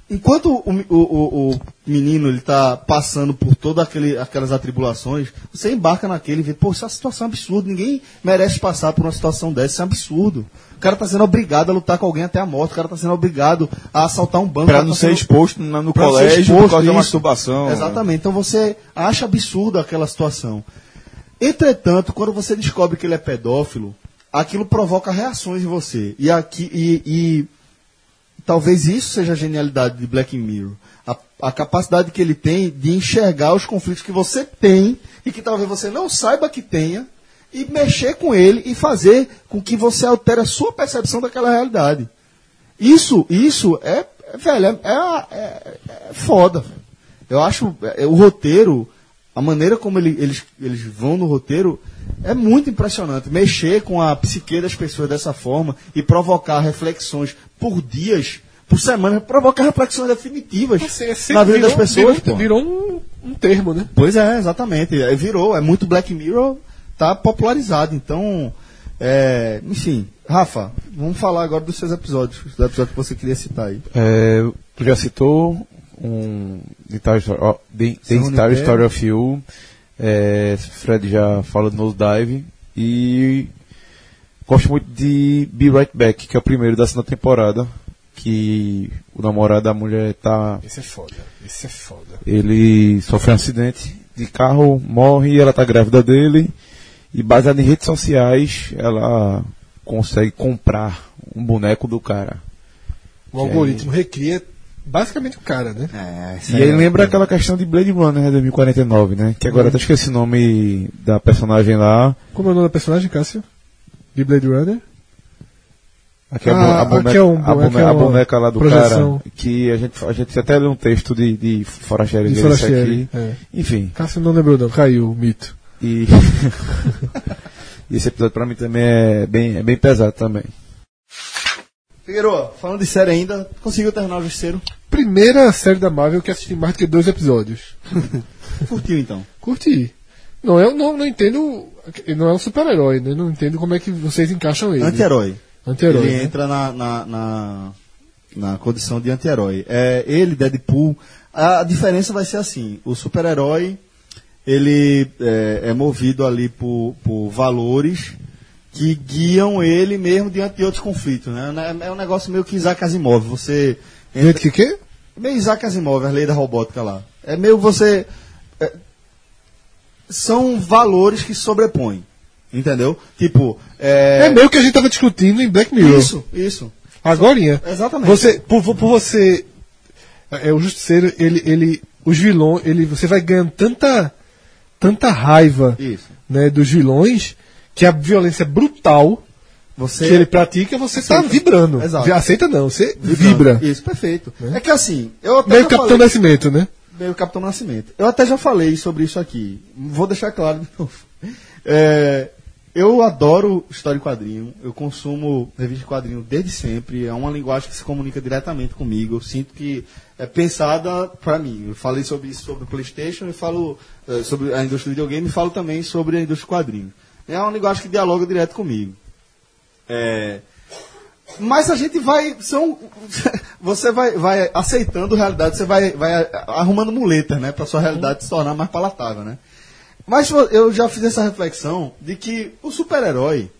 Enquanto o, me- o- o- o menino ele está passando por todas aquelas atribulações, você embarca naquele e vê, pô, essa situação é um absurdo, ninguém merece passar por uma situação dessa, isso é um absurdo. O cara está sendo obrigado a lutar com alguém até a morte, o cara está sendo obrigado a assaltar um banco. o Pra cara não tá ser sendo- exposto na- no pra não ser colégio por exposto, causa da isso. masturbação. Exatamente. Então você acha absurda aquela situação. Entretanto, quando você descobre que ele é pedófilo, aquilo provoca reações em você. E aqui e, e talvez isso seja a genialidade de Black Mirror. A, a capacidade que ele tem de enxergar os conflitos que você tem e que talvez você não saiba que tenha e mexer com ele e fazer com que você altere a sua percepção daquela realidade. Isso, isso é, é, velho, é, é- é- é foda. velho. Eu acho é, o roteiro, a maneira como ele- eles, eles vão no roteiro, é muito impressionante. Mexer com a psique das pessoas dessa forma e provocar reflexões por dias, por semana, provocar reflexões definitivas Assim, é na vida das pessoas. Virou, pô. virou um, um termo, né? Pois é, exatamente. É, Virou, é muito Black Mirror, tá popularizado. Então, é, enfim, Rafa, vamos falar agora dos seus episódios, dos episódios que você queria citar aí. É, tu já citou um The Star, Story- ó, The, The Zone Star Bell. Story of You. É, Fred já falou do Nose Dive. E Gosto muito de Be Right Back, que é o primeiro da segunda temporada. Que o namorado da mulher tá. Esse é foda. Esse é foda. Ele sofre um acidente de carro, morre, ela tá grávida dele. E baseado em redes sociais, ela consegue comprar um boneco do cara. O algoritmo recria basicamente o cara, né? É, E aí é. lembra aquela questão de Blade Runner né, 2049, né? Que Uhum. agora até esqueci o nome da personagem lá. Como é o nome da personagem, Cássio? De Blade Runner? Aqui a, bo- Ah, a boneca, aqui é um- a boneca- aqui é uma a boneca lá do projeção. cara. Que a gente, a gente até lê um texto de, de Foracheres De desse Forastieri, aqui. é. Enfim. Cássio não lembrou não, caiu o mito. E e esse episódio pra mim também é bem, é bem pesado também. Figueiredo, falando de série ainda, conseguiu terminar o Justiceiro? Primeira série da Marvel que assisti mais do que dois episódios. Curtiu então. Curti. Não, eu não, não entendo. Não é um super-herói, né? Não entendo como é que vocês encaixam ele. Anti-herói. Anti-herói. Ele né? entra na, na, na, na condição de anti-herói. É, ele, Deadpool. A diferença vai ser assim: o super-herói ele é, é movido ali por, por valores que guiam ele mesmo diante de outros conflitos. Né? É um negócio meio que Isaac Asimov. Você entra- É Gente, que quê? meio Isaac Asimov, as leis da robótica lá. É meio você. é, são valores que sobrepõem. Entendeu? Tipo. É. É, meio que a gente tava discutindo em Black Mirror. isso, isso. Agorinha. Exatamente. Você, por, por você. É, o Justiceiro, ele. ele os vilões, ele, você vai ganhando tanta. Tanta raiva Isso. né, dos vilões que a violência é brutal Você que ele pratica, você tá vibrando. Exato. Aceita não, você vibra. Isso, perfeito. É que assim, eu até Meio já Capitão falei- Nascimento, né? meio Capitão Nascimento. Eu até já falei sobre isso aqui. Vou deixar claro de novo. É, eu adoro história em quadrinho. Eu consumo revista em quadrinho desde sempre. É uma linguagem que se comunica diretamente comigo. Eu sinto que é pensada pra mim. Eu falei sobre isso sobre o PlayStation, eu falo eh, sobre a indústria do videogame e falo também sobre a indústria do quadrinho. É uma linguagem que dialoga direto comigo. É, mas a gente vai. São, você vai, vai aceitando realidade, você vai, vai arrumando muletas, né? Pra sua realidade se tornar mais palatável, né? Mas eu- eu já fiz essa reflexão de que o super-herói,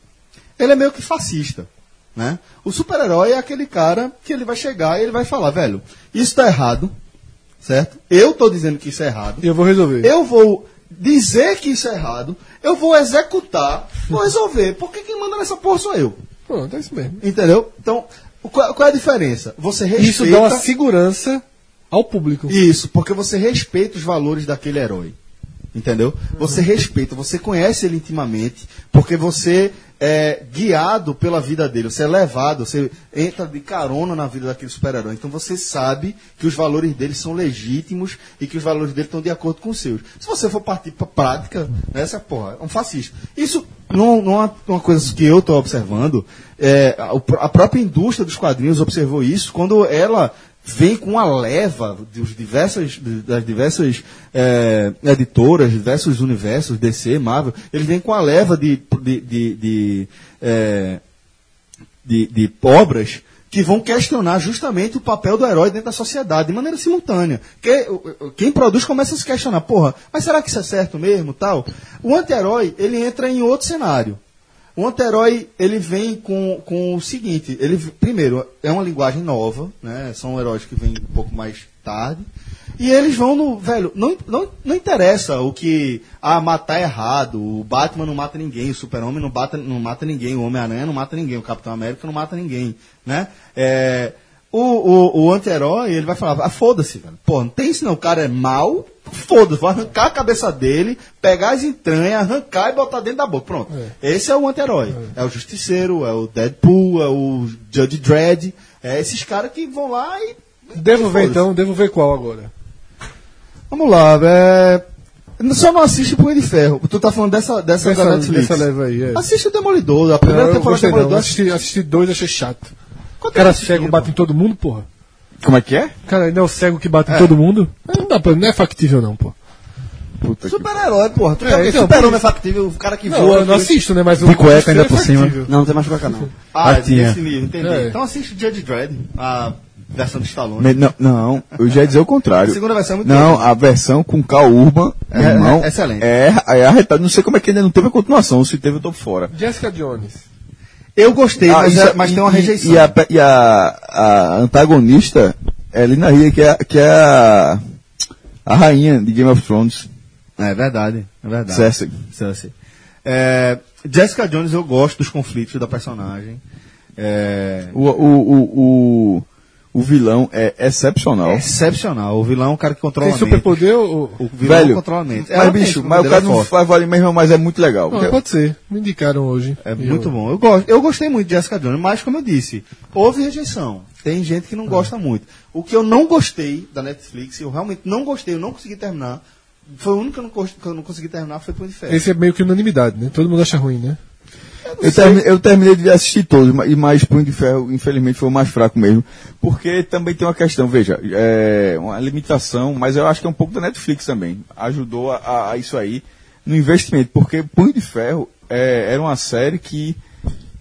ele é meio que fascista, né? O super-herói é aquele cara que ele vai chegar e ele vai falar, velho, isso tá errado, certo? Eu tô dizendo que isso é errado. E eu vou resolver. Eu vou dizer que isso é errado, eu vou executar, vou resolver. Porque quem manda nessa porra sou eu. Pronto, é isso mesmo. Entendeu? Então, o- qual, qual é a diferença? Você respeita. Isso tá- dá uma segurança ao público. Isso, porque você respeita os valores daquele herói. Entendeu? Você respeita, você conhece ele intimamente, porque você é guiado pela vida dele, você é levado, você entra de carona na vida daquele super-herói. Então você sabe que os valores dele são legítimos e que os valores dele estão de acordo com os seus. Se você for partir para prática, né, essa porra, é um fascista. Isso não, não é uma coisa que eu estou observando. é, a, o pr- a própria indústria dos quadrinhos observou isso quando ela vem com uma leva dos diversas, das diversas eh, editoras, diversos universos, DC, Marvel, eles vêm com a leva de, de, de, de, eh, de- de obras que vão questionar justamente o papel do herói dentro da sociedade, de maneira simultânea. Que- o- o- quem produz começa a se questionar, porra, mas será que isso é certo mesmo, tal? O anti-herói, ele entra em outro cenário. O anti-herói, ele vem com, com o seguinte, ele, primeiro, é uma linguagem nova, né? São heróis que vêm um pouco mais tarde. E eles vão no, velho, não, não, não interessa o que, ah, matar é errado, o Batman não mata ninguém, o super-homem não, bata- não mata ninguém, o Homem-Aranha não mata ninguém, o Capitão América não mata ninguém, né? É, o, o, o anti-herói, ele vai falar, ah, foda-se, velho. Pô, não tem isso não, o cara é mal, foda-se, vou arrancar a cabeça dele, pegar as entranhas, arrancar e botar dentro da boca. Pronto. Esse é o anti-herói. É. o Justiceiro, é o Deadpool, é o Judge Dredd, é esses caras que vão lá e. Devo ver Foda-se. então, devo ver qual agora. Vamos lá, é... Só não assiste Punho de Ferro. Tu tá falando dessa, dessa, Dessa- da Netflix. dessa leva aí, é. Assiste o Demolidor, a primeira Não, eu temporada do gostei não. Demolidor. Assisti, assisti dois, achei chato. O Quanto cara tempo cego assistindo? bate em todo mundo, porra. Como é que é? Cara, ainda é o cego que bate em todo mundo? Não dá pra, não é factível não, pô. Super-herói, porra. Tu É, quer o quê? então, Super-homem por é factível, o cara que Não, voa. eu não que- assisto, né, mas o De cueca ainda é por cima. factível. Não, não tem mais cueca, não. Ah, é Artinha. desse nível, entendi. É. Então assiste o Judge Dredd, a versão de Stallone. Me- Não, não, eu já ia dizer o contrário. A segunda versão é muito Não, boa. a versão com Cal Urban, É, meu irmão, é, é excelente. É, é arretado. Não sei como é que ainda não teve a continuação, se teve eu tô fora. Jessica Jones. Eu gostei, Ah, mas, isso- é- mas e- tem uma e- rejeição. E a, pe- e a- a antagonista é Lina Ria, que é, que é a, a rainha de Game of Thrones. É verdade, é verdade. Cersei. Cersei. É, Jessica Jones, eu gosto dos conflitos da personagem. É, O, o, o, o, o vilão é excepcional. é excepcional. O vilão é um cara que controla Tem a mente. superpoder ou. O vilão Velho, controla a mente. mas, bicho, mas o cara não faz vale mesmo, mas é muito legal. Não, pode ser. Me indicaram hoje. É muito bom. Eu, gosto, eu gostei muito de Jessica Jones, mas como eu disse, houve rejeição. Tem gente É. que não gosta muito. O que eu não gostei da Netflix, eu realmente não gostei, eu não consegui terminar. Foi o único que eu não, cons- que eu não consegui terminar, foi Punho de Ferro. Esse é meio que unanimidade, né? Todo mundo acha ruim, né? Eu, termi- eu terminei de assistir todos, ma- e mais Punho de Ferro, infelizmente, foi o mais fraco mesmo. Porque também tem uma questão, veja, é uma limitação, mas eu acho que é um pouco da Netflix também. Ajudou a- a, a isso aí no investimento, porque Punho de Ferro é, era uma série que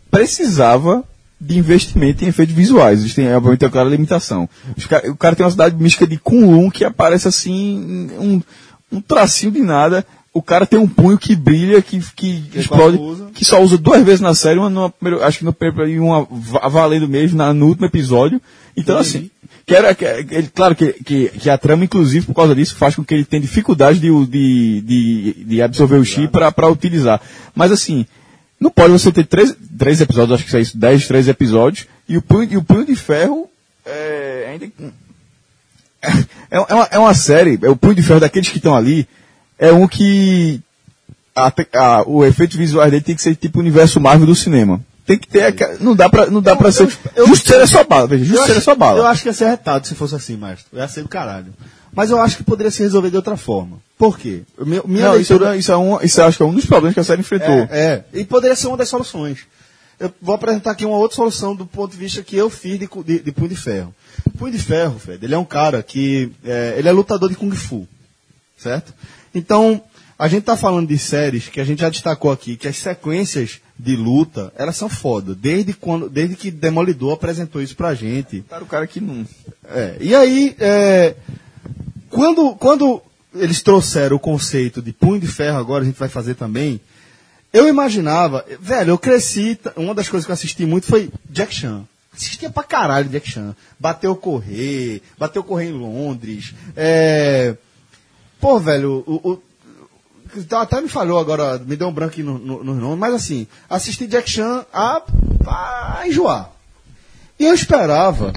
precisava de investimento em efeitos visuais. Eles têm, obviamente, é claro, a limitação. Os ca- o cara tem uma cidade mística de Kunlun que aparece assim, um, um tracinho de nada. O cara tem um punho que brilha, que, que explode, quase usa. que só usa duas vezes na série, uma no primeiro, acho que no primeiro e uma va- valendo mesmo na, no último episódio. Então, assim, que era, que- ele- claro que, que, que a trama, inclusive, por causa disso, faz com que ele tenha dificuldade de, o- de, de, de absorver o chi para utilizar. Mas, assim, não pode você ter três, três episódios, acho que isso é isso, dez, três episódios, e o punho, e o punho de ferro é, ainda é, é uma, é uma série, é o Punho de Ferro daqueles que estão ali, é um que a te- a- o efeito visual dele tem que ser tipo o universo Marvel do cinema. Tem que ter aquela, não dá pra, não dá pra ser, justiça é sua bala, veja, justiça é sua Eu bala. acho que ia ser retado se fosse assim, maestro. Ia ser do caralho. Mas eu acho que poderia se resolver de outra forma. Por quê? Meu- minha Não, isso, leitura- é- isso é um, isso eu acho que é um dos problemas que a série enfrentou. É, é. E poderia ser uma das soluções. Eu vou apresentar aqui uma outra solução do ponto de vista que eu fiz de, cu- de, de Punho de Ferro. Punho de Ferro, Fred, ele é um cara que. é, ele é lutador de Kung Fu. Certo? Então, a gente tá falando de séries que a gente já destacou aqui, que as sequências de luta, elas são foda. Desde, quando, desde que Demolidor apresentou isso pra gente. Cara, o cara que não. É, e aí, é, quando, quando eles trouxeram o conceito de punho de ferro, agora a gente vai fazer também, eu imaginava, velho, eu cresci, t- uma das coisas que eu assisti muito foi Jack Chan. Assistia pra caralho Jack Chan. Bateu correr, bateu correr em Londres. É, pô, velho, o, o- Tá, até me falhou agora, me deu um branco aqui no, no, no nome, mas assim, assisti Jack Chan a, a enjoar. E eu esperava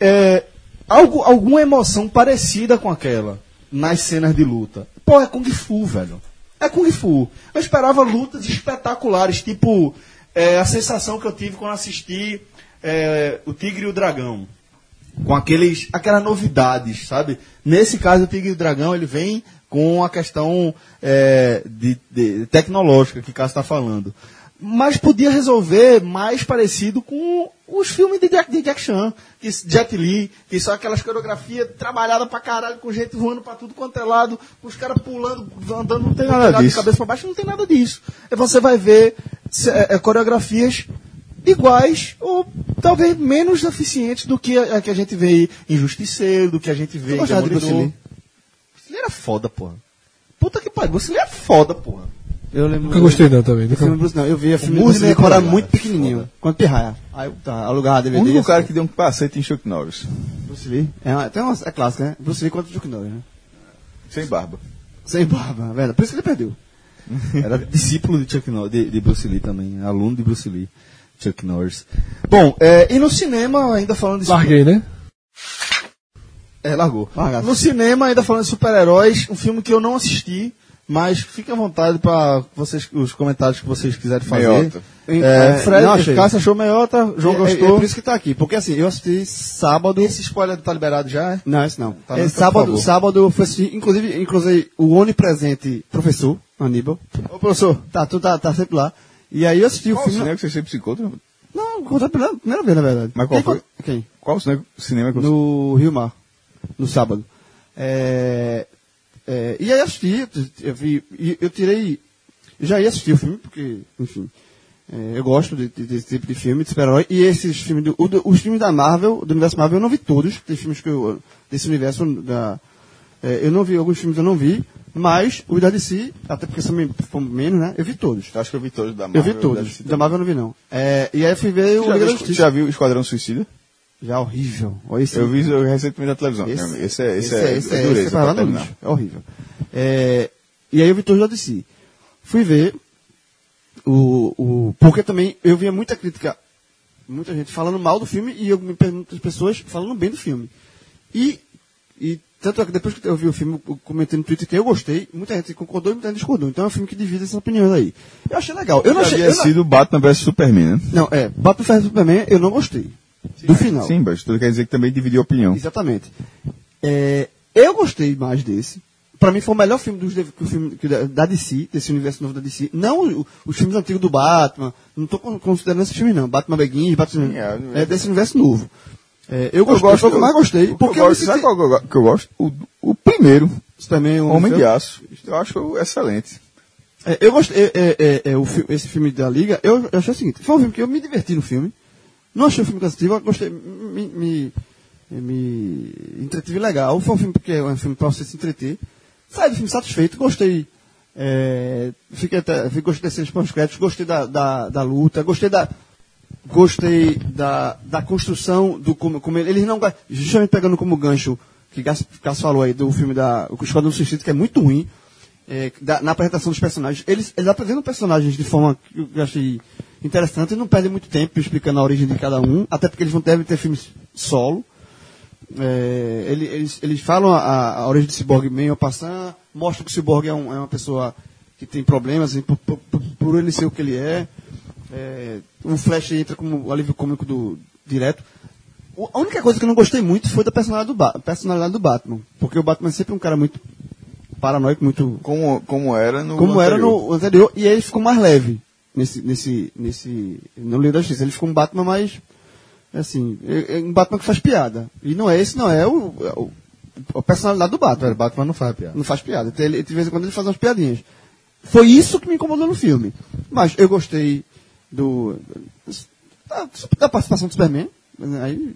é, algo, alguma emoção parecida com aquela nas cenas de luta. Pô, é Kung Fu, velho. É Kung Fu. Eu esperava lutas espetaculares, tipo é, a sensação que eu tive quando assisti é, O Tigre e o Dragão. Com aqueles, aquelas novidades, sabe? Nesse caso, o Tigre e o Dragão, ele vem com a questão é, de, de- tecnológica que o Cássio está falando. Mas podia resolver mais parecido com os filmes de Jack, de Jack Chan, que, Jet Li, que são aquelas coreografias trabalhadas pra caralho, com gente voando pra tudo quanto é lado, com os caras pulando, andando, não tem nada de disso. cabeça pra baixo, não tem nada disso. Aí Você vai ver se- é, é, coreografias iguais ou talvez menos eficientes do que a, a que a gente vê aí em Justiceiro, do que a gente vê em gostava de Demolidor. Bruce Lee? Bruce Lee era foda, porra. Puta que pariu, Bruce Lee é foda, porra. Eu lembro. Nunca gostei, não, também. do Nunca... filme Bruce, não. Eu vi a filme Música Bruce Lee é quando era Pirraia. muito pequenininho. Quando pirraia. Aí eu tá, alugava O DVD. único cara assim. que deu um cacete em Chuck Norris. Bruce Lee. É, uma, tem uma, é clássica, né? Bruce Lee contra o Chuck Norris, né? Sem barba. Sem barba, velho. Por isso que ele perdeu. Era discípulo de Chuck Norris, de, de Bruce Lee também, aluno de Bruce Lee, Chuck Norris. Bom, é, e no cinema, ainda falando de Larguei, né? É, largou. Largaço. No cinema, ainda falando de super-heróis, um filme que eu não assisti, mas fique à vontade para vocês os comentários que vocês quiserem fazer. Meiota. É, É, Fred, não achei. Cássio achou meiota, João É- É, é gostou. por isso que tá aqui. Porque assim, eu assisti sábado. Esse spoiler tá liberado já, é? Não, esse não. Tá, É, então, por sábado, favor. sábado eu fui assistir, inclusive, inclusive o onipresente professor, Aníbal. Ô, professor. Tá, tu tá, tá sempre lá. E aí eu assisti Qual o o filme. cinema que você sempre se encontra? Não, conta pela primeira vez, na verdade. Mas qual Quem foi? con- Quem? Qual o cine- cinema que você No Rio Mar, no sábado. É, é, e aí assisti, eu, vi, e eu tirei. Já ia assistir o filme, porque, enfim. é, eu gosto de- de- desse tipo de filme, de super-herói. E esses filmes, do, o do- os filmes da Marvel, do universo Marvel, eu não vi todos. Tem filmes que eu. desse universo. Da, é, eu não vi, alguns filmes eu não vi. Mas os da DC, até porque são men- foram menos, né? Eu vi todos. tá? Acho que eu vi todos da Marvel. Eu vi todos. Da Marvel eu não vi, não. É, e aí eu fui ver o Já, Liga da viu- Justiça. já viu Esquadrão Suicida? é Já horrível. Olha esse Eu vi isso recentemente na televisão. Esse- Esse, esse, é, esse, esse é, é- esse é- dureza esse é pra lá pra no terminar. lixo. É horrível. É, e aí eu vi todos da DC. Fui ver o, o. Porque também eu via muita crítica, muita gente falando mal do filme e eu me pergunto as pessoas falando bem do filme. E, e tanto é que depois que eu vi o filme, eu comentei no Twitter que eu gostei, muita gente concordou e muita gente discordou. Então é um filme que divide essas opiniões aí. Eu achei legal. Eu não Já achei. havia Eu não, sido Batman vs Superman, né? não, é, Batman vs Superman eu não gostei. do final. Sim, mas tudo quer dizer que também dividiu a opinião. Exatamente. É, eu gostei mais desse. Pra mim foi o melhor filme, dos, que o filme que da- da DC, desse universo novo da DC. Não o- os filmes antigos do Batman. Não tô con- considerando esses filmes, não. Batman Begins, Batman... Sim, é, é, desse universo novo. É, eu gostei, foi o que eu mais gostei. Porque eu eu gosto, me sabe senti- qual que eu go- que eu gosto? O, o primeiro, também um Homem filme- de Aço. Eu acho excelente. É, eu gostei. é, é, é, é, o fi- esse filme da Liga, eu, eu achei o seguinte: foi um filme que eu me diverti no filme. Não achei o filme cansativo, eu gostei. Me, me, me entretive legal. Foi um filme porque é um filme pra você se entreter. Saí do filme satisfeito, gostei. É, fiquei até, fiquei- gostei desses pós-créditos, gostei da, da, da luta, gostei da. Gostei da, da construção do como, como ele- eles não ga- justamente pegando como gancho que Gas, Gas falou aí do filme da o Esquadrão Suicida que é muito ruim é, da- na apresentação dos personagens. Eles, eles apresentam personagens de forma que eu achei interessante e não perdem muito tempo explicando a origem de cada um, até porque eles não devem ter filmes solo. É, ele- eles, eles falam a, a origem do Cyborg meio passando, mostram que o Cyborg é, um- é uma pessoa que tem problemas assim, por, por- por- por ele ser o que ele é. É, o Flash entra como o alívio cômico do direto. O- a única coisa que eu não gostei muito foi da personalidade do, Ba- personalidade do Batman, porque o Batman é sempre um cara muito paranoico, muito Como, como era no. como era anterior. no anterior, e aí ele ficou mais leve nesse, nesse, nesse, no Liga da Justiça. Ele ficou um Batman mais, assim, é- é um Batman que faz piada. E não é esse, não, é o, é o a personalidade do Batman. Batman não faz piada. Não faz piada. Então, ele, de vez em quando ele faz umas piadinhas. Foi isso que me incomodou no filme. Mas eu gostei do. da, da participação do Superman. Aí.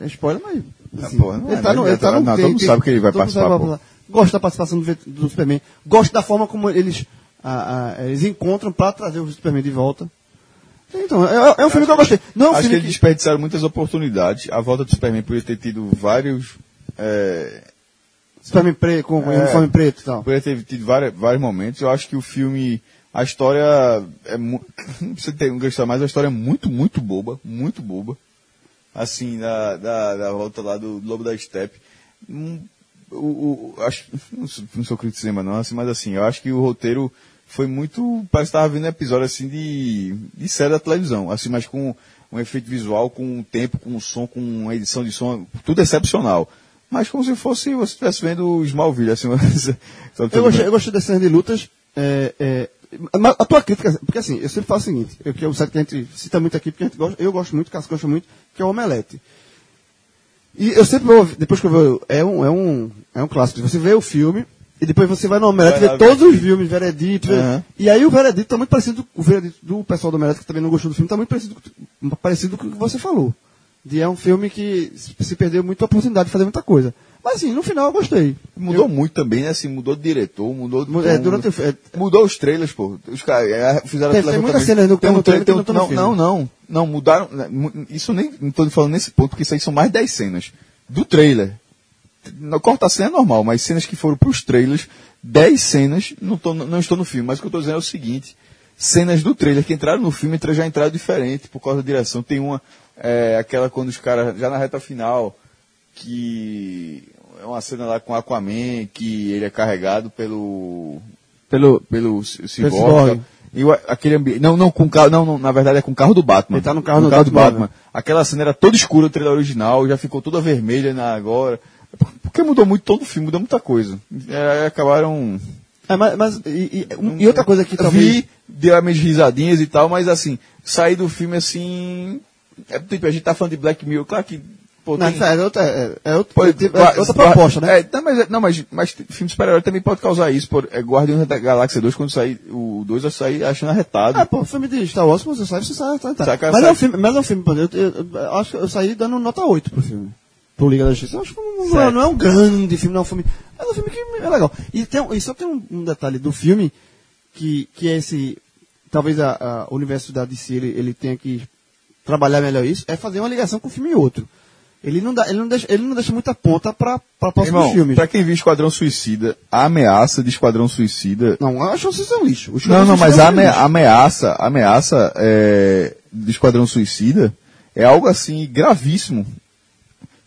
É spoiler, mas. assim, porra, não é, né? Ele tá- não, todo mundo sabe que ele vai todo mundo participar, pô. Gosto da participação do, vet- do Superman. Gosto da forma como eles, ah, ah, eles encontram pra trazer o Superman de volta. Então, é, é um filme que eu gostei. Não é um Acho que filme eles desperdiçaram muitas oportunidades. A volta do Superman podia ter tido vários. é, Superman preto, com com É. uniforme preto e tal. Poderia ter tido várias- vários momentos. Eu acho que o filme. A história é. mu- Não precisa ter um gastar mais, a história é muito, muito boba. Muito boba. Assim, da, da, da volta lá do Lobo da Steppe. Hum, o- o- acho, não, sou, não sou crítico de cinema, não, assim, mas assim, eu acho que o roteiro foi muito. Parece que estava vendo um episódio assim de, de série da televisão. Assim, mas com um efeito visual, com um tempo, com um som, com uma edição de som, tudo excepcional. Mas como se fosse você estivesse vendo Smallville, assim, sabe Eu tudo gostei, bem? eu gostei das cenas de lutas. É, é, mas a tua crítica, porque assim, eu sempre falo o seguinte, eu, que é um site que a gente cita muito aqui, porque a gente gosta, eu gosto muito, Cascão gosta muito, que é o Omelete. E eu sempre ouvi, depois que eu vejo, é um, é um, é um clássico. Você vê o filme, e depois você vai no Vai Omelete, vê lá ver. todos os filmes, Veredito, vê- Aham. e aí o Veredito tá muito parecido, o Veredito do pessoal do Omelete, que também não gostou do filme, tá muito parecido, com- parecido com o que você falou. E é um filme que se se perdeu muito a oportunidade de fazer muita coisa. Mas assim, no final eu gostei. Mudou muito também, né? Assim, mudou de diretor, mudou de. Mu- é, durante o fi- é, Mudou os trailers, pô. Os caras é, fizeram Tem- aquele tem muitas levantamento. cenas no- Tem no um trailer trailer, que tem um- não tão no não, filme. não, não, não, mudaram. né, mu- Isso nem não tô falando nesse ponto, porque isso aí são mais 10 cenas do trailer. No- Corta a cena é normal, mas cenas que foram pros trailers, 10 cenas, não, tô- não estou no filme, mas o que eu tô dizendo é o seguinte: cenas do trailer que entraram no filme entra- já entraram diferente por causa da direção. Tem uma, é, aquela quando os caras, já na reta final, que é uma cena lá com Aquaman, que ele é carregado pelo. pelo. pelo Ci- Cyborg. Cyborg. E o- aquele ambiente. Não, não, com o carro. Não, não, na verdade é com o carro do Batman. Ele tá no carro do do Batman. Batman. Aquela cena era toda escura no trailer original, já ficou toda vermelha na agora. Porque mudou muito todo o filme, mudou muita coisa. É, acabaram. É, mas, mas- e, e- um- e outra coisa que talvez. Vi, deu as minhas risadinhas e tal, mas assim, saí do filme assim. É, tipo, a gente tá falando de Black Mirror, claro que. Pô, Não, tem- essa é, outra, é, é outro- Pô, é tipo- é gua- outra gua- proposta, né? É, não, mas, não, mas, mas filme de super-herói também pode causar isso. Por, é, Guardiões da Galáxia 2, quando sair o 2, eu saí achando arretado. Ah, pô, filme de Star Wars, você sabe, você sabe. tá, tá. Saca, mas, É saca. um filme, mas é um filme, pô, eu, eu- eu acho que eu saí dando nota 8 pro filme. pro Liga da Justiça. Eu acho que não, não é- não é um grande filme, não é um filme. É um filme que é legal. E, tem, um- e só tem um, um detalhe do filme que, que é esse. Talvez a, a universo da DC ele, ele tenha que trabalhar melhor isso, é fazer uma ligação com um filme e outro. Ele não, dá, ele não, deixa, ele não deixa muita ponta para próximos Irmão, filmes. pra quem viu Esquadrão Suicida, a ameaça de Esquadrão Suicida. Não, eu acho que isso é um lixo. Os Não, filmes não, do mas Suicida a é um ame- lixo. ameaça, a ameaça é, de Esquadrão Suicida é algo assim gravíssimo.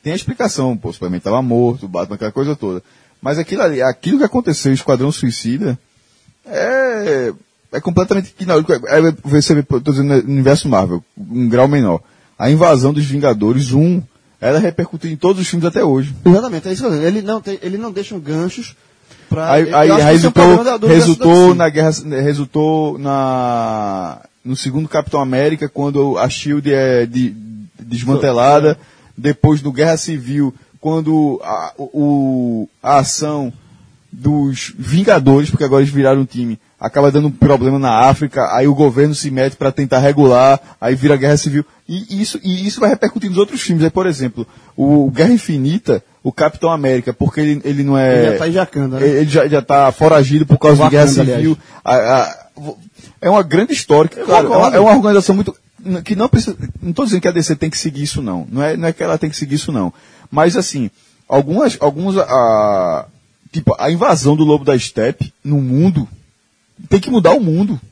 Tem a explicação, pô, o Superman estava morto, o Batman, aquela coisa toda. Mas aquilo ali, aquilo que aconteceu em Esquadrão Suicida é, é completamente ignorado. É, é, você vê, pô, tô dizendo no universo Marvel, um grau menor. A invasão dos Vingadores 1, ela repercutiu em todos os filmes até hoje. Exatamente, é isso que eu digo. Ele não, tem, ele não deixa um ganchos pra. Aí, eu aí acho que esse é um resultou, problema da- do universo resultou da DC. na guerra, resultou na no segundo Capitão América quando a Shield é de- desmantelada, depois do Guerra Civil quando a, o, a ação dos Vingadores, porque agora eles viraram um time, acaba dando um problema na África, aí o governo se mete para tentar regular, aí vira guerra civil. E isso, e isso vai repercutir nos outros filmes. Aí, por exemplo, o Guerra Infinita, o Capitão América, porque ele, ele não é. Ele já tá em Jacanda, né? Ele já, já tá foragido por causa da guerra Wakanda, civil. A- a- vo- é uma grande história. que, claro, é, uma, concordo. é uma organização muito. n- que não precisa. Não estou dizendo que a DC tem que seguir isso, não. Não é, não é que ela tem que seguir isso, não. Mas assim, algumas. alguns, ah, tipo, a invasão do lobo da estepe no mundo tem que mudar o mundo.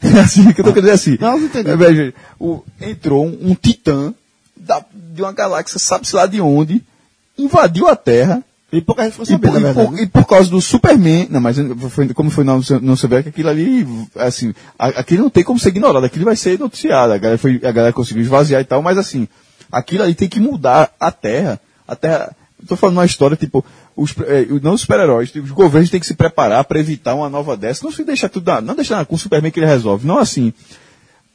É assim que eu tô querendo dizer assim. Não, não entendi. É, veja, o- entrou um, um titã da- de uma galáxia, sabe-se lá de onde, invadiu a Terra E pouca gente ficou e por, sabendo, na e por- verdade. né? e por causa do Superman, não, mas foi- como foi na União Soviética, aquilo ali, assim, a- aquilo não tem como ser ignorado, aquilo vai ser noticiado, a galera, foi, a galera conseguiu esvaziar e tal, mas assim, aquilo ali tem que mudar a Terra, a Terra, eu tô falando uma história, tipo, os, pre- eh, não os super-heróis, os governos têm que se preparar para evitar uma nova dessa, não se deixar tudo, na- não deixar com o Superman que ele resolve, não assim,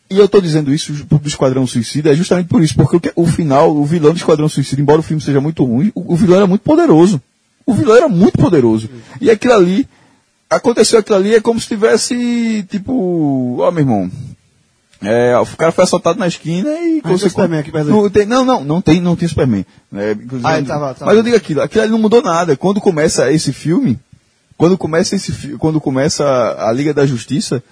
e eu tô dizendo isso do Esquadrão Suicida é justamente por isso, porque o, que- o final, o vilão do Esquadrão Suicida, embora o filme seja muito ruim, o, o vilão era muito poderoso. O vilão era muito poderoso. E aquilo ali, aconteceu aquilo ali, é como se tivesse, tipo, ó meu irmão, é, o cara foi assaltado na esquina e... tem Superman aqui perto não, tem, não, não, não tem, não tem Superman. né, inclusive- Ah, ele tava- tava. Mas eu digo aquilo, aquilo ali não mudou nada. Quando começa esse filme, quando começa esse fi- quando começa a, a Liga da Justiça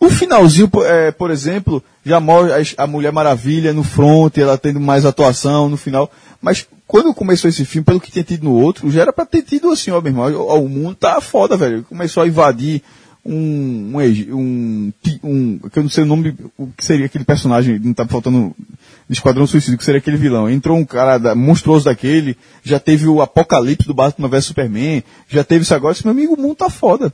o finalzinho po- é, por exemplo já mostra as- a Mulher Maravilha no front ela tendo mais atuação no final mas quando começou esse filme pelo que tinha tido no outro já era pra ter tido assim ó meu irmão ó, o mundo tá foda velho começou a invadir um um, eg- um ti- um- que eu não sei o nome o que seria aquele personagem não tá faltando de Esquadrão Suicida que seria aquele vilão entrou um cara da- monstruoso daquele já teve o apocalipse do Batman vs Superman já teve isso agora esse meu amigo o mundo tá foda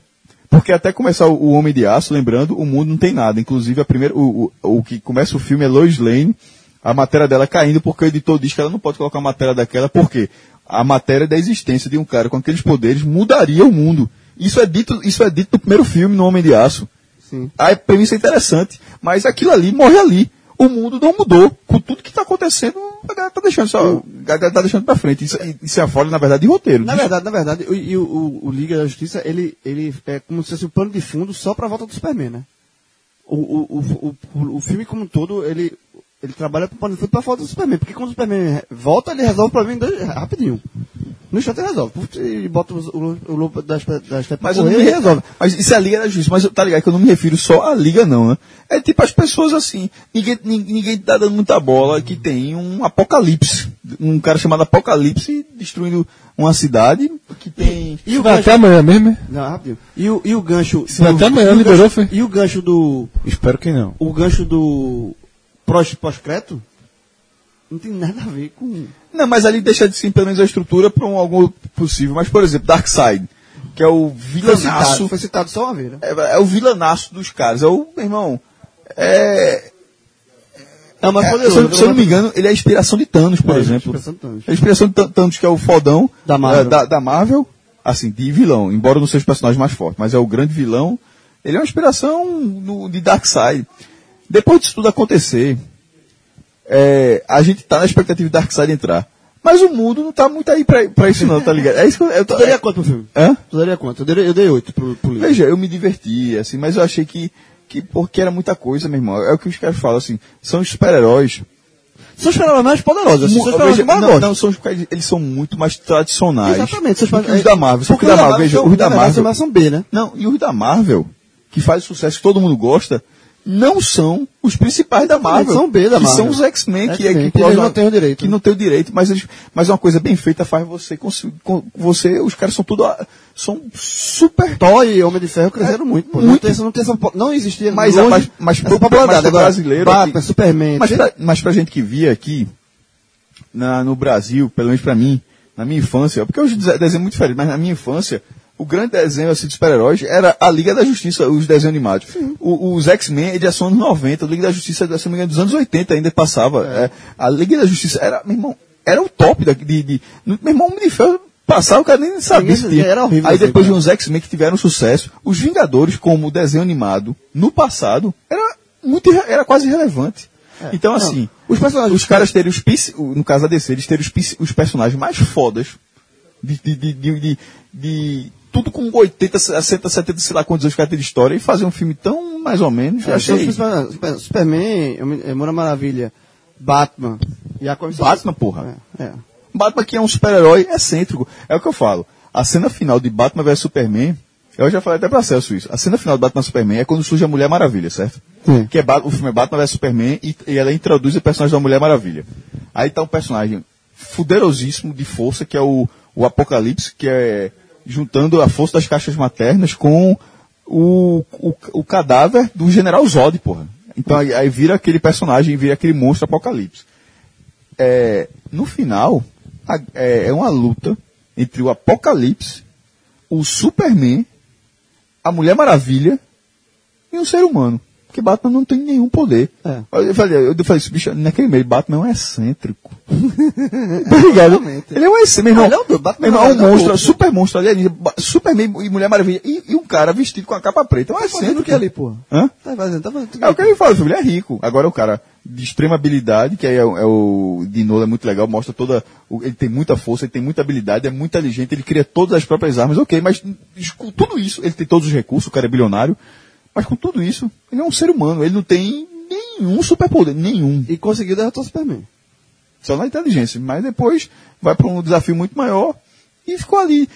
porque até começar o, o Homem de Aço, lembrando, o mundo não tem nada. Inclusive, a primeira, o, o, o que começa o filme é Lois Lane, a matéria dela caindo, porque o editor diz que ela não pode colocar a matéria daquela, porque a matéria da existência de um cara com aqueles poderes mudaria o mundo. Isso é dito, isso é dito no primeiro filme, no Homem de Aço. Sim. A premissa é interessante, mas aquilo ali morre ali. O mundo não mudou. Com tudo que está acontecendo, a galera tá deixando, só, a galera tá deixando pra frente. Isso, isso é a folha, na verdade, de roteiro. Na Diz- verdade, na verdade, o- e o, o- o Liga da Justiça, ele, ele é como se fosse o pano de fundo só pra volta do Superman, né? O, o, o, o, o filme como um todo, ele, ele trabalha pro pano de fundo pra volta do Superman, porque quando o Superman volta, ele resolve o problema em dois- rapidinho. No instante ele resolve. Puf, Ele bota o, o, o lobo das, das Mas pra eu não correr, me ele resolve. resolve. Mas isso é a Liga da Justiça, mas eu- tá ligado que eu não me refiro só à Liga, não, né? É tipo as pessoas assim, ninguém, nin- ninguém tá dando muita bola que tem um apocalipse. Um cara chamado Apocalipse destruindo uma cidade que tem. E o Vai gancho- até amanhã mesmo, é? Não, rapidinho. E o, e o gancho. Sim, até amanhã e o liberou, gancho- foi? E o gancho do. Espero que não. O gancho do. prós- Pós-creto? Não tem nada a ver com. Não, mas ali deixa de sim, pelo menos a estrutura para um, algo possível. Mas, por exemplo, Darkseid, que é o vilanaço. foi citado só uma vez, né? É, é o vilanaço dos caras. É o, meu irmão. É. É o mais é, se, poderoso. eu- se eu não me engano, ele é a inspiração de Thanos, por É, exemplo. inspiração de Thanos. A inspiração de Tan- Thanos, que é o fodão Da Marvel. eh, da, da Marvel, assim, de vilão, embora não seja o personagem mais forte, mas é o grande vilão. Ele é uma inspiração no, de Darkseid. Depois disso tudo acontecer, eh, a gente tá na expectativa de Darkseid entrar. Mas o mundo não tá muito aí pra, pra isso não, tá ligado? É isso que eu, eu tô... Tu daria quanto pro filme? Hã? Tu daria quanto? Eu dei, eu dei 8 pro, pro livro. Veja, eu me diverti, assim, mas eu achei que, que porque era muita coisa, meu irmão. É o que os caras falam, assim, são os super-heróis. São os fenômenos poderosos. Assim, Mu- são os fenômenos veja, não, maravilhosos. não, são os caras- eles são muito mais tradicionais. Exatamente, do são os que os da Marvel. Só que Porque os da Marvel, veja, os da Marvel. são B, né? Não, e os da Marvel, que faz sucesso que todo mundo gosta, não são os principais da Marvel. são B da que Marvel. são os X-Men, que é X-Men, que, que eles não têm o direito, Que né? não tem o direito, mas, eles, mas uma coisa bem feita faz você conseguir. com- Você, os caras são tudo. a- São super. Thor e Homem de Ferro cresceram É muito, pô. Não muito. tem essa, não tem essa, po- não existia Mas- longe mas- mas essa pro- popularidade. mas pro Agora, brasileiro Batman, aqui- Superman, Mas tem- pra, mas pra gente que via aqui, na- no Brasil, pelo menos pra mim, na minha infância, porque hoje o dese- desenho é muito diferente, mas na minha infância, o grande desenho assim, de super-heróis era a Liga da Justiça, os desenhos animados. O- os X-Men é de ação anos 90, a Liga da Justiça, se não me engano, dos anos 80 ainda passava. É, a Liga da Justiça era, meu irmão, era o top da, de, de- no- Meu irmão, um Homem de Ferro passava, o cara nem sabia Ninguém se sabia, tinha. era horrível Aí assim, depois de cara. uns X-Men que tiveram sucesso, os Vingadores, como desenho animado, no passado, era, muito, irre- era quase irrelevante. É. Então, assim, os, os caras terem os, pis- o- no caso da DC, eles terem os, pis- os personagens mais fodas, de, de, de, de, de- de- tudo com 80, 60, 70, sei lá quantos anos os caras têm de história, e fazer um filme tão mais ou menos, eu É, são os achei... principais- Super- Superman, Homem- é, Mulher Maravilha, Batman e a Batman, porra. É, é. Batman que é um super-herói excêntrico. É o que eu falo. A cena final de Batman vs Superman, eu já falei até pra Celso isso. A cena final de Batman vs Superman é quando surge a Mulher Maravilha, certo? Sim. Que é Bat- o filme é Batman vs Superman e, e ela introduz o personagem da Mulher Maravilha. Aí tá um personagem fuderosíssimo de força, que é o, o Apocalipse, que é juntando a força das caixas maternas com o, o, o cadáver do General Zod, porra. Então aí, aí vira aquele personagem, vira aquele monstro Apocalipse é, no final, a- é, é uma luta entre o Apocalipse, o Superman, a Mulher Maravilha e um ser humano. Porque Batman não tem nenhum poder. É. Eu falei, eu falei esse bicho, naquele meio, Batman é um excêntrico. tá ligado? Ele é um excêntrico. Meu irmão, Ele é um- meu Batman irmão, é um é um monstro, louco. super monstro ali, Superman e Mulher Maravilha. E, e um cara vestido com a capa preta. É um Fazendo excêntrico. o que ali, porra? Hã? Tá fazendo, tá fazendo. É o que ele fala, filho, ele é rico. Agora é o cara de extrema habilidade, que aí é, o- é o de Nolan é muito legal, mostra toda. o- Ele tem muita força, ele tem muita habilidade, é muito inteligente, ele cria todas as próprias armas, ok, mas com tudo isso, ele tem todos os recursos, o cara é bilionário, mas com tudo isso, ele é um ser humano, ele não tem nenhum superpoder, nenhum. E conseguiu derrotar o Superman. Só na inteligência. Mas depois vai para um desafio muito maior e ficou ali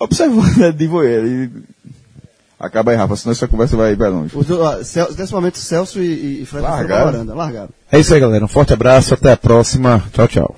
observando né, de voeira. E... Acaba aí, Rafa, senão essa conversa vai, vai longe. Os, do- ah, Cel- nesse momento, Celso e, e Fred foram pra Largaram. varanda, largaram. É isso aí, galera. Um forte abraço, até a próxima. Tchau, tchau.